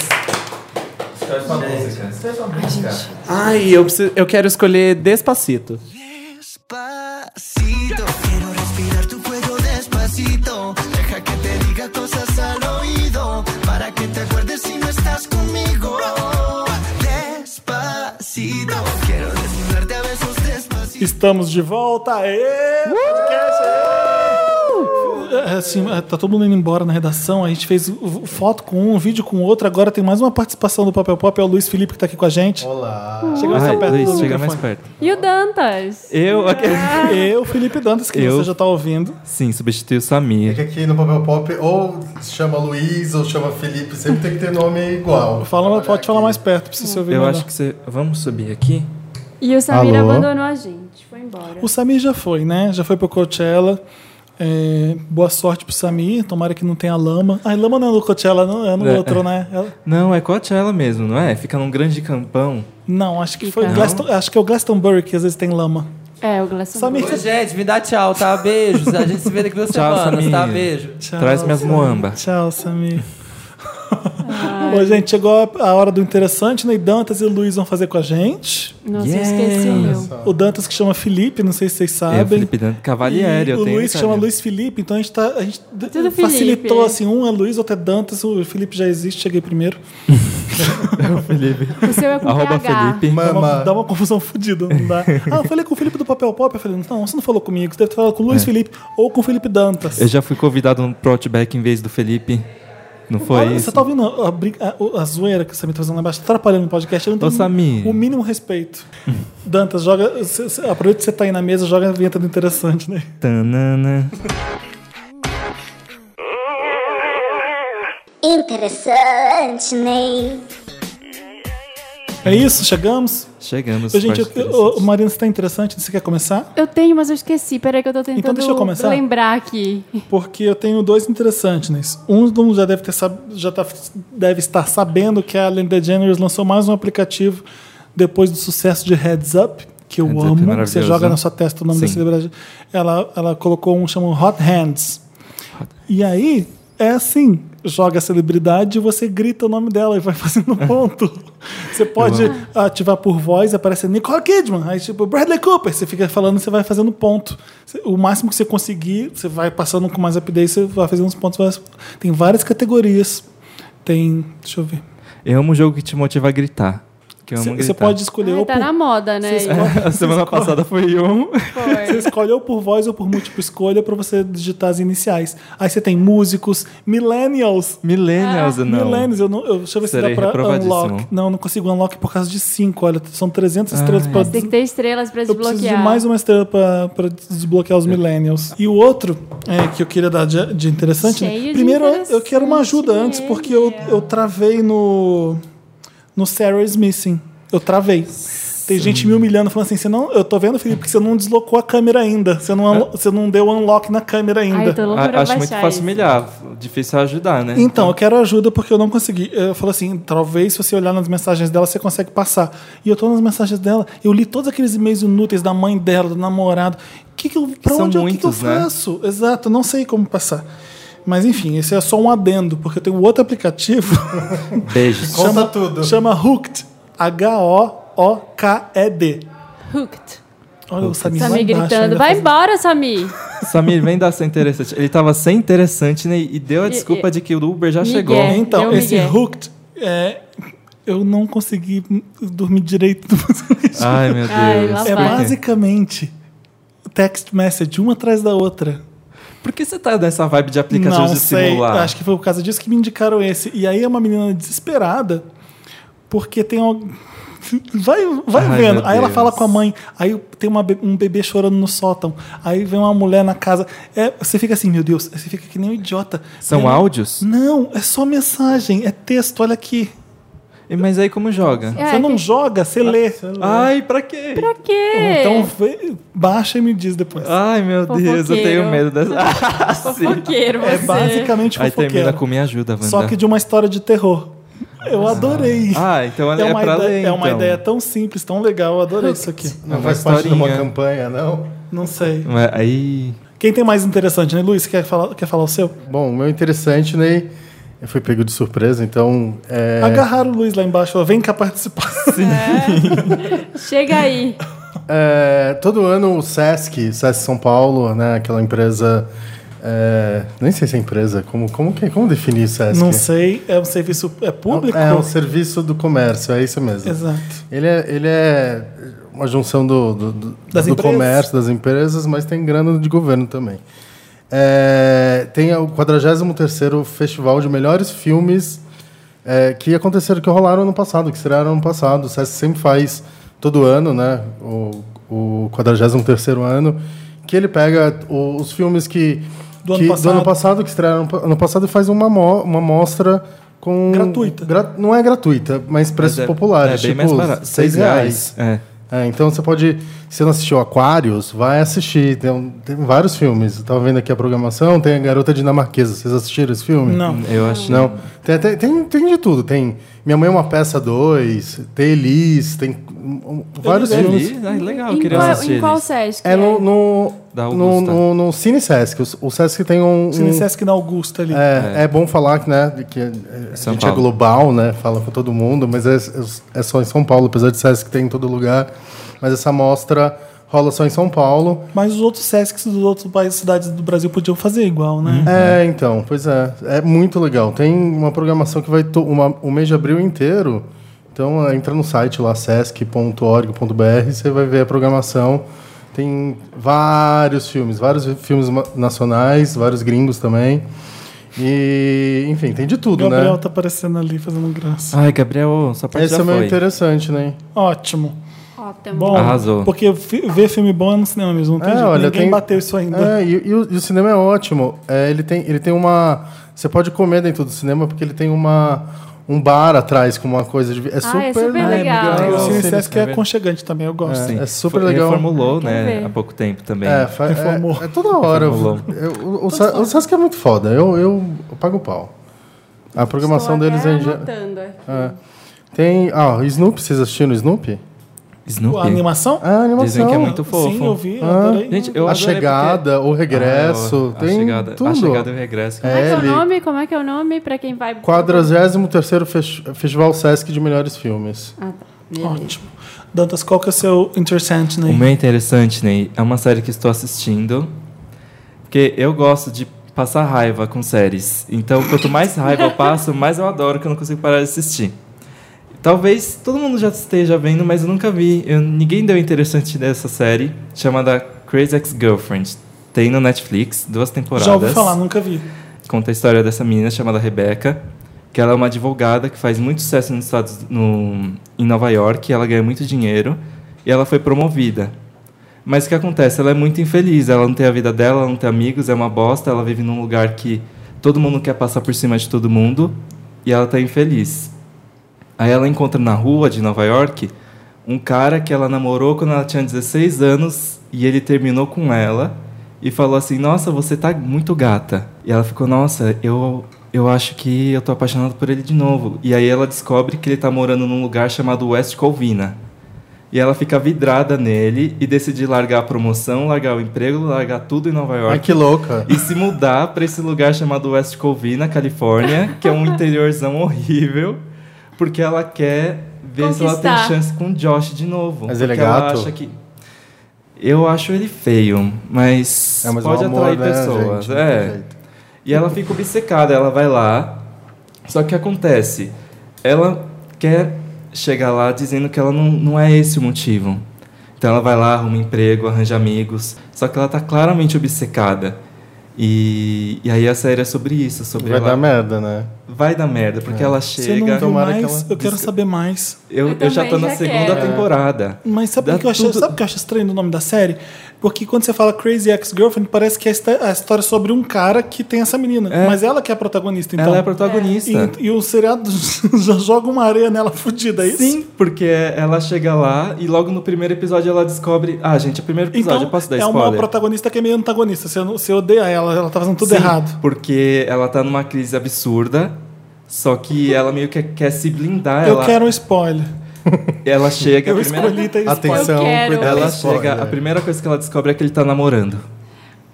Speaker 8: Escolhe sua música. Escolhe sua música.
Speaker 6: Ai, eu, preciso- eu quero escolher Despacito.
Speaker 13: Despacito, quiero respirar tu cuello despacito. Deja que te diga cosas al oído para que te acuerdes si no estás conmigo. Despacito, quiero desnudarte a besos despacito.
Speaker 1: Estamos de volta. Aê! Podcast, aê! É, Assim, é, tá todo mundo indo embora na redação. A gente fez v- foto com um, vídeo com outro. Agora tem mais uma participação do Papel Pop. É o Luiz Felipe que tá aqui com a gente. Olá. Chega mais
Speaker 11: Ai,
Speaker 1: perto
Speaker 11: Luiz,
Speaker 1: do
Speaker 11: chega
Speaker 1: microfone.
Speaker 11: mais perto.
Speaker 2: E o Dantas?
Speaker 11: Eu, aquele.
Speaker 1: *laughs* Eu, Felipe Dantas, que
Speaker 11: Eu-
Speaker 1: você já tá ouvindo.
Speaker 11: Sim, substitui o Samir.
Speaker 14: É que aqui no Papel Pop ou se chama Luiz ou chama Felipe, sempre tem que ter nome igual.
Speaker 1: Fala, pode falar mais perto, precisa se ouvir
Speaker 11: Eu
Speaker 1: melhor.
Speaker 11: acho que você. Vamos subir aqui?
Speaker 2: E o Samir
Speaker 1: Alô?
Speaker 2: abandonou a gente, foi embora.
Speaker 1: O Samir já foi, né? Já foi pro Coachella. É, boa sorte pro Samir. Tomara que não tenha lama. Ai, lama não é no Coachella, não, é no
Speaker 11: É.
Speaker 1: outro, né? É-
Speaker 11: Não, é Coachella mesmo, não é? Fica num grande
Speaker 1: *laughs*
Speaker 11: campão.
Speaker 1: Não, acho que foi.
Speaker 11: Não?
Speaker 1: Glaston- acho que é o Glastonbury que às vezes tem lama.
Speaker 2: Então. É, o Glasson.
Speaker 1: Samir,
Speaker 3: Ô, gente, me dá tchau, tá? Beijos. A gente se vê daqui duas
Speaker 11: Tchau,
Speaker 3: semanas, tá?
Speaker 11: Samir.
Speaker 3: Beijo.
Speaker 1: Tchau,
Speaker 11: Traz minhas
Speaker 1: Samir.
Speaker 11: moamba.
Speaker 1: Tchau,
Speaker 2: *laughs*
Speaker 1: Samir. Bom, gente, chegou a a hora do interessante, né? E Dantas e Luiz vão fazer com a gente.
Speaker 2: Nossa, eu esqueci o meu.
Speaker 1: O Dantas que chama Felipe, não sei se vocês sabem.
Speaker 11: É o Felipe Dan- Cavalieri,
Speaker 1: E
Speaker 11: eu
Speaker 1: o
Speaker 11: tenho.
Speaker 1: Luiz
Speaker 11: que
Speaker 1: chama
Speaker 11: saber.
Speaker 1: Luiz Felipe, então a gente, tá, a gente d-
Speaker 2: tudo
Speaker 1: facilitou
Speaker 2: Felipe.
Speaker 1: assim, um é Luiz, outro é Dantas, o Felipe já existe, cheguei primeiro.
Speaker 11: É o Felipe.
Speaker 2: O seu é com
Speaker 11: Arroba
Speaker 2: PH.
Speaker 11: Felipe.
Speaker 1: Dá uma, dá uma confusão fodida, não dá? Então Ah, eu falei com o Felipe do Papel Pop, eu falei, não, você não falou comigo, você deve ter falado com o Luiz
Speaker 11: É.
Speaker 1: Felipe ou com o Felipe Dantas.
Speaker 11: Eu já fui convidado no Protback em vez do Felipe. Não foi
Speaker 1: Olha,
Speaker 11: isso?
Speaker 1: Você tá ouvindo a, brin- a- a zoeira que o Samir tá fazendo lá embaixo, atrapalhando o podcast? Eu não
Speaker 11: Ô,
Speaker 1: tenho
Speaker 11: Samir.
Speaker 1: o mínimo respeito. Dantas, joga. cê- cê- aproveita que você tá aí na mesa, joga a vinheta do interessante, né?
Speaker 11: Tanana.
Speaker 7: Interessante, Ney.
Speaker 1: É isso, chegamos?
Speaker 11: Chegamos.
Speaker 1: Ô, gente, eu,
Speaker 11: parceiro.
Speaker 1: eu, ô, Marina, você tá interessante? Você quer começar?
Speaker 2: Eu tenho, mas eu esqueci. Peraí que eu tô tentando
Speaker 1: Então deixa eu começar.
Speaker 2: lembrar aqui.
Speaker 1: Porque eu tenho dois interessantes. Né? Um do mundo já deve ter sab- já tá- deve estar sabendo que a Ellen DeGeneres lançou mais um aplicativo depois do sucesso de Heads Up, que eu
Speaker 11: Heads Up é
Speaker 1: amo.
Speaker 11: maravilhoso,
Speaker 1: Você joga
Speaker 11: né?
Speaker 1: na sua testa o nome da
Speaker 11: Sim.
Speaker 1: celebridade. Ela, ela colocou um chamado Hot Hands. E aí é assim, joga a celebridade e você grita o nome dela e vai *laughs* fazendo um ponto. Você pode
Speaker 11: amo.
Speaker 1: ativar por voz, aparece Nicole Kidman, aí tipo Bradley Cooper, você fica falando, você vai fazendo ponto. Você- O máximo que você conseguir, você vai passando com mais rapidez, você vai fazendo os pontos. vai- Tem várias categorias. Tem, deixa eu ver.
Speaker 11: Eu amo um jogo que te motiva a gritar. Que eu amo
Speaker 1: Você
Speaker 11: gritar.
Speaker 1: você pode escolher ou
Speaker 2: Ai, tá
Speaker 1: por-
Speaker 2: na moda, né?
Speaker 1: Vocês-
Speaker 11: *laughs* A semana passada foi um.
Speaker 1: Você escolhe ou por voz ou por múltipla escolha pra você digitar as iniciais. Aí você tem músicos, millennials.
Speaker 11: Millennials, não.
Speaker 1: Millennials, eu não, eu, deixa eu ver
Speaker 11: Serei
Speaker 1: se dá pra
Speaker 11: reprovadíssimo.
Speaker 1: unlock. Não, eu não consigo unlock por causa de 5. Olha, são 300 estrelas pra
Speaker 2: Mas tem que ter estrelas pra
Speaker 1: eu preciso de
Speaker 2: desbloquear.
Speaker 1: mais um- uma estrela pra, pra desbloquear os millennials. E o outro é, que eu queria dar de, de interessante, né?
Speaker 2: Cheio de
Speaker 1: Primeiro, eu- eu quero uma ajuda antes, porque eu, eu travei no. No Sarah is Missing. Eu travei. Tem gente me humilhando, falando assim: você não, eu tô vendo, Felipe, que você não deslocou a câmera ainda. Você não, unlo- você não deu unlock na câmera ainda.
Speaker 11: A- acho muito fácil humilhar. Difícil é ajudar, né?
Speaker 1: Então, eu quero ajuda porque eu não consegui. Eu falo assim, talvez se você olhar nas mensagens dela, você consegue passar. E eu tô nas mensagens dela, eu li todos aqueles e-mails inúteis da mãe dela, do namorado. Que que eu, pra
Speaker 11: São
Speaker 1: onde eu- que que eu
Speaker 11: muitos, né?
Speaker 1: faço? Exato, eu não sei como passar. Mas enfim, esse é só um adendo, porque tem um
Speaker 11: *laughs*
Speaker 1: outro aplicativo.
Speaker 11: Beijos.
Speaker 1: chama, tudo. Chama Hooked. H-O-O-K-E-D.
Speaker 2: Hooked.
Speaker 1: Olha o Samir lá
Speaker 2: Samir
Speaker 1: embaixo
Speaker 2: gritando.
Speaker 1: ainda
Speaker 2: Vai
Speaker 1: fazendo-
Speaker 2: embora, Samir.
Speaker 11: Samir, vem dar essa interessante. Ele tava sem interessante né, e deu a
Speaker 2: E-
Speaker 11: desculpa
Speaker 2: e-
Speaker 11: de que o Uber já
Speaker 2: Miguel,
Speaker 11: chegou.
Speaker 1: Então,
Speaker 2: Deu
Speaker 1: esse
Speaker 2: migué.
Speaker 1: Hooked, é, eu não consegui dormir direito. *laughs*
Speaker 11: Ai, meu Deus.
Speaker 2: Ai, lá
Speaker 1: é
Speaker 2: vai.
Speaker 1: basicamente text message, uma atrás da outra.
Speaker 11: Por que você tá nessa vibe de aplicativos
Speaker 1: não
Speaker 11: de
Speaker 1: sei.
Speaker 11: celular?
Speaker 1: Acho que foi por causa disso que me indicaram esse. E aí é uma menina desesperada, porque tem um. Vai, vai
Speaker 11: Ai,
Speaker 1: vendo.
Speaker 11: meu
Speaker 1: Aí ela
Speaker 11: Deus.
Speaker 1: fala com a mãe. Aí tem uma be- um bebê chorando no sótão. Aí vem uma mulher na casa. É, você fica assim, meu Deus, você fica que nem um idiota.
Speaker 11: São
Speaker 1: Vendo-
Speaker 11: áudios?
Speaker 1: Não, é só mensagem, é texto, olha aqui.
Speaker 11: E- Mas aí como joga?
Speaker 2: É,
Speaker 1: você não joga, você lê.
Speaker 11: Ai, pra quê?
Speaker 2: Pra quê?
Speaker 1: Então vê- baixa e me diz depois.
Speaker 11: Ai, meu Deus, eu tenho medo dessa. *laughs* Ah, sim.
Speaker 2: Fofoqueiro,
Speaker 1: É
Speaker 2: você.
Speaker 1: basicamente
Speaker 11: Aí
Speaker 1: fofoqueiro.
Speaker 11: termina com Me Ajuda, Wanda.
Speaker 1: Só que de uma história de terror. Eu adorei.
Speaker 11: Ah, então é
Speaker 1: uma
Speaker 11: pra
Speaker 1: ideia,
Speaker 11: ler,
Speaker 1: É uma
Speaker 11: então.
Speaker 1: ideia tão simples, tão legal. Eu adorei isso aqui.
Speaker 14: Não
Speaker 11: É uma
Speaker 14: faz parte de uma
Speaker 11: historinha.
Speaker 14: campanha, não?
Speaker 1: Não sei.
Speaker 11: *laughs* Mas Aí.
Speaker 1: Quem tem mais interessante, né, Luiz? Quer falar, quer falar o seu?
Speaker 14: Bom, o meu interessante, Ney, eu fui pego de surpresa, então. É...
Speaker 1: Agarraram o Luiz lá embaixo. ó, Vem
Speaker 11: *laughs*
Speaker 1: cá participar.
Speaker 2: Chega aí.
Speaker 14: É, todo ano o SESC, SESC São Paulo, né, aquela empresa. é, nem sei se é empresa, como, como, que, como definir SESC?
Speaker 1: Não sei. É um serviço é público?
Speaker 14: É um serviço do comércio, é isso mesmo.
Speaker 1: Exato.
Speaker 14: Ele é, ele é uma junção do, do, do-
Speaker 1: Das
Speaker 14: do
Speaker 1: empresas.
Speaker 14: comércio, das empresas, mas tem grana de governo também. É, tem o 43º Festival de Melhores Filmes é, que aconteceram, que rolaram ano passado, que estrearam ano passado. O SESC sempre faz todo ano, né? O, o 43º ano, que ele pega o- os filmes que...
Speaker 1: Do ano
Speaker 14: que-
Speaker 1: passado.
Speaker 14: passado, que estrearam ano passado, e faz uma, mo uma mostra com... Gratuita. não é gratuita, mas preços
Speaker 11: é-
Speaker 14: populares.
Speaker 11: é bem
Speaker 14: tipo,
Speaker 11: mais barato.
Speaker 14: seis
Speaker 11: Seis reais.
Speaker 14: reais. É, então você pode... Se você não assistiu Aquarius, vai assistir. Tem, um- tem vários filmes. Eu tava vendo aqui a programação, tem a Garota Dinamarquesa. Vocês assistiram esse filme?
Speaker 1: Não.
Speaker 11: Eu acho.
Speaker 14: Não. Tem, até- tem, tem de tudo. Tem Minha Mãe é uma Peça 2, tem Elis, tem um, um, vários filmes.
Speaker 11: Ah, legal,
Speaker 2: em
Speaker 11: queria
Speaker 2: qual,
Speaker 11: assistir
Speaker 2: em qual
Speaker 11: eles.
Speaker 2: Sesc?
Speaker 14: É no, no,
Speaker 11: Da
Speaker 14: no,
Speaker 11: Augusta.
Speaker 14: no, no Cine Sesc. O, o Sesc tem um. um-
Speaker 1: Cine Sesc na Augusta ali.
Speaker 14: é, é bom falar que, né, que é, a
Speaker 11: São
Speaker 14: gente
Speaker 11: Paulo.
Speaker 14: é global, né? Fala com todo mundo, mas é, é- é só em São Paulo, apesar de Sesc tem em todo lugar. Mas essa amostra rola só em São Paulo.
Speaker 1: Mas os outros Sescs dos outros países, cidades do Brasil podiam fazer igual, né?
Speaker 14: É, então, pois é. É muito legal. Tem uma programação que vai to- uma, o mês de abril inteiro. Então é, entra no site lá, sesc.org.br, você vai ver a programação. Tem vários filmes, vários filmes ma- nacionais, vários gringos também. E, enfim, tem de tudo,
Speaker 1: Gabriel
Speaker 14: né?
Speaker 1: tá aparecendo ali fazendo graça.
Speaker 11: Ai, Gabriel, sua parte
Speaker 14: Esse
Speaker 11: já
Speaker 14: é o meu
Speaker 11: foi.
Speaker 14: interessante, né?
Speaker 1: Ótimo.
Speaker 2: Ótimo.
Speaker 1: Bom,
Speaker 11: Arrasou.
Speaker 1: porque fi- ver filme bom é no cinema mesmo. Não tem
Speaker 14: É,
Speaker 1: jeito.
Speaker 14: olha,
Speaker 1: Ninguém
Speaker 14: tem-
Speaker 1: bateu isso ainda.
Speaker 14: É, e, e o, e o cinema é ótimo. É, ele, tem, ele tem uma. Você pode comer dentro do cinema porque ele tem uma, um bar atrás com uma coisa de. vi- É super,
Speaker 2: Ah, é super legal.
Speaker 1: E o Cine
Speaker 14: Sim,
Speaker 1: Sesc é
Speaker 11: sabe?
Speaker 1: aconchegante também, eu gosto.
Speaker 11: Sim.
Speaker 14: É super
Speaker 11: Foi-
Speaker 14: legal.
Speaker 11: Reformulou,
Speaker 2: Quer ver.
Speaker 11: né? Há pouco tempo também.
Speaker 14: É, fa-
Speaker 1: Reformou.
Speaker 14: é, é toda hora.
Speaker 11: Reformulou.
Speaker 14: Eu- o, o, Sa- o Sesc é muito foda. Eu, eu, eu pago o pau. A programação
Speaker 2: Estou
Speaker 14: deles
Speaker 2: até
Speaker 14: é. inge-
Speaker 2: anotando aqui.
Speaker 14: é. Tem. Ah, o Snoopy, vocês assistiram o Snoopy?
Speaker 1: A
Speaker 11: Snoopy.
Speaker 1: animação?
Speaker 14: Ah, a animação.
Speaker 11: Dizem que é muito fofo.
Speaker 1: Sim, eu vi, eu
Speaker 14: Ah.
Speaker 1: adorei.
Speaker 11: Gente, eu
Speaker 14: a
Speaker 11: adorei porque-
Speaker 14: chegada, o regresso,
Speaker 11: Ah,
Speaker 14: tem
Speaker 11: a chegada,
Speaker 14: tudo.
Speaker 11: A chegada e o regresso.
Speaker 2: Como é, que é
Speaker 14: ele-
Speaker 2: o nome? Como é que é o nome? Pra quem vai...
Speaker 14: 43º Fes- Festival Sesc de Melhores Filmes.
Speaker 2: Ah, tá.
Speaker 1: Ótimo. Dantas, qual que é o seu interessante, né?
Speaker 11: O meu é interessante, Ney. É uma série que estou assistindo. Porque eu gosto de passar raiva com séries. Então, quanto mais
Speaker 1: *laughs*
Speaker 11: raiva eu passo, mais eu adoro, que eu não consigo parar de assistir. Talvez todo mundo já esteja vendo, mas eu nunca vi. Eu- ninguém deu interessante dessa série, chamada Crazy Ex-Girlfriend. Tem no Netflix, duas temporadas.
Speaker 1: Já ouvi falar, nunca vi.
Speaker 11: Conta a história dessa menina chamada Rebecca, que ela é uma advogada que faz muito sucesso nos Estados no, em Nova York, ela ganha muito dinheiro e ela foi promovida. Mas o que acontece? Ela é muito infeliz, ela não tem a vida dela, ela não tem amigos, é uma bosta, ela vive num lugar que todo mundo quer passar por cima de todo mundo e ela tá infeliz. Aí ela encontra na rua de Nova York um cara que ela namorou quando ela tinha 16 anos e ele terminou com ela e falou assim: "Nossa, você tá muito gata". E ela ficou: "Nossa, eu eu acho que eu tô apaixonado por ele de novo". E aí ela descobre que ele tá morando num lugar chamado West Covina. E ela fica vidrada nele e decide largar a promoção, largar o emprego, largar tudo em Nova York.
Speaker 14: Ai, que louca.
Speaker 11: E se mudar para esse lugar chamado West Covina, Califórnia, que é um interiorzão horrível, porque ela quer ver se ela tem
Speaker 2: Conquistar.
Speaker 11: chance com o Josh de novo.
Speaker 14: Mas ele é
Speaker 11: Porque ela
Speaker 14: gato?
Speaker 11: acha que- Eu acho ele feio, mas,
Speaker 14: É, mas o
Speaker 11: pode
Speaker 14: amor,
Speaker 11: atrair
Speaker 14: né,
Speaker 11: pessoas.
Speaker 14: gente? Não tem
Speaker 11: é.
Speaker 14: jeito.
Speaker 11: E ela fica obcecada, ela vai lá. Só que o que acontece? Ela quer chegar lá dizendo que ela não, não é esse o motivo. Então ela vai lá, arruma emprego, arranja amigos. Só que ela tá claramente obcecada. E, e aí a série é sobre isso. Sobre
Speaker 14: Vai
Speaker 11: ela-
Speaker 14: dar merda, né?
Speaker 11: Vai dar merda, porque
Speaker 14: É.
Speaker 11: ela
Speaker 14: Você
Speaker 11: chega.
Speaker 14: não viu Tomara que
Speaker 1: mais? Eu quero saber mais. É.
Speaker 11: Eu, eu, já tô na segunda temporada.
Speaker 1: Mas sabe
Speaker 11: Dá
Speaker 1: o que eu acho,
Speaker 11: tudo-
Speaker 1: sabe o que eu acho estranho no nome da série? Porque quando você fala Crazy Ex-Girlfriend, parece que é a histó- a história sobre um cara que tem essa menina. Mas ela que é a protagonista, então.
Speaker 11: Ela é a protagonista.
Speaker 1: E, e o seriado *laughs* já joga uma areia nela fudida, é isso?
Speaker 11: Sim, porque ela chega lá e logo no primeiro episódio ela descobre. Ah, gente, é o primeiro episódio,
Speaker 1: Então,
Speaker 11: eu posso dar
Speaker 1: é
Speaker 11: spoiler.
Speaker 1: uma protagonista que é meio antagonista. Você, não- você odeia ela, ela tá fazendo tudo
Speaker 11: Sim,
Speaker 1: errado.
Speaker 11: Porque ela tá numa crise absurda, só que ela meio que quer se blindar.
Speaker 1: Eu
Speaker 11: Ah, ela,
Speaker 1: quero um spoiler.
Speaker 11: *laughs* ela chega.
Speaker 1: eu
Speaker 11: a primeira-
Speaker 1: escolhi ter spoiler.
Speaker 11: Ela chega. A primeira coisa que ela descobre é que ele tá namorando.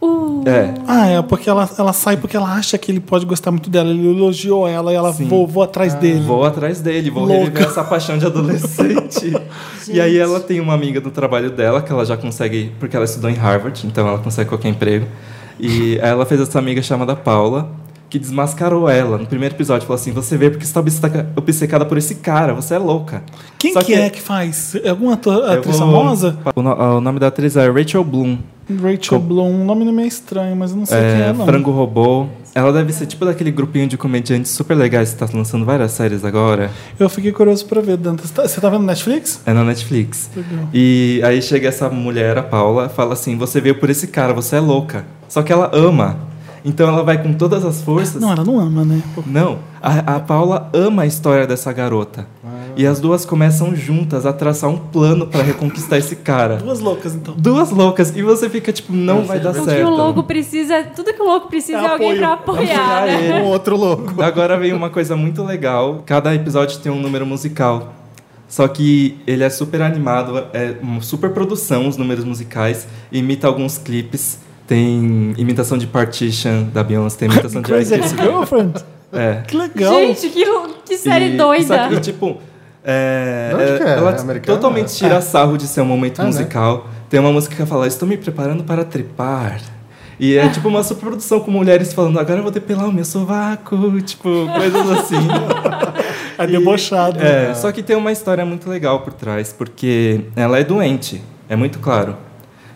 Speaker 1: Uh.
Speaker 11: É.
Speaker 1: Ah, é, porque ela, ela sai porque ela acha que ele pode gostar muito dela. Ele elogiou ela e ela vou, vou atrás dele.
Speaker 11: Ah, Vou atrás dele, vou
Speaker 1: Louca.
Speaker 11: reviver essa paixão de
Speaker 1: *laughs*
Speaker 11: adolescente. e aí ela tem uma amiga do trabalho dela que ela já consegue, porque ela estudou em Harvard, então ela consegue qualquer emprego. E aí ela fez essa amiga chamada Paula, que desmascarou ela no primeiro episódio. Falou assim: Você vê porque você tá obceca- obcecada por esse cara, você é louca.
Speaker 1: Quem
Speaker 11: Só
Speaker 1: que, é que faz? É Alguma ator-
Speaker 11: Eu
Speaker 1: atriz
Speaker 11: vou-
Speaker 1: famosa?
Speaker 11: O, no- o nome da atriz é Rachel Bloom.
Speaker 1: Rachel Bloom, o nome não é meio estranho, mas eu não sei quem é,
Speaker 11: É,
Speaker 1: não.
Speaker 11: Frango Robô. Ela deve ser tipo daquele grupinho de comediantes super legais que tá lançando várias séries agora.
Speaker 1: Eu fiquei curioso pra ver, Dantas. Tá- Você tá vendo Netflix?
Speaker 11: É na Netflix.
Speaker 1: Legal.
Speaker 11: E aí chega essa mulher, a Paula, fala assim: Você veio por esse cara, você é louca. Só que ela ama. Então ela vai com todas as forças.
Speaker 1: Não, ela não ama, né? Pô,
Speaker 11: Não, a, a Paula ama a história dessa garota. E as duas começam juntas a traçar um plano pra reconquistar esse cara.
Speaker 1: Duas loucas, então.
Speaker 11: Duas loucas. E você fica tipo: Não vai dar
Speaker 2: o
Speaker 11: certo.
Speaker 2: que o louco precisa, tudo que o louco precisa é, alguém pra apoiar, né?
Speaker 11: ele.
Speaker 14: Um outro louco.
Speaker 11: Agora vem uma coisa muito legal. Cada episódio tem um número musical. Só que ele é super animado, é uma super produção os números musicais, imita alguns clipes, tem imitação de Partition da Beyoncé, tem imitação de
Speaker 1: Crazy
Speaker 11: Ed Sheeran.
Speaker 1: Ex-Girlfriend?
Speaker 11: É.
Speaker 1: Que legal.
Speaker 2: Gente, que, que série
Speaker 11: E-
Speaker 2: doida.
Speaker 11: só que, tipo, é,
Speaker 14: De onde
Speaker 11: é,
Speaker 14: que é?
Speaker 11: ela
Speaker 14: É americana?
Speaker 11: totalmente tira
Speaker 14: É.
Speaker 11: sarro de ser um momento
Speaker 14: Ah, né?
Speaker 11: musical. Tem uma música que fala, estou me preparando para trepar. E é tipo uma superprodução com mulheres falando, agora eu vou depilar o meu sovaco,
Speaker 2: *laughs*
Speaker 11: tipo, coisas assim.
Speaker 1: *laughs* É debochado.
Speaker 14: né?
Speaker 11: É, só que tem uma história muito legal por trás, porque ela é doente, é muito claro.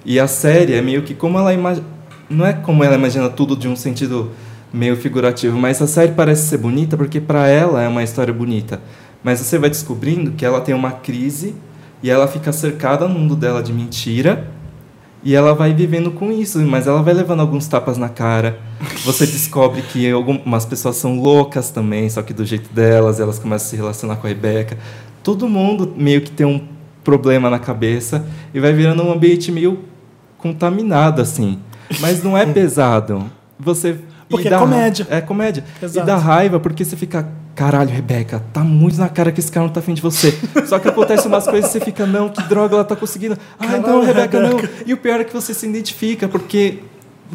Speaker 11: E a série é meio que como ela imagina. Não é como ela imagina tudo de um sentido meio figurativo, mas a série parece ser bonita porque para ela é uma história bonita. Mas você vai descobrindo que ela tem uma crise e ela fica cercada no mundo dela de mentira. E ela vai vivendo com isso, mas ela vai levando alguns tapas na cara. Você descobre que algumas pessoas são loucas também, só que do jeito delas, elas começam a se relacionar com a Rebeca. Todo mundo meio que tem um problema na cabeça e vai virando um ambiente meio contaminado, assim. Mas
Speaker 1: *laughs*
Speaker 11: não é pesado. Você. e
Speaker 1: Porque é
Speaker 11: dá-
Speaker 1: comédia.
Speaker 11: É comédia. E
Speaker 1: Exato.
Speaker 11: dá raiva porque você fica. Caralho, Rebeca, tá muito na cara que esse cara não tá afim de você. Só que acontece umas coisas e você fica, não, que droga, ela tá conseguindo. Ah,
Speaker 1: Caralho,
Speaker 11: então, Rebeca, não.
Speaker 1: Rebeca.
Speaker 11: E o pior é que você se identifica, porque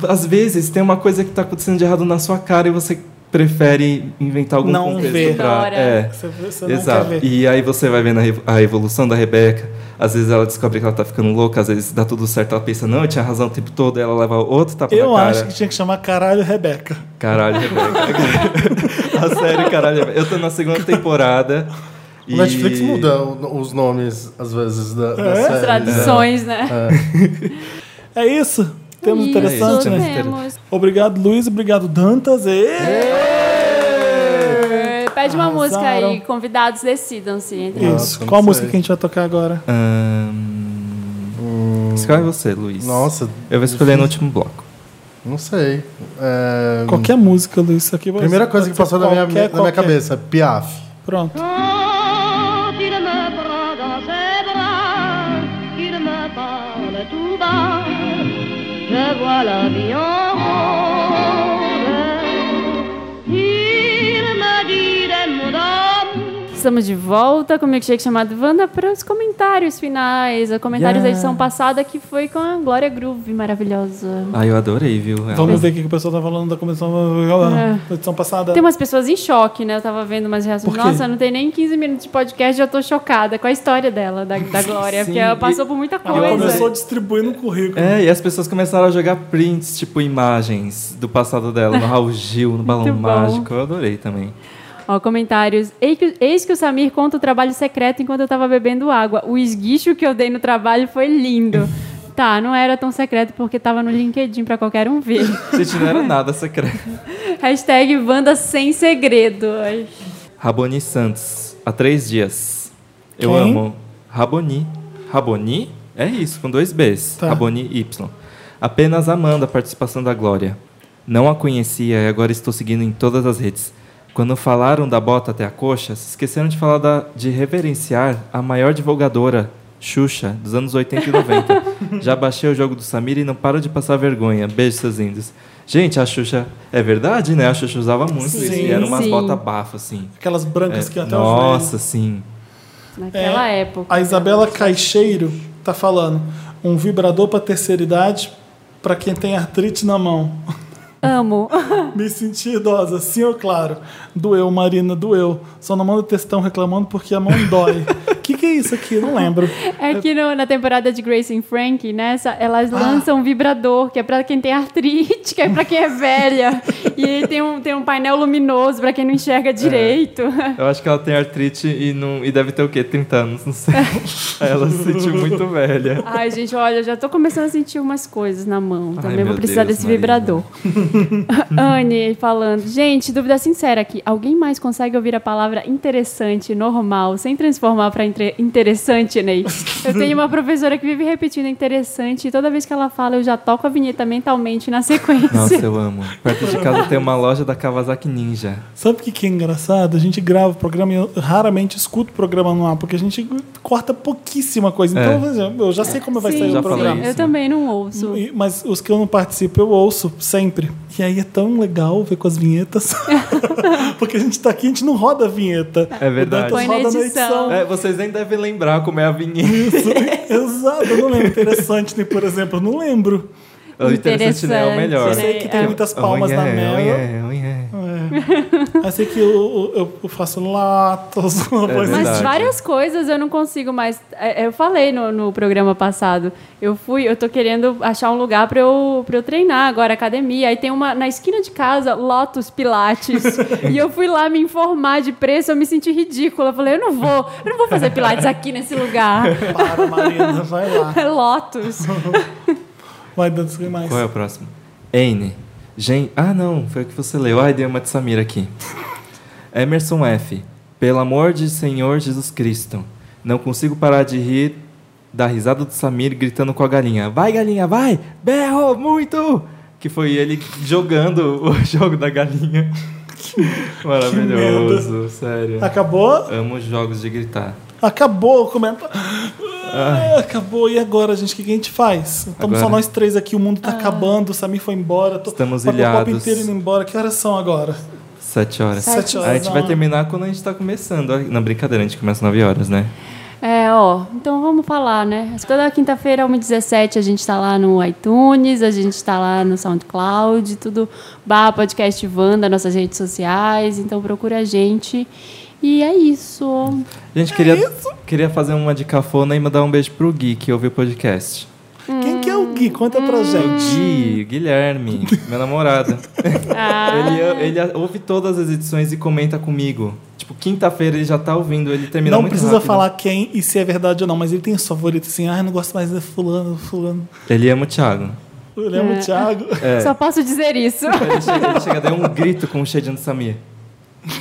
Speaker 11: às vezes tem uma coisa que tá acontecendo de errado na sua cara e você prefere inventar algum
Speaker 1: Não
Speaker 11: contexto
Speaker 1: vê.
Speaker 11: pra...
Speaker 1: Ignora.
Speaker 11: É.
Speaker 1: Você- você não
Speaker 11: Exato.
Speaker 1: quer ver.
Speaker 11: E aí você vai vendo a revo- a evolução da Rebeca. Às vezes ela descobre que ela tá ficando louca, às vezes dá tudo certo, ela pensa, não, eu tinha razão o tempo todo, aí ela leva outro tapa
Speaker 1: Eu
Speaker 11: na cara.
Speaker 1: acho que tinha que chamar Caralho Rebeca.
Speaker 11: Caralho, é
Speaker 1: *laughs*
Speaker 11: Rebeca. a série,
Speaker 1: é
Speaker 11: caralho, Rebeca. Eu tô na segunda temporada.
Speaker 14: O Netflix muda o- os nomes, às vezes, da, da
Speaker 1: É?
Speaker 14: série. É.
Speaker 1: As traduções, né? É isso? Temos
Speaker 14: Isso,
Speaker 1: interessante, né?
Speaker 2: temos.
Speaker 1: Obrigado, Luiz. Obrigado, Dantas. E...
Speaker 2: É, Pede uma
Speaker 1: Arrasaram.
Speaker 2: música aí, convidados decidam-se.
Speaker 14: Ah,
Speaker 2: entre
Speaker 1: Isso.
Speaker 14: tá
Speaker 11: Nossa,
Speaker 1: Qual a
Speaker 11: não
Speaker 1: música
Speaker 11: sei.
Speaker 1: que a gente vai tocar agora?
Speaker 11: Hum... Escolhe você, Luiz.
Speaker 14: Nossa.
Speaker 11: Eu vou escolher no último bloco.
Speaker 14: Não sei. É,
Speaker 1: Qualquer música, Luiz. Isso aqui vai
Speaker 14: Primeira
Speaker 1: ser-
Speaker 14: coisa
Speaker 1: pode
Speaker 14: que passou
Speaker 1: ser
Speaker 14: na minha,
Speaker 1: qualquer,
Speaker 14: na minha
Speaker 1: qualquer.
Speaker 14: cabeça, Piaf.
Speaker 1: é? Pronto.
Speaker 12: Quand il me prend dans ses bras, il me parle tout bas, je vois la vie en rose. Il me dit des mots d'amour.
Speaker 2: Isso Estamos de volta com o milkshake chamado Wanda para os comentários finais. Os comentários da
Speaker 11: Yeah.
Speaker 2: edição passada que foi com a Glória Groove, maravilhosa.
Speaker 11: Ah, eu adorei, viu? ela.
Speaker 1: Vamos ver o que que o pessoal tá falando da comissão da edição passada.
Speaker 2: É. Tem umas pessoas em choque, né? Eu tava vendo umas reações.
Speaker 1: Por quê?
Speaker 2: Nossa, não tem nem 15 minutos de podcast, já tô chocada com a história dela, da,
Speaker 11: *laughs*
Speaker 2: da Glória. porque ela passou por muita coisa.
Speaker 1: Ela começou distribuindo currículo.
Speaker 11: É, e as pessoas começaram a jogar prints, tipo imagens do passado dela, no Raul Gil, no Balão
Speaker 2: Muito bom.
Speaker 11: Mágico. Eu adorei também.
Speaker 2: Ó, comentários. Ei que- Eis que o Samir conta o trabalho secreto enquanto eu tava bebendo água. O esguicho que eu dei no trabalho foi
Speaker 11: *laughs*
Speaker 2: lindo. Tá, não era tão secreto porque tava no LinkedIn pra qualquer um ver.
Speaker 11: Gente, não era nada secreto.
Speaker 2: *laughs* Hashtag Wanda sem segredo. Ai.
Speaker 11: Raboni Santos, há três dias. Eu
Speaker 2: Quem?
Speaker 11: amo. Raboni. Raboni? É isso, com dois Bs. Raboni Y. Apenas amando a participação da Glória. Não a conhecia e agora estou seguindo em todas as redes. Quando falaram da bota até a coxa, se esqueceram de falar da- de reverenciar a maior divulgadora, Xuxa, dos anos 80 e 90. Já baixei o jogo do Samir e não paro de passar vergonha. Beijo, seus lindos. Gente, a Xuxa... É verdade, né? A Xuxa usava muito
Speaker 1: Sim,
Speaker 11: isso. E eram umas
Speaker 1: sim.
Speaker 11: botas bafo, assim.
Speaker 1: Aquelas brancas que até o
Speaker 11: Nossa, sim.
Speaker 2: Naquela
Speaker 1: É,
Speaker 2: época.
Speaker 1: A
Speaker 2: né?
Speaker 1: Isabela Caixeiro tá falando. Um vibrador pra terceira idade pra quem tem artrite na mão.
Speaker 2: Amo.
Speaker 1: *laughs* Me senti idosa, sim ou claro. Doeu, Marina, doeu. Só não manda textão reclamando porque a mão
Speaker 2: *laughs*
Speaker 1: dói. O que, que é isso aqui? Não lembro.
Speaker 2: É que no- na temporada de Grace and Frank, né, essa- elas lançam um vibrador, que é pra quem tem artrite, *laughs* que é pra quem é velha. e aí tem um, tem um painel luminoso pra quem não enxerga direito. *laughs*
Speaker 11: Eu acho que ela tem artrite e, não, e deve ter o quê? 30 anos, não
Speaker 1: *laughs*
Speaker 11: sei. ela se sentiu muito velha.
Speaker 2: Ai, gente, olha, eu já tô começando a sentir umas coisas na mão.
Speaker 11: Ai,
Speaker 2: Também vou
Speaker 11: meu
Speaker 2: precisar
Speaker 11: Deus,
Speaker 2: desse
Speaker 11: Marina. *laughs*
Speaker 2: vibrador. Anne falando. Gente, dúvida sincera aqui. Alguém mais consegue ouvir a palavra interessante, normal, sem transformar pra entre- interessante, Ney? Eu tenho uma professora que vive repetindo interessante e toda vez que ela fala, eu já toco a vinheta mentalmente na sequência.
Speaker 11: Nossa, eu amo. Perto de casa tem uma loja da Kawasaki Ninja.
Speaker 1: Sabe o que, que é engraçado? A gente grava o programa e eu raramente escuto o programa no ar, porque a gente corta pouquíssima coisa. Então,
Speaker 11: É.
Speaker 1: por exemplo, eu já sei como vai
Speaker 2: Sim,
Speaker 1: sair
Speaker 2: sim,
Speaker 1: o programa.
Speaker 11: né?
Speaker 2: Eu também não ouço.
Speaker 1: E- Mas os que eu não participo, eu ouço sempre. E aí é tão legal ver com as vinhetas. Porque a gente tá aqui, a gente não roda a vinheta.
Speaker 11: É verdade.
Speaker 1: O Dantas roda na edição.
Speaker 11: É, vocês nem devem lembrar como é a vinheta. É.
Speaker 1: *laughs* Exato, eu não lembro. Interessante, né, por exemplo, eu não lembro.
Speaker 11: O interessante, né, é o melhor.
Speaker 1: Eu sei que tem
Speaker 11: É.
Speaker 1: muitas palmas
Speaker 11: Oh,
Speaker 1: na
Speaker 11: yeah,
Speaker 1: mela.
Speaker 11: oh, yeah, oh, yeah.
Speaker 1: É. Eu sei que eu, eu- eu faço latas.
Speaker 11: É
Speaker 1: uma coisa
Speaker 2: Mas
Speaker 1: assim.
Speaker 2: várias coisas eu não consigo mais. É, Eu falei no, no programa passado. Eu fui, eu tô querendo achar um lugar pra eu, pra eu treinar agora, academia. Aí tem uma na esquina de casa, Lotus Pilates. e eu fui lá me informar de preço, eu me senti ridícula. Eu falei, eu não vou, eu não vou fazer Pilates aqui nesse lugar. *laughs*
Speaker 1: Para, Marina, vai lá.
Speaker 2: É Lotus.
Speaker 1: Vai dando isso mais.
Speaker 11: Qual é o próximo? N. Gen... Ah, não, foi o que você leu. Ai, dei uma de Samira aqui. Emerson F. Pelo amor de Senhor Jesus Cristo, não consigo parar de rir da risada do Samir gritando com a galinha. Vai, galinha, vai! Berro muito! Que foi ele jogando o *laughs* jogo da
Speaker 1: *laughs*
Speaker 11: galinha.
Speaker 1: Que
Speaker 11: Maravilhoso, sério.
Speaker 1: Acabou?
Speaker 11: Amo os jogos de gritar.
Speaker 1: Acabou o comentário. Ah, acabou, e agora, gente? O que que a gente faz? Estamos
Speaker 11: Agora?
Speaker 1: só nós três aqui, o mundo tá acabando, o Samir foi embora. Tô,
Speaker 11: Estamos
Speaker 1: Papel Pop
Speaker 11: ilhados.
Speaker 1: inteiro indo embora. Que horas são agora?
Speaker 11: Sete horas.
Speaker 1: Sete
Speaker 11: A
Speaker 1: horas,
Speaker 11: gente vai
Speaker 1: não.
Speaker 11: terminar quando a gente tá começando. Não, brincadeira, a gente começa nove horas, né?
Speaker 2: É, ó, então vamos falar, né? Toda quinta-feira, 1h17, a gente tá lá no iTunes, a gente tá lá no SoundCloud, tudo barra podcast Vanda, nossas redes sociais, então procura a gente. E é isso.
Speaker 11: A gente queria, queria fazer uma de cafona e mandar um beijo pro Gui, que ouve o podcast.
Speaker 1: Quem que é o Gui? Conta pra gente.
Speaker 11: Gui, Guilherme, meu namorado. Ah.
Speaker 1: Ah.
Speaker 11: Ele, ele ouve todas as edições e comenta comigo. Tipo, quinta-feira ele já tá ouvindo, ele termina
Speaker 1: Não
Speaker 11: muito
Speaker 1: precisa
Speaker 11: rápido.
Speaker 1: falar quem e se é verdade ou não, mas ele tem os favoritos assim. Ah, eu não gosto mais de fulano, fulano.
Speaker 11: Ele ama o Thiago.
Speaker 1: Eu lembro
Speaker 2: É.
Speaker 1: o Thiago.
Speaker 11: É.
Speaker 2: Só posso dizer isso.
Speaker 11: Ele chega,
Speaker 2: *laughs*
Speaker 11: ele chega deu um grito com o Shadinho do Samir.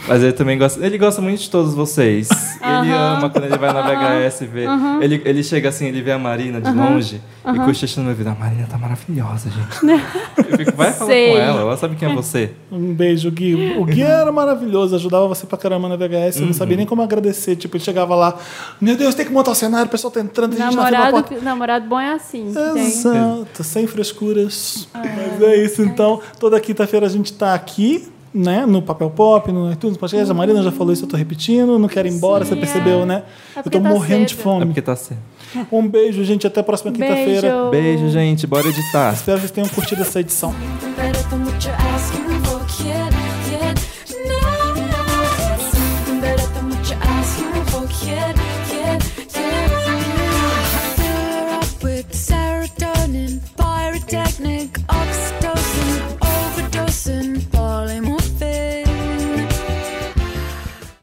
Speaker 11: Mas ele também gosta. Ele gosta muito de todos vocês. Ele
Speaker 2: Aham.
Speaker 11: ama quando ele vai na VHS ver.
Speaker 2: Aham.
Speaker 11: Ele, ele chega assim, ele vê a Marina de
Speaker 2: Aham.
Speaker 11: longe e
Speaker 2: Aham.
Speaker 11: cochicha no meu ouvido. A Marina tá maravilhosa, gente. Eu fico, vai falar
Speaker 2: Sei.
Speaker 11: com ela, ela sabe quem é você.
Speaker 1: Um beijo, Gui. O Gui era maravilhoso, ajudava você pra caramba na VHS. Eu não
Speaker 11: Uhum.
Speaker 1: sabia nem como agradecer. Tipo, ele chegava lá, meu Deus, tem que montar o cenário, o pessoal tá entrando, tem gente na fila da porta.
Speaker 2: namorado, namorado bom é assim.
Speaker 1: Exato, sem frescuras. Mas é isso, então. Toda quinta-feira a gente tá aqui. né, no papel pop, no iTunes, no podcast. A Marina já falou isso, eu tô repetindo, não quero ir embora, você percebeu, né? eu tô morrendo de
Speaker 11: É
Speaker 1: fome.
Speaker 11: porque tá cedo.
Speaker 1: Um beijo, gente, até a próxima quinta-feira.
Speaker 11: Beijo, gente. Bora editar.
Speaker 1: Espero que vocês tenham curtido essa edição.
Speaker 7: better than what you're asking for, kid, kid. No, it's something better than what you're asking for, kid, kid, kid. I fill her up with serotonin, pyrotechnic.